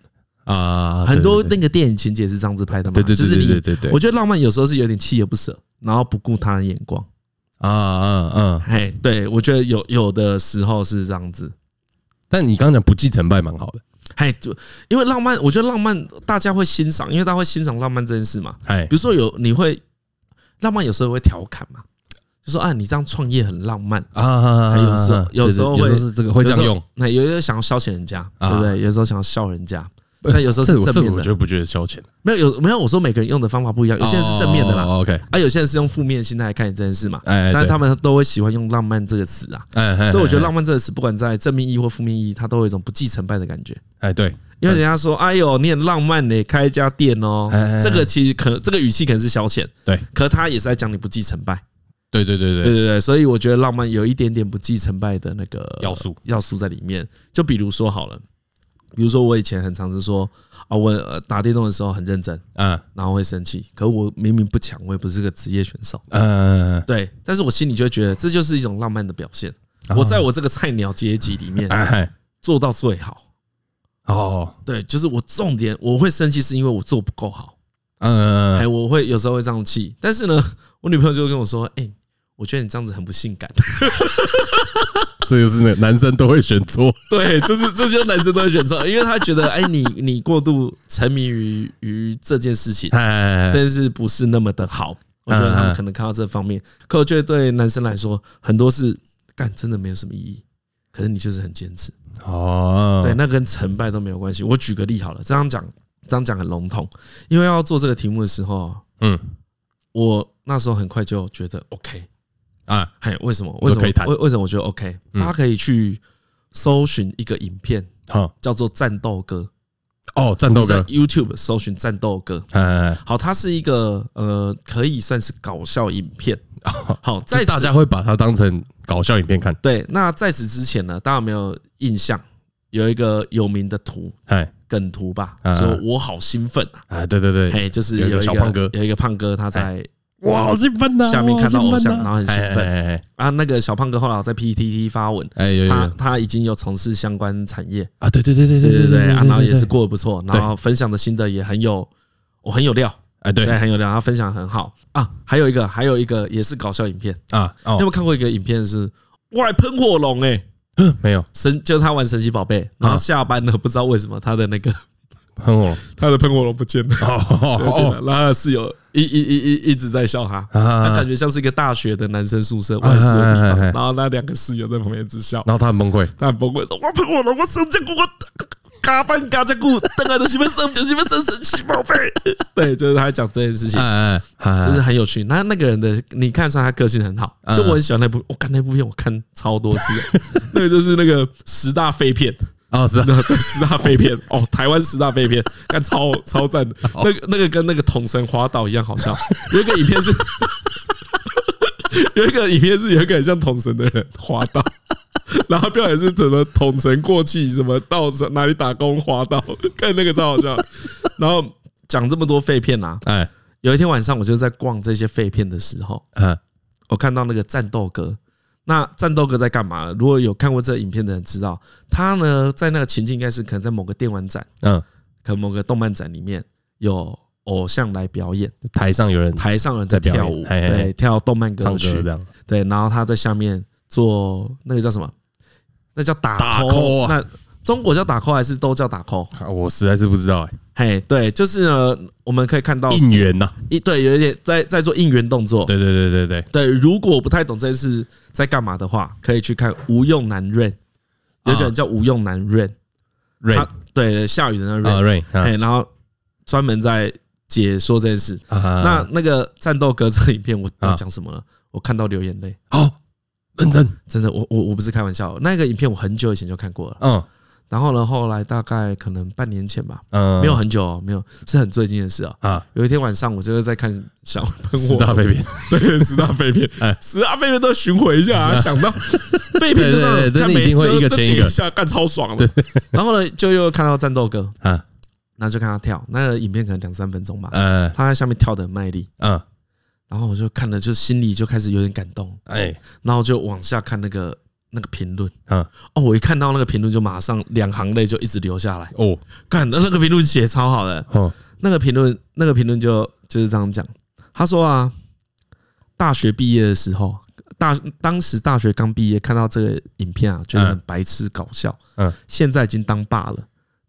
[SPEAKER 2] 啊，
[SPEAKER 1] 很多
[SPEAKER 2] 对
[SPEAKER 1] 那个电影情节是这样子拍的嘛，
[SPEAKER 2] 对对对
[SPEAKER 1] 就是
[SPEAKER 2] 对对
[SPEAKER 1] 你，
[SPEAKER 2] 对对，
[SPEAKER 1] 我觉得浪漫有时候是有点锲而不舍，然后不顾他人眼光。
[SPEAKER 2] 啊啊啊！
[SPEAKER 1] 嘿，对我觉得有有的时候是这样子。
[SPEAKER 2] 但你刚刚讲不计成败蛮好的，
[SPEAKER 1] 嘿，就因为浪漫，我觉得浪漫大家会欣赏，因为大家会欣赏浪漫这件事嘛。
[SPEAKER 2] 哎
[SPEAKER 1] 比如说有你会浪漫，有时候会调侃嘛，就说啊，你这样创业很浪漫，
[SPEAKER 2] 啊，
[SPEAKER 1] 还有时候
[SPEAKER 2] 啊
[SPEAKER 1] 有时候
[SPEAKER 2] 对对
[SPEAKER 1] 会
[SPEAKER 2] 是这个会这样用，啊
[SPEAKER 1] 那有些想要消遣人家，对不对？有时候想要笑人家，但有时候是
[SPEAKER 2] 哎这我
[SPEAKER 1] 正
[SPEAKER 2] 这个
[SPEAKER 1] 面
[SPEAKER 2] 我
[SPEAKER 1] 的
[SPEAKER 2] 就。不觉得消遣，
[SPEAKER 1] 没有有没有，我说每个人用的方法不一样，有些人是正面的啦，
[SPEAKER 2] 哦 OK，
[SPEAKER 1] 啊，有些人是用负面心态来看你这件事嘛。
[SPEAKER 2] 哎，
[SPEAKER 1] 但是
[SPEAKER 2] 对
[SPEAKER 1] 他们都会喜欢用“浪漫”这个词啊，
[SPEAKER 2] 哎，哎，
[SPEAKER 1] 所以我觉得“浪漫”这个词，不管在正面意义或负面意义，它都有一种不计成败的感觉。
[SPEAKER 2] 哎哎对，
[SPEAKER 1] 因为人家说：“哎呦，你很浪漫呢，开一家店哦。
[SPEAKER 2] 哎哎”哎
[SPEAKER 1] 这个其实可这个语气可能是消遣，
[SPEAKER 2] 对，
[SPEAKER 1] 可他也是在讲你不计成败。
[SPEAKER 2] 对对对
[SPEAKER 1] 对
[SPEAKER 2] 对，
[SPEAKER 1] 对对，所以我觉得浪漫有一点点不计成败的那个
[SPEAKER 2] 要素
[SPEAKER 1] 要素在里面。就比如说好了，比如说我以前很常是说啊，我呃打电动的时候很认真，
[SPEAKER 2] 嗯
[SPEAKER 1] 然后会生气，可我明明不强，我也不是个职业选手，
[SPEAKER 2] 嗯，
[SPEAKER 1] 对，但是我心里就会觉得这就是一种浪漫的表现。我在我这个菜鸟阶级里 面
[SPEAKER 2] 哎哎
[SPEAKER 1] 做到最好，
[SPEAKER 2] 哦，
[SPEAKER 1] 对，就是我重点我会生气是因为我做不够好，
[SPEAKER 2] 嗯
[SPEAKER 1] 哎，我会有时候会这样气，但是呢，我女朋友就会跟我说，哎，我觉得你这样子很不性感。
[SPEAKER 2] 这就是那男生都会选 错，
[SPEAKER 1] 对，就是这就是男生都会选错，因为他觉得，哎，你你过度沉迷于于这件事情，
[SPEAKER 2] 哎，
[SPEAKER 1] 这件事不是那么的好。我觉得他
[SPEAKER 2] 嗯嗯
[SPEAKER 1] 们
[SPEAKER 2] 嗯
[SPEAKER 1] 可能看到这方面，可我觉得对男生来说，很多是干真的没有什么意义，可是你就是很坚持，
[SPEAKER 2] 哦，
[SPEAKER 1] 对，，那跟成败都没有关系。我举个例好了，这样讲这样讲很笼统，因为要做这个题目的时候，
[SPEAKER 2] 嗯
[SPEAKER 1] 我那时候很快就觉得 OK，
[SPEAKER 2] 啊，
[SPEAKER 1] 嘿，为什么？为什
[SPEAKER 2] 可以
[SPEAKER 1] 么？
[SPEAKER 2] 谈
[SPEAKER 1] 为为什么我觉得 OK？
[SPEAKER 2] 嗯
[SPEAKER 1] 大家可以去搜寻一个影片，
[SPEAKER 2] 好
[SPEAKER 1] 叫做《战斗歌
[SPEAKER 2] 哦，战》，斗
[SPEAKER 1] 在
[SPEAKER 2] 哥，
[SPEAKER 1] YouTube 搜寻《战斗歌》。
[SPEAKER 2] 哎，
[SPEAKER 1] 好，它是一个呃，可以算是搞笑影片。 好，在
[SPEAKER 2] 在
[SPEAKER 1] 此
[SPEAKER 2] 大家会把它当成搞笑影片看，
[SPEAKER 1] 对那在此之前呢，大家有没有印象？有一个有名的图
[SPEAKER 2] 哎
[SPEAKER 1] 梗图吧，
[SPEAKER 2] 嗯嗯
[SPEAKER 1] 说我好兴奋啊！
[SPEAKER 2] 哎，对对对，
[SPEAKER 1] 嘿，就是
[SPEAKER 2] 有一
[SPEAKER 1] 有
[SPEAKER 2] 个
[SPEAKER 1] 一
[SPEAKER 2] 小
[SPEAKER 1] 个
[SPEAKER 2] 胖哥
[SPEAKER 1] 有一个胖哥，他在
[SPEAKER 2] 哇，好兴奋呐！
[SPEAKER 1] 下面看到偶像，然
[SPEAKER 2] 哇
[SPEAKER 1] 后很哦兴，
[SPEAKER 2] 好
[SPEAKER 1] 奋
[SPEAKER 2] 哎哎哎
[SPEAKER 1] 啊。那个小胖哥后来有在 PTT 发文，
[SPEAKER 2] 哎，有有
[SPEAKER 1] 他
[SPEAKER 2] 有
[SPEAKER 1] 他已经有从事相关产业，
[SPEAKER 2] 啊，对对对对
[SPEAKER 1] 对
[SPEAKER 2] 对
[SPEAKER 1] 对对，啊然后也是
[SPEAKER 2] 对
[SPEAKER 1] 过得不错，然后分享的心得也很有，我很有料，
[SPEAKER 2] 哎，对
[SPEAKER 1] 对，很有料，他分享很好啊。还有一个，还有一个也是搞笑影片，
[SPEAKER 2] 啊，
[SPEAKER 1] 你有没
[SPEAKER 2] 哦，
[SPEAKER 1] 有看过一个影片是我来喷火龙哎、
[SPEAKER 2] 没有，
[SPEAKER 1] 神就是他玩神奇宝贝，然后下班了不知道为什么他的那个
[SPEAKER 2] 喷我，
[SPEAKER 3] 他的喷火龙不见了。
[SPEAKER 2] 哦
[SPEAKER 1] 对对
[SPEAKER 2] 哦
[SPEAKER 1] 然后他的室友一一一一一直在笑他。
[SPEAKER 2] 哦
[SPEAKER 1] 他
[SPEAKER 2] 啊
[SPEAKER 1] 感，觉像是一个大学的男生宿舍外宿的地
[SPEAKER 2] 啊啊啊
[SPEAKER 1] 方
[SPEAKER 2] 啊啊，
[SPEAKER 1] 然后那两个室友在旁边一直笑，
[SPEAKER 2] 然后他很崩溃，
[SPEAKER 3] 他很崩溃，
[SPEAKER 1] 我喷我了，我生结果我嘎嘣嘎结果，等下都喜欢生，就喜欢生神奇宝贝。对，就是他讲这件事情
[SPEAKER 2] 哎，哎哎，
[SPEAKER 1] 就是很有趣。那那个人的，你看得出来他个性很好，
[SPEAKER 2] 嗯
[SPEAKER 1] 就我很喜欢那部，我看那部片我看超多次， 那个就是那个十大废片，
[SPEAKER 2] 哦是啊，
[SPEAKER 1] 那对十大废片哦，台湾十大废片，看超超赞的，那个那个跟那个统神滑倒一样好笑。有一个影片是，
[SPEAKER 3] 有一个影片是有一个很像统神的人滑倒，然后标也是什么统神过气，什么到哪里打工滑倒，看那个超好笑。
[SPEAKER 1] 然后讲这么多废片啊，
[SPEAKER 2] 哎
[SPEAKER 1] 有一天晚上我就在逛这些废片的时候，
[SPEAKER 2] 嗯
[SPEAKER 1] 我看到那个战斗哥。那战斗哥在干嘛？如果有看过这个影片的人知道，他呢在那个情境应该是可能在某个电玩展，
[SPEAKER 2] 嗯，
[SPEAKER 1] 可能某个动漫展里面有偶像来表演，
[SPEAKER 2] 台上有人
[SPEAKER 1] 台上有人在
[SPEAKER 2] 嗯在表
[SPEAKER 1] 跳
[SPEAKER 2] 演
[SPEAKER 1] 舞，
[SPEAKER 2] 嘿嘿
[SPEAKER 1] 对，跳动漫歌
[SPEAKER 2] 唱歌
[SPEAKER 1] 曲
[SPEAKER 2] 这，样，
[SPEAKER 1] 对，然后他在下面做那个叫什么？那叫打
[SPEAKER 2] call 啊
[SPEAKER 1] 那中国叫打 call 还是都叫打 call？
[SPEAKER 2] 啊我实在是不知道哎，
[SPEAKER 1] 嘿，对，就是呢，我们可以看到
[SPEAKER 2] 应援呐，
[SPEAKER 1] 一对有一点在在做应援动作，
[SPEAKER 2] 对对对对对，
[SPEAKER 1] 对，如果不太懂这件事在干嘛的话，可以去看《无用男 Rain》，有一个人叫无用男 Rain，
[SPEAKER 2] rain
[SPEAKER 1] 他对下雨的那
[SPEAKER 2] 啊
[SPEAKER 1] Rain，
[SPEAKER 2] rain 啊
[SPEAKER 1] 哎，然后专门在解说这件事。
[SPEAKER 2] 啊啊，
[SPEAKER 1] 那那个战斗哥这个影片，我
[SPEAKER 2] 啊
[SPEAKER 1] 我讲什么了？我看到流眼泪，
[SPEAKER 2] 好哦认真，
[SPEAKER 1] 真的，我我我不是开玩笑，那个影片我很久以前就看过了。
[SPEAKER 2] 嗯
[SPEAKER 1] 然后呢，后来大概可能半年前吧，
[SPEAKER 2] 嗯，
[SPEAKER 1] 没有很久、哦，没有，是很最近的事啊、
[SPEAKER 2] 啊，
[SPEAKER 1] 有一天晚上，我就是在看小喷
[SPEAKER 2] 四
[SPEAKER 1] 火
[SPEAKER 2] 大， 飞片，
[SPEAKER 3] 对，十大废片
[SPEAKER 2] 哎，
[SPEAKER 3] 十
[SPEAKER 1] 啊
[SPEAKER 3] 大废片都巡回一下、 啊，想到
[SPEAKER 1] 废片就这
[SPEAKER 2] 对对
[SPEAKER 1] 样。
[SPEAKER 2] 对
[SPEAKER 3] 看
[SPEAKER 2] 那
[SPEAKER 3] 每
[SPEAKER 2] 一定会一
[SPEAKER 3] 次
[SPEAKER 2] 个
[SPEAKER 3] 都
[SPEAKER 2] 接一
[SPEAKER 3] 点
[SPEAKER 2] 个
[SPEAKER 3] 下干超爽的。
[SPEAKER 1] 然后呢，就又看到战斗哥，
[SPEAKER 2] 啊，
[SPEAKER 1] 然后就看他跳，那个影片可能两三分钟吧，
[SPEAKER 2] 呃，
[SPEAKER 1] 他在下面跳的很卖力，
[SPEAKER 2] 嗯，
[SPEAKER 1] 然后我就看了，就心里就开始有点感动，
[SPEAKER 2] 哎，
[SPEAKER 1] 然后就往下看那个那个评论，
[SPEAKER 2] 嗯，
[SPEAKER 1] 哦，我一看到那个评论就马上两行泪就一直流下来，
[SPEAKER 2] 哦，
[SPEAKER 1] 看那那个评论写超好的，
[SPEAKER 2] 哦，
[SPEAKER 1] 那个评论，那个评论就就是这样讲，他说啊，大学毕业的时候，大当时大学刚毕业，看到这个影片啊，觉得很白痴搞笑，
[SPEAKER 2] 嗯，
[SPEAKER 1] 现在已经当爸了，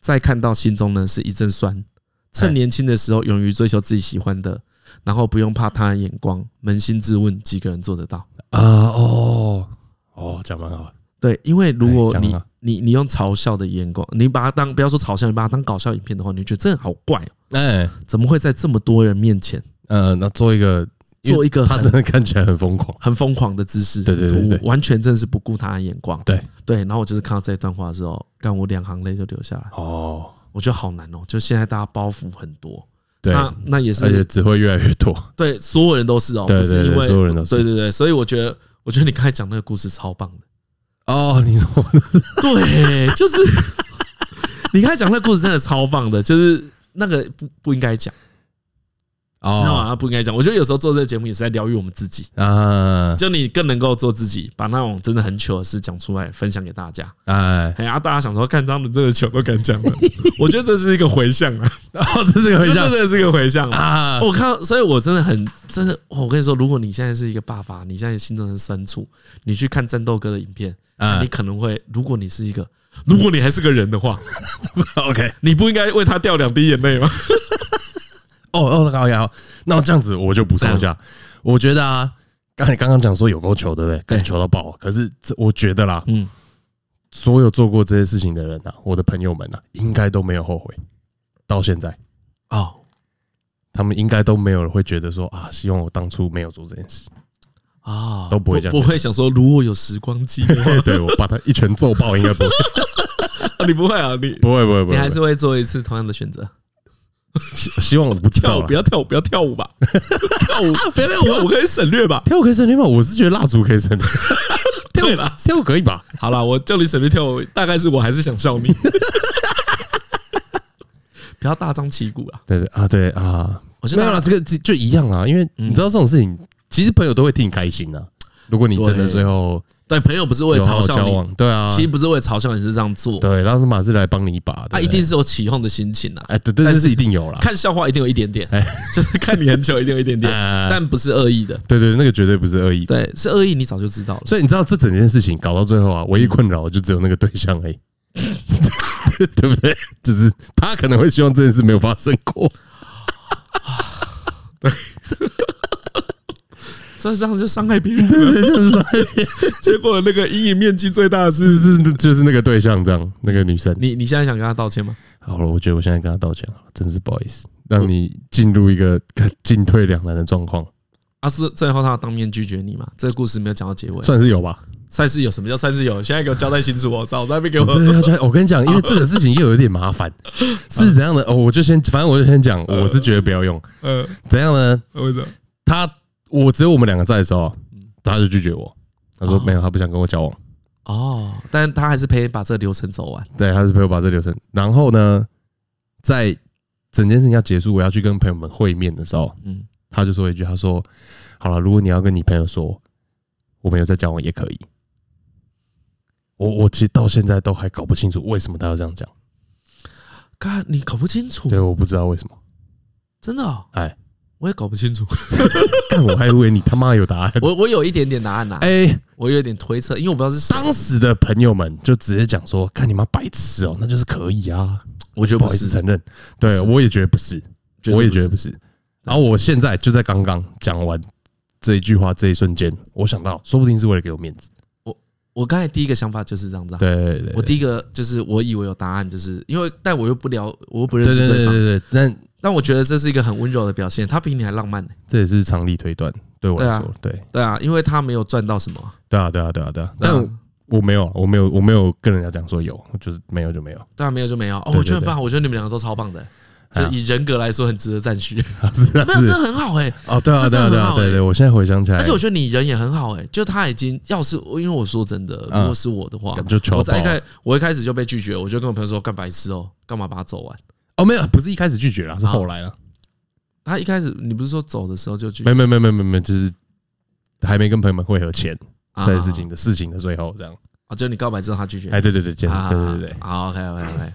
[SPEAKER 1] 再看到心中呢是一阵
[SPEAKER 2] 嗯
[SPEAKER 1] 酸，趁年轻的时候勇于追求自己喜欢的。然后不用怕他人眼光，扪心自问，几个人做得到？
[SPEAKER 2] 啊，哦，哦，讲蛮好，
[SPEAKER 1] 对，因为如果
[SPEAKER 2] 哎讲
[SPEAKER 1] 你
[SPEAKER 2] 得好
[SPEAKER 1] 你你用嘲笑的眼光，你把它当不要说嘲笑，你把它当搞笑影片的话，你就觉得这人好怪、哦，
[SPEAKER 2] 哎，
[SPEAKER 1] 怎么会在这么多人面前
[SPEAKER 2] 呃，那做一个，因为
[SPEAKER 1] 做一个
[SPEAKER 2] 他
[SPEAKER 1] 很
[SPEAKER 2] 真的看起来很疯狂，
[SPEAKER 1] 很疯狂的姿势，
[SPEAKER 2] 对对对对
[SPEAKER 1] 我完全真的是不顾他的眼光。
[SPEAKER 2] 对
[SPEAKER 1] 对，然后我就是看到这一段话的时候，让我两行泪就流下来，
[SPEAKER 2] 哦，
[SPEAKER 1] 我觉得好难哦、就现在大家包袱很多，
[SPEAKER 2] 对，
[SPEAKER 1] 那那也
[SPEAKER 2] 而且
[SPEAKER 1] 是
[SPEAKER 2] 只会越来越多，
[SPEAKER 1] 对所有人都是哦、
[SPEAKER 2] 对
[SPEAKER 1] 不是
[SPEAKER 2] 对
[SPEAKER 1] 因
[SPEAKER 2] 对，所
[SPEAKER 1] 为
[SPEAKER 2] 有人都
[SPEAKER 1] 对
[SPEAKER 2] 是，
[SPEAKER 1] 对对，所以我觉得我觉得你刚才讲那个故事超棒的，
[SPEAKER 2] 哦，你说
[SPEAKER 1] 对，就是 你刚才讲那个故事真的超棒的，就是那个不不应该讲，那
[SPEAKER 2] 哦
[SPEAKER 1] 啊不应该讲，我觉得有时候做这个节目也是在疗愈我们自己。
[SPEAKER 2] 啊，
[SPEAKER 1] 就你更能够做自己，把那种真的很糗的事讲出来，分享给大家。
[SPEAKER 2] 哎，
[SPEAKER 1] 哎呀，大家想说，看他们这个糗
[SPEAKER 3] 我敢讲了，我觉得这是一个回向啊，
[SPEAKER 2] 哦，这是个回
[SPEAKER 3] 这
[SPEAKER 2] 向
[SPEAKER 3] 真的是一个回向啊。
[SPEAKER 2] 啊，
[SPEAKER 1] 我看到，所以我真的很真的，我跟你说，如果你现在是一个爸爸，你现在心中很酸楚，你去看战斗哥的影片，
[SPEAKER 2] 啊
[SPEAKER 1] 你可能会，如果你是一个，如果你还是个人的话，
[SPEAKER 2] ，OK，
[SPEAKER 3] 你不应该为他掉两滴眼泪吗？
[SPEAKER 2] 哦哦哦，好，好，好那这样子我就补充一下，我觉得啊，刚才刚刚讲说有够糗，对不对？
[SPEAKER 1] 对
[SPEAKER 2] 干糗到爆。啊可是这我觉得啦，
[SPEAKER 1] 嗯，
[SPEAKER 2] 所有做过这些事情的人啊，我的朋友们啊，应该都没有后悔，到现在，
[SPEAKER 1] 哦
[SPEAKER 2] 他们应该都没有人会觉得说啊，希望我当初没有做这件事。
[SPEAKER 1] 啊，
[SPEAKER 2] 都不会这样
[SPEAKER 1] 不会想说，如果有时光 机的话，
[SPEAKER 2] 对我把他一拳揍爆，应该不会，
[SPEAKER 1] 啊你不会啊，你
[SPEAKER 2] 不会，不会，不
[SPEAKER 1] 你
[SPEAKER 2] 会。
[SPEAKER 1] 还是会做一次同样的选择。
[SPEAKER 2] 希希望我不知
[SPEAKER 1] 跳
[SPEAKER 2] 道
[SPEAKER 1] 舞
[SPEAKER 2] 啦啊
[SPEAKER 1] 不要跳舞，不要跳舞 吧，跳舞不要跳舞，我可以省略吧。
[SPEAKER 2] 跳舞可以省略吗？我是觉得蜡烛可以省略，跳
[SPEAKER 1] 对
[SPEAKER 2] 舞
[SPEAKER 1] 啦
[SPEAKER 2] 跳舞可以吧？
[SPEAKER 1] 好了，我叫你省略跳舞，大概是我还是想笑 你，不要大张旗鼓啊。
[SPEAKER 2] 对对啊，对啊，
[SPEAKER 1] 我觉
[SPEAKER 2] 没有
[SPEAKER 1] 得嗯
[SPEAKER 2] 啦，这个就就一样啦，因为你知道这种事情，其实朋友都会替你开心的。如果你真的
[SPEAKER 1] 对
[SPEAKER 2] 最后
[SPEAKER 1] 对朋友不是为
[SPEAKER 2] 有
[SPEAKER 1] 了
[SPEAKER 2] 好
[SPEAKER 1] 嘲
[SPEAKER 2] 好
[SPEAKER 1] 笑
[SPEAKER 2] 交
[SPEAKER 1] 你，
[SPEAKER 2] 往，对啊
[SPEAKER 1] 其，实不是为了嘲笑你，是这样做，
[SPEAKER 2] 对，然后他马是来帮你一把，
[SPEAKER 1] 他
[SPEAKER 2] 对
[SPEAKER 1] 一
[SPEAKER 2] 不对
[SPEAKER 1] 定是有起哄的心情啊。
[SPEAKER 2] 哎，对，对
[SPEAKER 1] 但
[SPEAKER 2] 这
[SPEAKER 1] 是
[SPEAKER 2] 是一定有啦。
[SPEAKER 1] 看笑话一定有一点点
[SPEAKER 2] 哎，
[SPEAKER 1] 就是看你很久一定有一点点，
[SPEAKER 2] 哎
[SPEAKER 1] 但不是恶意的。
[SPEAKER 2] 对对，那个绝对不是恶意。
[SPEAKER 1] 对，是恶意，你早就知道了。
[SPEAKER 2] 所以你知道这整件事情搞到最后啊，唯一困扰的就只有那个对象而已， 对不对？就是他可能会希望这件事没有发生过。
[SPEAKER 1] 这这样就伤害别人了，
[SPEAKER 2] 对，就是说
[SPEAKER 1] 结果那个阴影面积最大的是
[SPEAKER 2] 是是就是那个对象这样，那个女生。
[SPEAKER 1] 你。你现在想跟他道歉吗？
[SPEAKER 2] 好了，我觉得我现在跟她道歉了，真是不好意思，
[SPEAKER 3] 嗯
[SPEAKER 2] 让你进入一个 看进退两难的状况，
[SPEAKER 1] 啊，是最后他当面拒绝你嘛？这个故事没有讲到结尾。
[SPEAKER 2] 算是有吧？
[SPEAKER 1] 赛事有什么叫赛事有？现在给我交代清楚哦，早在那边给
[SPEAKER 2] 我真的
[SPEAKER 1] 我。
[SPEAKER 2] 要去，我跟你 讲，因为这个事情又有点麻烦，是怎样的？哦，我就先，反正我就先讲，我是觉得不要用，
[SPEAKER 3] 呃，
[SPEAKER 2] 怎样呢？
[SPEAKER 3] 嗯为什么？嗯
[SPEAKER 2] 他我只有我们两个在的时候，他就拒绝我，他说
[SPEAKER 1] 哦
[SPEAKER 2] 没有，他不想跟我交往。
[SPEAKER 1] 哦，但他还是陪你把这个流程走完。
[SPEAKER 2] 对，他是陪我把这流程。然后呢，在整件事情要结束，我要去跟朋友们会面的时候，
[SPEAKER 1] 嗯，
[SPEAKER 2] 他就说一句，他说：“好了，如果你要跟你朋友说我们有在交往，也可以。”我我其实到现在都还搞不清楚为什么他要这样讲，
[SPEAKER 1] 看你搞不清楚，
[SPEAKER 2] 对，我不知道为什么。
[SPEAKER 1] 真的、哦，
[SPEAKER 2] 哎，
[SPEAKER 1] 我也搞不清楚。
[SPEAKER 2] 但我还以为你他妈有答案。
[SPEAKER 1] 我我有一点点答案呐、
[SPEAKER 2] 哎、
[SPEAKER 1] 我有一点推测，因为我不知道是谁。
[SPEAKER 2] 当时的朋友们就直接讲说：“看你妈白痴哦、那就是可以啊。”
[SPEAKER 1] 我觉得
[SPEAKER 2] 不
[SPEAKER 1] 不
[SPEAKER 2] 好意思
[SPEAKER 1] 是，
[SPEAKER 2] 承认，对
[SPEAKER 1] 是
[SPEAKER 2] 我也觉得不是，
[SPEAKER 1] 绝对
[SPEAKER 2] 我也
[SPEAKER 1] 不
[SPEAKER 2] 觉
[SPEAKER 1] 是
[SPEAKER 2] 得不是。然后我现在就在刚刚讲完这一句话这一瞬间，我想到，说不定是为了给我面子。
[SPEAKER 1] 我刚才第一个想法就是这样子、啊。
[SPEAKER 2] 对对对
[SPEAKER 1] 我
[SPEAKER 2] 对
[SPEAKER 1] 第一个就是我以为有答案，就是因为但我又不了，我又不认
[SPEAKER 2] 对
[SPEAKER 1] 识
[SPEAKER 2] 对
[SPEAKER 1] 对
[SPEAKER 2] 对
[SPEAKER 1] 方，
[SPEAKER 2] 对对，但
[SPEAKER 1] 但我觉得这是一个很温柔的表现，他比你还浪漫呢、
[SPEAKER 2] 这也是常理推断，对我来说，对
[SPEAKER 1] 对啊，因为他没有赚到什么啊，
[SPEAKER 2] 对啊对啊对啊对啊。
[SPEAKER 1] 对啊
[SPEAKER 2] 但我没有啊，我没有，我没有跟人家讲说有，我就是没有就 没有，
[SPEAKER 1] 对啊，没有就没有。哦，
[SPEAKER 2] 对
[SPEAKER 1] 我觉得
[SPEAKER 2] 对
[SPEAKER 1] 很
[SPEAKER 2] 对
[SPEAKER 1] 棒，我觉得你们两个都超棒的、
[SPEAKER 2] 哎
[SPEAKER 1] 就
[SPEAKER 2] 呀
[SPEAKER 1] 以人格来说很值得赞许。
[SPEAKER 2] 是啊
[SPEAKER 1] 没有，真
[SPEAKER 2] 是
[SPEAKER 1] 的很好哎、
[SPEAKER 2] 哦，对啊
[SPEAKER 1] 这真
[SPEAKER 2] 对
[SPEAKER 1] 的
[SPEAKER 2] 啊
[SPEAKER 1] 很
[SPEAKER 2] 对啊
[SPEAKER 1] 好
[SPEAKER 2] 对
[SPEAKER 1] 欸
[SPEAKER 2] 对，我现在回想起来，
[SPEAKER 1] 而且我觉得你人也很好哎、就他已经要是因为我说真的，
[SPEAKER 2] 嗯
[SPEAKER 1] 如果是我的话
[SPEAKER 2] 感，觉糗
[SPEAKER 1] 我在一
[SPEAKER 2] 爆啊
[SPEAKER 1] 开我一开始就被拒绝，我就跟我朋友说干白痴哦，干嘛把它走完？
[SPEAKER 2] 哦没有，不是一开始拒绝了，是
[SPEAKER 1] 啊
[SPEAKER 2] 后来了，
[SPEAKER 1] 他一开始你不是说走的时候就拒
[SPEAKER 2] 没没没没没没，就是还没跟朋友们会合前，
[SPEAKER 1] 啊
[SPEAKER 2] 在事情的事情的最后这样。
[SPEAKER 1] 啊，就你告白之后他拒绝，
[SPEAKER 2] 哎，对对对，简
[SPEAKER 1] 啊
[SPEAKER 2] 对对对对，
[SPEAKER 1] 好 OK OK OK，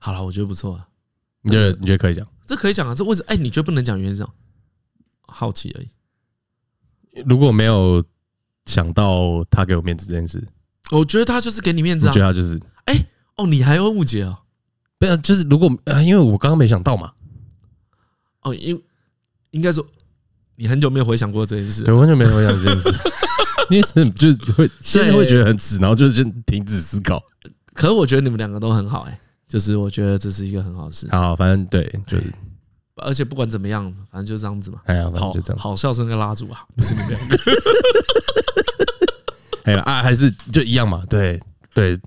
[SPEAKER 1] 好了，我觉得不错啊，
[SPEAKER 2] 你觉得你觉得可以讲？
[SPEAKER 1] 这可以讲啊，这为什么？哎，你觉得不能讲原因是什么？好奇而已。
[SPEAKER 2] 如果没有想到他给我面子这件事，
[SPEAKER 1] 我觉得他就是给你面
[SPEAKER 2] 你
[SPEAKER 1] 子
[SPEAKER 2] 觉得
[SPEAKER 1] 啊。
[SPEAKER 2] 他就是
[SPEAKER 1] 哦，你还会误解哦。
[SPEAKER 2] 没有？就是如果呃，因为我刚刚没想到嘛，
[SPEAKER 1] 哦，因应该说你很久没有回想过这件事
[SPEAKER 2] 对，，完全没有想这件事。 因为真的就是会现在会觉得很耻，然后就是先停止思考。
[SPEAKER 1] 可是我觉得你们两个都很好哎，就是我觉得这是一个很好的事，
[SPEAKER 2] 好，反正对，就是
[SPEAKER 1] 而且不管怎么样，反正就这样子嘛。
[SPEAKER 2] 哎呀，反正
[SPEAKER 1] 好
[SPEAKER 2] 就这样。
[SPEAKER 1] 好笑声跟蜡烛 啊，不是你们两个。
[SPEAKER 2] 哎呀啊，还是就一样嘛。对对，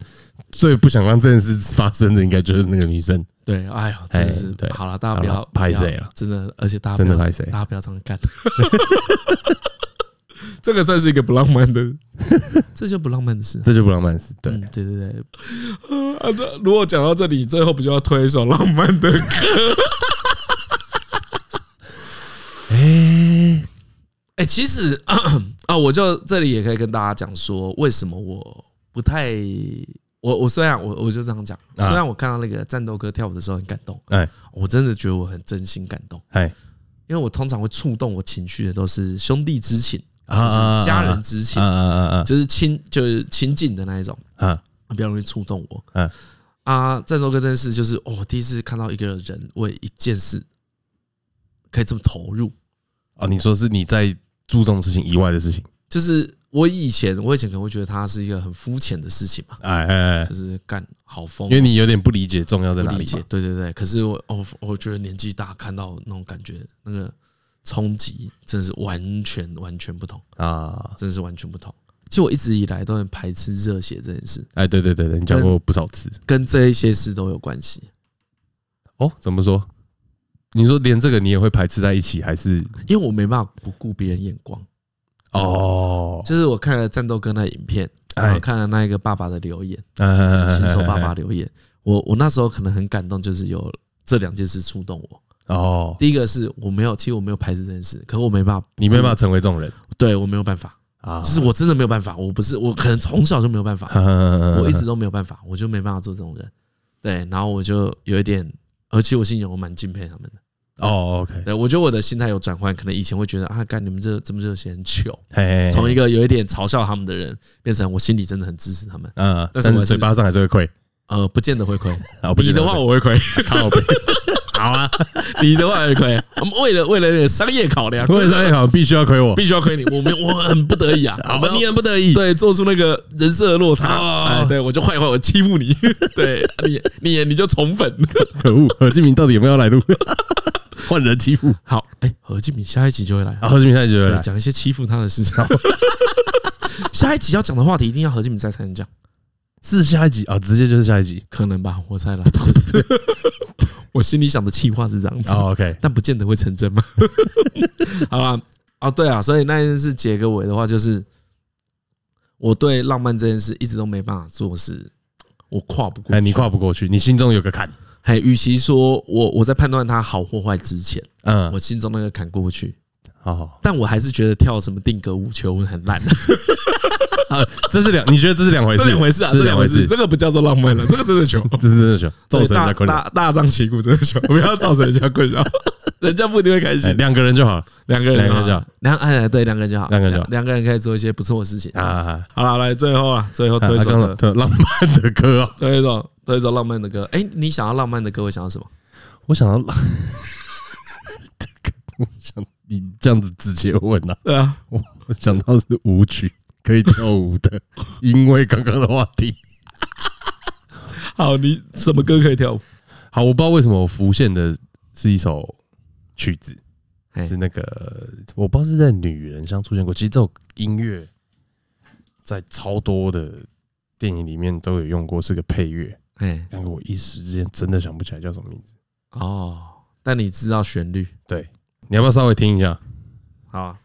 [SPEAKER 2] 最不想让这件事发生的，应该就是那个女生。
[SPEAKER 1] 对，哎呀，真的
[SPEAKER 2] 哎
[SPEAKER 1] 是
[SPEAKER 2] 对
[SPEAKER 1] 好了，大家
[SPEAKER 2] 好
[SPEAKER 1] 不
[SPEAKER 2] 啦
[SPEAKER 1] 要
[SPEAKER 2] 拍
[SPEAKER 1] 不要
[SPEAKER 2] 谁啦
[SPEAKER 1] 真的，而且大家
[SPEAKER 2] 真的
[SPEAKER 1] 不要
[SPEAKER 2] 拍谁
[SPEAKER 1] 大家不要这样 干，
[SPEAKER 3] 这个算是一个不浪漫的。
[SPEAKER 1] 这就不浪漫的事。
[SPEAKER 2] 这就不浪漫事。对，
[SPEAKER 1] 嗯对对对，
[SPEAKER 3] 啊，那如果讲到这里，最后不就要推一首浪漫的歌？
[SPEAKER 2] 哎，
[SPEAKER 1] 哎、其实啊，我就这里也可以跟大家讲说，为什么我不太我我虽然我我就这样讲，虽
[SPEAKER 2] 啊
[SPEAKER 1] 然我看到那个战斗哥跳舞的时候很感动，
[SPEAKER 2] 哎
[SPEAKER 1] 我真的觉得我很真心感动，
[SPEAKER 2] 哎
[SPEAKER 1] 因为我通常会触动我情绪的都是兄弟之情，
[SPEAKER 2] 啊
[SPEAKER 1] 就是家人之情
[SPEAKER 2] 啊，啊啊
[SPEAKER 1] 就是亲就是亲近的那一种，
[SPEAKER 2] 啊啊！
[SPEAKER 1] 比较容易触动我。
[SPEAKER 2] 嗯
[SPEAKER 1] 啊，战斗哥这件事就是、哦、我第一次看到一个人为一件事可以这么投入，
[SPEAKER 2] 哦，你说是你在注重的事情以外的事情。
[SPEAKER 1] 就是我以前我以前可能会觉得它是一个很肤浅的事情嘛，
[SPEAKER 2] 哎哎哎
[SPEAKER 1] 就，是干好疯
[SPEAKER 2] 因，为你有点不理解重要在
[SPEAKER 1] 不
[SPEAKER 2] 哪里
[SPEAKER 1] 理
[SPEAKER 2] 嘛。
[SPEAKER 1] 解，对对对。可是我我我觉得年纪大看到那种感觉，那个冲击真的是完全完全不同，
[SPEAKER 2] 啊，
[SPEAKER 1] 真的是完全不同。其实我一直以来都很排斥热血这件事，
[SPEAKER 2] 哎，对对对对，你讲过不少次
[SPEAKER 1] 跟这一些事都有关系。
[SPEAKER 2] 哦。怎么说？你说连这个你也会排斥在一起，还是
[SPEAKER 1] 因为我没办法不顾别人眼光，
[SPEAKER 2] 哦？
[SPEAKER 1] 就是我看了战斗哥那影片，然后
[SPEAKER 2] 哎，
[SPEAKER 1] 看了那一个爸爸的留言，
[SPEAKER 2] 新
[SPEAKER 1] 新手爸爸留言，我我那时候可能很感动，就是有这两件事触动我。
[SPEAKER 2] 哦，
[SPEAKER 1] 第一个是我没有，其实我没有排斥这件事，可我没办法，
[SPEAKER 2] 你没办法成为这种人
[SPEAKER 1] 对我没有办法，
[SPEAKER 2] 啊，
[SPEAKER 1] 就是我真的没有办法，我不是我可能从小就没有办 法，我
[SPEAKER 2] 我
[SPEAKER 1] 一直都没有办法，我就没办法做这种人。对，然后我就有一点，而且我心里我蛮敬佩他们的。
[SPEAKER 2] 哦，OK，
[SPEAKER 1] 对我觉得我的心态有转换，可能以前会觉得啊，干你们这这么热血很糗，
[SPEAKER 2] 嘿，
[SPEAKER 1] 从一
[SPEAKER 2] 个
[SPEAKER 1] 个有一点嘲笑他们的人，变成我心里真的很支持他们，
[SPEAKER 2] 嗯，
[SPEAKER 1] 但是
[SPEAKER 2] 但
[SPEAKER 1] 我
[SPEAKER 2] 是
[SPEAKER 1] 还是
[SPEAKER 2] 嘴巴上还是会亏。
[SPEAKER 1] 呃，不见得会亏。
[SPEAKER 2] 啊，不
[SPEAKER 1] 你
[SPEAKER 2] 觉得
[SPEAKER 1] 的
[SPEAKER 2] 会
[SPEAKER 1] 话我会亏，
[SPEAKER 2] 靠背，好啊，
[SPEAKER 1] 你的话会亏。我 们为了为了商业考量，
[SPEAKER 2] 我也商业考必须要亏我，
[SPEAKER 1] 必须要亏你，我们我很不得已啊，
[SPEAKER 2] 好
[SPEAKER 1] 我，们
[SPEAKER 2] 你
[SPEAKER 1] 要
[SPEAKER 2] 很不得已，
[SPEAKER 1] 对做出那个人设的落差，
[SPEAKER 2] 哦
[SPEAKER 1] 哎，对我就坏坏，我欺负你， 对你你也你就宠粉。
[SPEAKER 2] 可恶， 何敬明到底有没有要来录？ 换人欺负，
[SPEAKER 1] 好，哎，何敬明下一集就会来
[SPEAKER 2] 啊，，何敬明太觉
[SPEAKER 1] 对
[SPEAKER 2] 得，
[SPEAKER 1] 讲一些欺负他的 事情。下一集要讲的话题一定要何敬明再才能讲，
[SPEAKER 2] 是下一集啊，直接就是下一集。
[SPEAKER 1] 可能吧，我 猜啦，就是我心里想的气话是这样子。
[SPEAKER 2] 哦，OK，
[SPEAKER 1] 但不见得会成 真嘛。好啦，啊，对啊，所以那件事结个尾的话，就是我对浪漫这件事一直都没办法做事，我跨不过去。
[SPEAKER 2] 哎，你跨不过去，你心中有个坎，
[SPEAKER 1] 嘿，与其说我我在判断它好或坏之前，
[SPEAKER 2] 嗯
[SPEAKER 1] 我，心中那个坎过不去，
[SPEAKER 2] 好好，
[SPEAKER 1] 但我还是觉得跳什么定格舞球很烂，
[SPEAKER 2] 啊，这是两，你觉得这是两回事？
[SPEAKER 3] 这两回事啊，这两回事，
[SPEAKER 2] 这
[SPEAKER 3] 这个不叫做浪漫了，这个真 的穷，
[SPEAKER 2] 这是真的熊，造
[SPEAKER 1] 对
[SPEAKER 2] 成人
[SPEAKER 1] 大
[SPEAKER 2] 家困扰，
[SPEAKER 1] 大大张旗鼓真的 穷，
[SPEAKER 3] 不要造成人家困扰，
[SPEAKER 1] 人家不一定会开
[SPEAKER 2] 哎，
[SPEAKER 1] 心。
[SPEAKER 2] 两个人就好了
[SPEAKER 3] 两个人
[SPEAKER 2] 两个
[SPEAKER 3] 啊
[SPEAKER 2] 人就好
[SPEAKER 1] 两哎对两个人就好，
[SPEAKER 2] 两个人就好
[SPEAKER 1] 两个人可以做一些不错的事情
[SPEAKER 2] 啊
[SPEAKER 1] 啊。
[SPEAKER 2] 啊。啊
[SPEAKER 3] 好了，来最后啊，最后
[SPEAKER 2] 啊
[SPEAKER 3] 推
[SPEAKER 2] 刚
[SPEAKER 3] 手
[SPEAKER 2] 刚
[SPEAKER 3] 了，
[SPEAKER 2] 对浪漫的歌啊，
[SPEAKER 1] 推一首推一首浪漫的歌，哎，你想要浪漫的歌，会想要什么？
[SPEAKER 2] 我想 要浪，我想你这样子直接问啊，
[SPEAKER 3] 对 啊，
[SPEAKER 2] 我想到是舞曲，可以跳舞的，因为刚刚的话题。
[SPEAKER 3] 好，你什么歌可以跳舞？
[SPEAKER 2] 好，我不知道为什么我浮现的是一首曲子，
[SPEAKER 1] 嘿
[SPEAKER 2] 是那个我不知道是在女人上出现过。其实这首音乐在超多的电影里面都有用过，是个配乐。
[SPEAKER 1] 哎
[SPEAKER 2] 但是我一时之间真的想不起来叫什么名字。
[SPEAKER 1] 哦，但你知道旋律，
[SPEAKER 2] 对，你要不要稍微听一下？
[SPEAKER 1] 好、啊。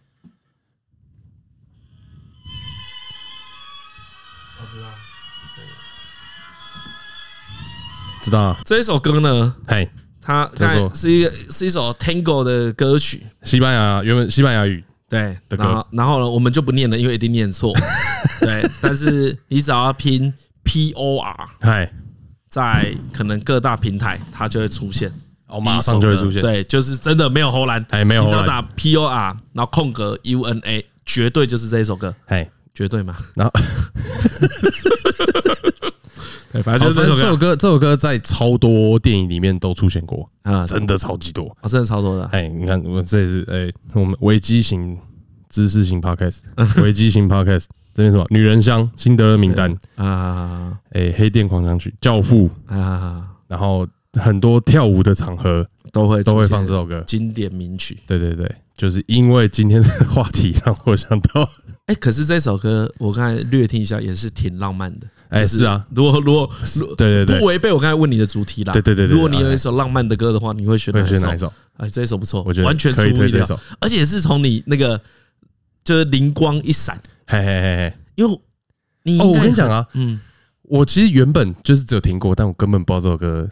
[SPEAKER 2] 知道啊？
[SPEAKER 1] 这一首歌呢，
[SPEAKER 2] 嘿，
[SPEAKER 1] 它
[SPEAKER 2] 怎么说
[SPEAKER 1] 它是一个是一首 Tango 的歌曲，
[SPEAKER 2] 西班牙原本西班牙语
[SPEAKER 1] 对。
[SPEAKER 2] 的歌
[SPEAKER 1] 然后然后呢，我们就不念了，因为一定念 错。对，但是你只要拼 P O R，
[SPEAKER 2] 嗨，
[SPEAKER 1] 在可能各大平台它就会出现，
[SPEAKER 2] 我马上就会出现。，
[SPEAKER 1] 对，就是真的没有喉兰，
[SPEAKER 2] 哎，没有
[SPEAKER 1] 你只要
[SPEAKER 2] 后来，
[SPEAKER 1] 打 P O R，然后空格 U N A，绝对就是这一首歌，
[SPEAKER 2] 哎，
[SPEAKER 1] 绝对嘛。
[SPEAKER 2] 然后
[SPEAKER 1] 对，反
[SPEAKER 2] 哦
[SPEAKER 1] 正就是这首
[SPEAKER 2] 这
[SPEAKER 1] 歌
[SPEAKER 2] 首歌，这首歌在超多电影里面都出现过，
[SPEAKER 1] 啊，
[SPEAKER 2] 真的超级多。
[SPEAKER 1] 哦真的超多的啊。
[SPEAKER 2] 哎，你看我这也是哎，我们危机型知识型 podcast，危机型 podcast 这边什么女人香、辛德勒名单、
[SPEAKER 1] 啊
[SPEAKER 2] 哎黑店狂想曲、教父，
[SPEAKER 1] 啊，
[SPEAKER 2] 然后很多跳舞的场合
[SPEAKER 1] 都会
[SPEAKER 2] 都会
[SPEAKER 1] 出现
[SPEAKER 2] 放这首歌。
[SPEAKER 1] 经典名曲。
[SPEAKER 2] 对对对，就是因为今天的话题让我想到，
[SPEAKER 1] 哎、可是这首歌我刚才略听一下，也是挺浪漫的。
[SPEAKER 2] 哎，
[SPEAKER 1] 就是
[SPEAKER 2] 啊，
[SPEAKER 1] 如果如果如果
[SPEAKER 2] 对对
[SPEAKER 1] 不
[SPEAKER 2] 对，
[SPEAKER 1] 违背我刚才问你的主题啦，
[SPEAKER 2] 对对对对
[SPEAKER 1] 如果你有
[SPEAKER 2] 哎
[SPEAKER 1] 一首浪漫的歌的话，你会选哪
[SPEAKER 2] 会
[SPEAKER 1] 一
[SPEAKER 2] 选
[SPEAKER 1] 首
[SPEAKER 2] 哪一？首？
[SPEAKER 1] 哎，这一首不错，
[SPEAKER 2] 我觉得
[SPEAKER 1] 完全出
[SPEAKER 2] 可以
[SPEAKER 1] 乎
[SPEAKER 2] 推
[SPEAKER 1] 意
[SPEAKER 2] 这
[SPEAKER 1] 料，
[SPEAKER 2] 首。
[SPEAKER 1] 而且是从你那个就是灵光一闪，
[SPEAKER 2] 嘿嘿嘿嘿。
[SPEAKER 1] 因为你
[SPEAKER 2] 哦，
[SPEAKER 1] 应
[SPEAKER 2] 我
[SPEAKER 1] 该
[SPEAKER 2] 跟你讲，啊，
[SPEAKER 1] 嗯，
[SPEAKER 2] 我其实原本就是只有听过，但我根本不知道这首歌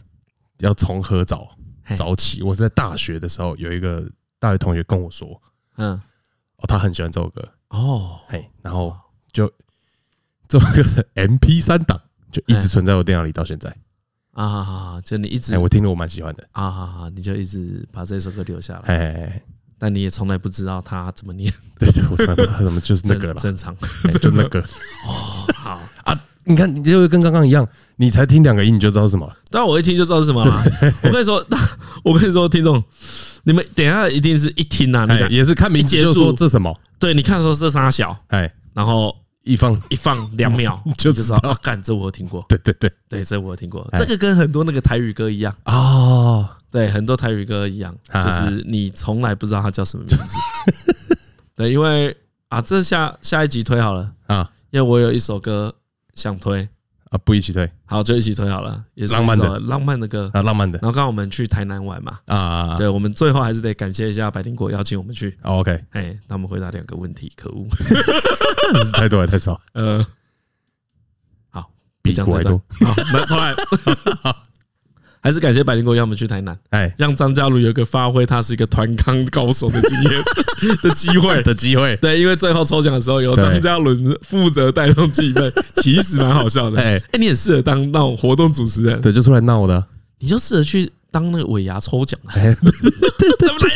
[SPEAKER 2] 要从何找
[SPEAKER 1] 嘿
[SPEAKER 2] 找起。我是在大学的时候，有一个大学同学跟我说，
[SPEAKER 1] 嗯，
[SPEAKER 2] 哦，他很喜欢这首歌，
[SPEAKER 1] 哦，
[SPEAKER 2] 嘿，然后就这首歌的 MP 三档就一直存在我电脑里到现在。
[SPEAKER 1] 啊，就你一直
[SPEAKER 2] 哎，我听了我蛮喜欢的，
[SPEAKER 1] 啊，你就一直把这首歌留下来，
[SPEAKER 2] 嘿嘿嘿，嘿
[SPEAKER 1] 但你也从来不知道它怎么念，
[SPEAKER 2] 对对，我从来不知道他怎么就是那
[SPEAKER 1] 正
[SPEAKER 2] 个了，哎
[SPEAKER 1] 正常。
[SPEAKER 2] 嘿就那个。啊
[SPEAKER 1] 好，
[SPEAKER 2] 你看，你就跟刚刚一样，你才听两个音你就知道是什么了。
[SPEAKER 1] 但我一听就知道是什么了。我跟你说， 我跟你说，听众，你们等一下一定是一听啊，你
[SPEAKER 2] 哎，
[SPEAKER 1] 看，
[SPEAKER 2] 也是看名字
[SPEAKER 1] 结
[SPEAKER 2] 就说
[SPEAKER 1] 束
[SPEAKER 2] 这什么，
[SPEAKER 1] 对，你看说这仨小，
[SPEAKER 2] 哎，
[SPEAKER 1] 然后
[SPEAKER 2] 一放，
[SPEAKER 1] 一放两秒，你
[SPEAKER 2] 就
[SPEAKER 1] 就
[SPEAKER 2] 知
[SPEAKER 1] 知道，啊干，这我有听过，
[SPEAKER 2] 对对对，
[SPEAKER 1] 对，这我有听过，
[SPEAKER 2] 哎
[SPEAKER 1] 这个跟很多那个台语歌一样，
[SPEAKER 2] 哦，
[SPEAKER 1] 对，很多台语歌一样，
[SPEAKER 2] 啊
[SPEAKER 1] 就是你从来不知道它叫什么名字， 对，因为啊，这下下一集推好了，
[SPEAKER 2] 啊
[SPEAKER 1] 因为我有一首歌想推，
[SPEAKER 2] 啊，不一起对
[SPEAKER 1] 好，就一起推好了，也是一首
[SPEAKER 2] 浪漫的
[SPEAKER 1] 浪漫的歌。
[SPEAKER 2] 啊，浪漫的
[SPEAKER 1] 然后刚好我们去台南玩嘛，
[SPEAKER 2] 啊啊啊
[SPEAKER 1] 对，我们最后还是得感谢一下百灵果邀请我们去，
[SPEAKER 2] 啊，OK，
[SPEAKER 1] 哎，那我们回答两个问题，可恶。
[SPEAKER 2] 这是太多还太 少，
[SPEAKER 1] 呃，好，
[SPEAKER 2] 比
[SPEAKER 1] 讲
[SPEAKER 2] 古
[SPEAKER 1] 这
[SPEAKER 2] 还
[SPEAKER 1] 段
[SPEAKER 2] 多，
[SPEAKER 1] 好，那重来。还是感谢百灵果要我们去台南，
[SPEAKER 2] 哎，
[SPEAKER 1] 让张嘉如有一个发挥，他是一个团康高手的经验的机 会。
[SPEAKER 2] 的机会，
[SPEAKER 1] 对，因为最后抽奖的时候由
[SPEAKER 2] 对
[SPEAKER 1] 张嘉伦负责带动气氛， 其实蛮好笑的。哎、
[SPEAKER 2] 哎，
[SPEAKER 1] 你很适合当那种活动主持人，
[SPEAKER 2] 对，就出来闹的，
[SPEAKER 1] 你就适合去当那个尾牙抽奖的。
[SPEAKER 2] 哎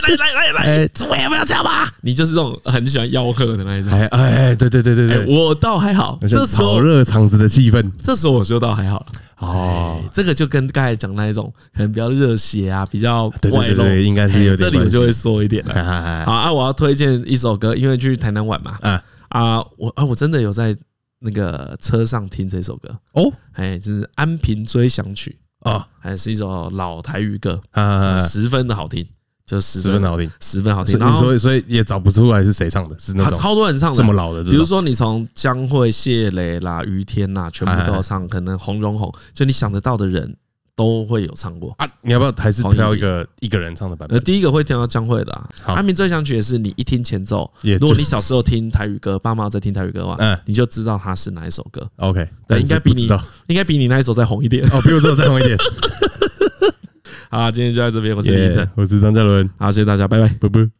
[SPEAKER 1] 来来来来来，
[SPEAKER 2] 哎
[SPEAKER 1] 我要不要加吧？你就是那种很喜欢吆喝的那一种。
[SPEAKER 2] 哎哎哎，对对对对
[SPEAKER 1] 哎、
[SPEAKER 2] 对，
[SPEAKER 1] 我倒还好，
[SPEAKER 2] 我觉得
[SPEAKER 1] 这时
[SPEAKER 2] 炒
[SPEAKER 1] 候
[SPEAKER 2] 热场子的气氛
[SPEAKER 1] 这时候我就倒还好了。
[SPEAKER 2] 哦
[SPEAKER 1] 哎，这个就跟刚才讲那一种，可能比较热血啊，比较
[SPEAKER 2] 对对
[SPEAKER 1] 外
[SPEAKER 2] 对
[SPEAKER 1] 露，哎
[SPEAKER 2] 对，应该是有
[SPEAKER 1] 这
[SPEAKER 2] 点
[SPEAKER 1] 里我
[SPEAKER 2] 关系
[SPEAKER 1] 就会缩一点了。
[SPEAKER 2] 哎哎
[SPEAKER 1] 好
[SPEAKER 2] 哎
[SPEAKER 1] 啊，我要推荐一首歌，因为去台南玩嘛，
[SPEAKER 2] 啊
[SPEAKER 1] 啊，我啊我真的有在那个车上听这首歌，
[SPEAKER 2] 哦
[SPEAKER 1] 哎，就是《安平追想曲
[SPEAKER 2] 哦》，
[SPEAKER 1] 哎，是一首老台语歌，
[SPEAKER 2] 啊，
[SPEAKER 1] 十分的好听，就十
[SPEAKER 2] 十分
[SPEAKER 1] 分
[SPEAKER 2] 好听，
[SPEAKER 1] 十分好
[SPEAKER 2] 所
[SPEAKER 1] 听。
[SPEAKER 2] 以
[SPEAKER 1] 然
[SPEAKER 2] 你
[SPEAKER 1] 后
[SPEAKER 2] 说所以也找不出来是谁唱的，是那
[SPEAKER 1] 它
[SPEAKER 2] 种
[SPEAKER 1] 超多人唱的，
[SPEAKER 2] 这么老的这
[SPEAKER 1] 比如
[SPEAKER 2] 种，
[SPEAKER 1] 说你从江蕙、谢磊啦、于天啦，全部都有唱，可能洪荣宏，就你想得到的人都会有唱过。
[SPEAKER 2] 啊，你要不要还是挑一个一个人唱的版
[SPEAKER 1] 呃，
[SPEAKER 2] 本？
[SPEAKER 1] 第一个会听到江蕙的、啊
[SPEAKER 2] 好
[SPEAKER 1] 《阿明最想曲》，也是你一听前奏，
[SPEAKER 2] 也
[SPEAKER 1] 如
[SPEAKER 2] 就
[SPEAKER 1] 果你小时候听台语歌，爸妈在听台语歌的话，
[SPEAKER 2] 嗯
[SPEAKER 1] 你就知道它是哪一首歌，
[SPEAKER 2] OK，但
[SPEAKER 1] 呃应该
[SPEAKER 2] 是
[SPEAKER 1] 比
[SPEAKER 2] 不
[SPEAKER 1] 你
[SPEAKER 2] 知道
[SPEAKER 1] 应该比你那一首再红一点。
[SPEAKER 2] 哦，比我知道再红一点。
[SPEAKER 1] 好，今天就到这边，我
[SPEAKER 2] 我
[SPEAKER 1] 是李晨，，
[SPEAKER 2] 我是张嘉伦，
[SPEAKER 1] 好，谢谢大家，拜拜。
[SPEAKER 2] 拜拜。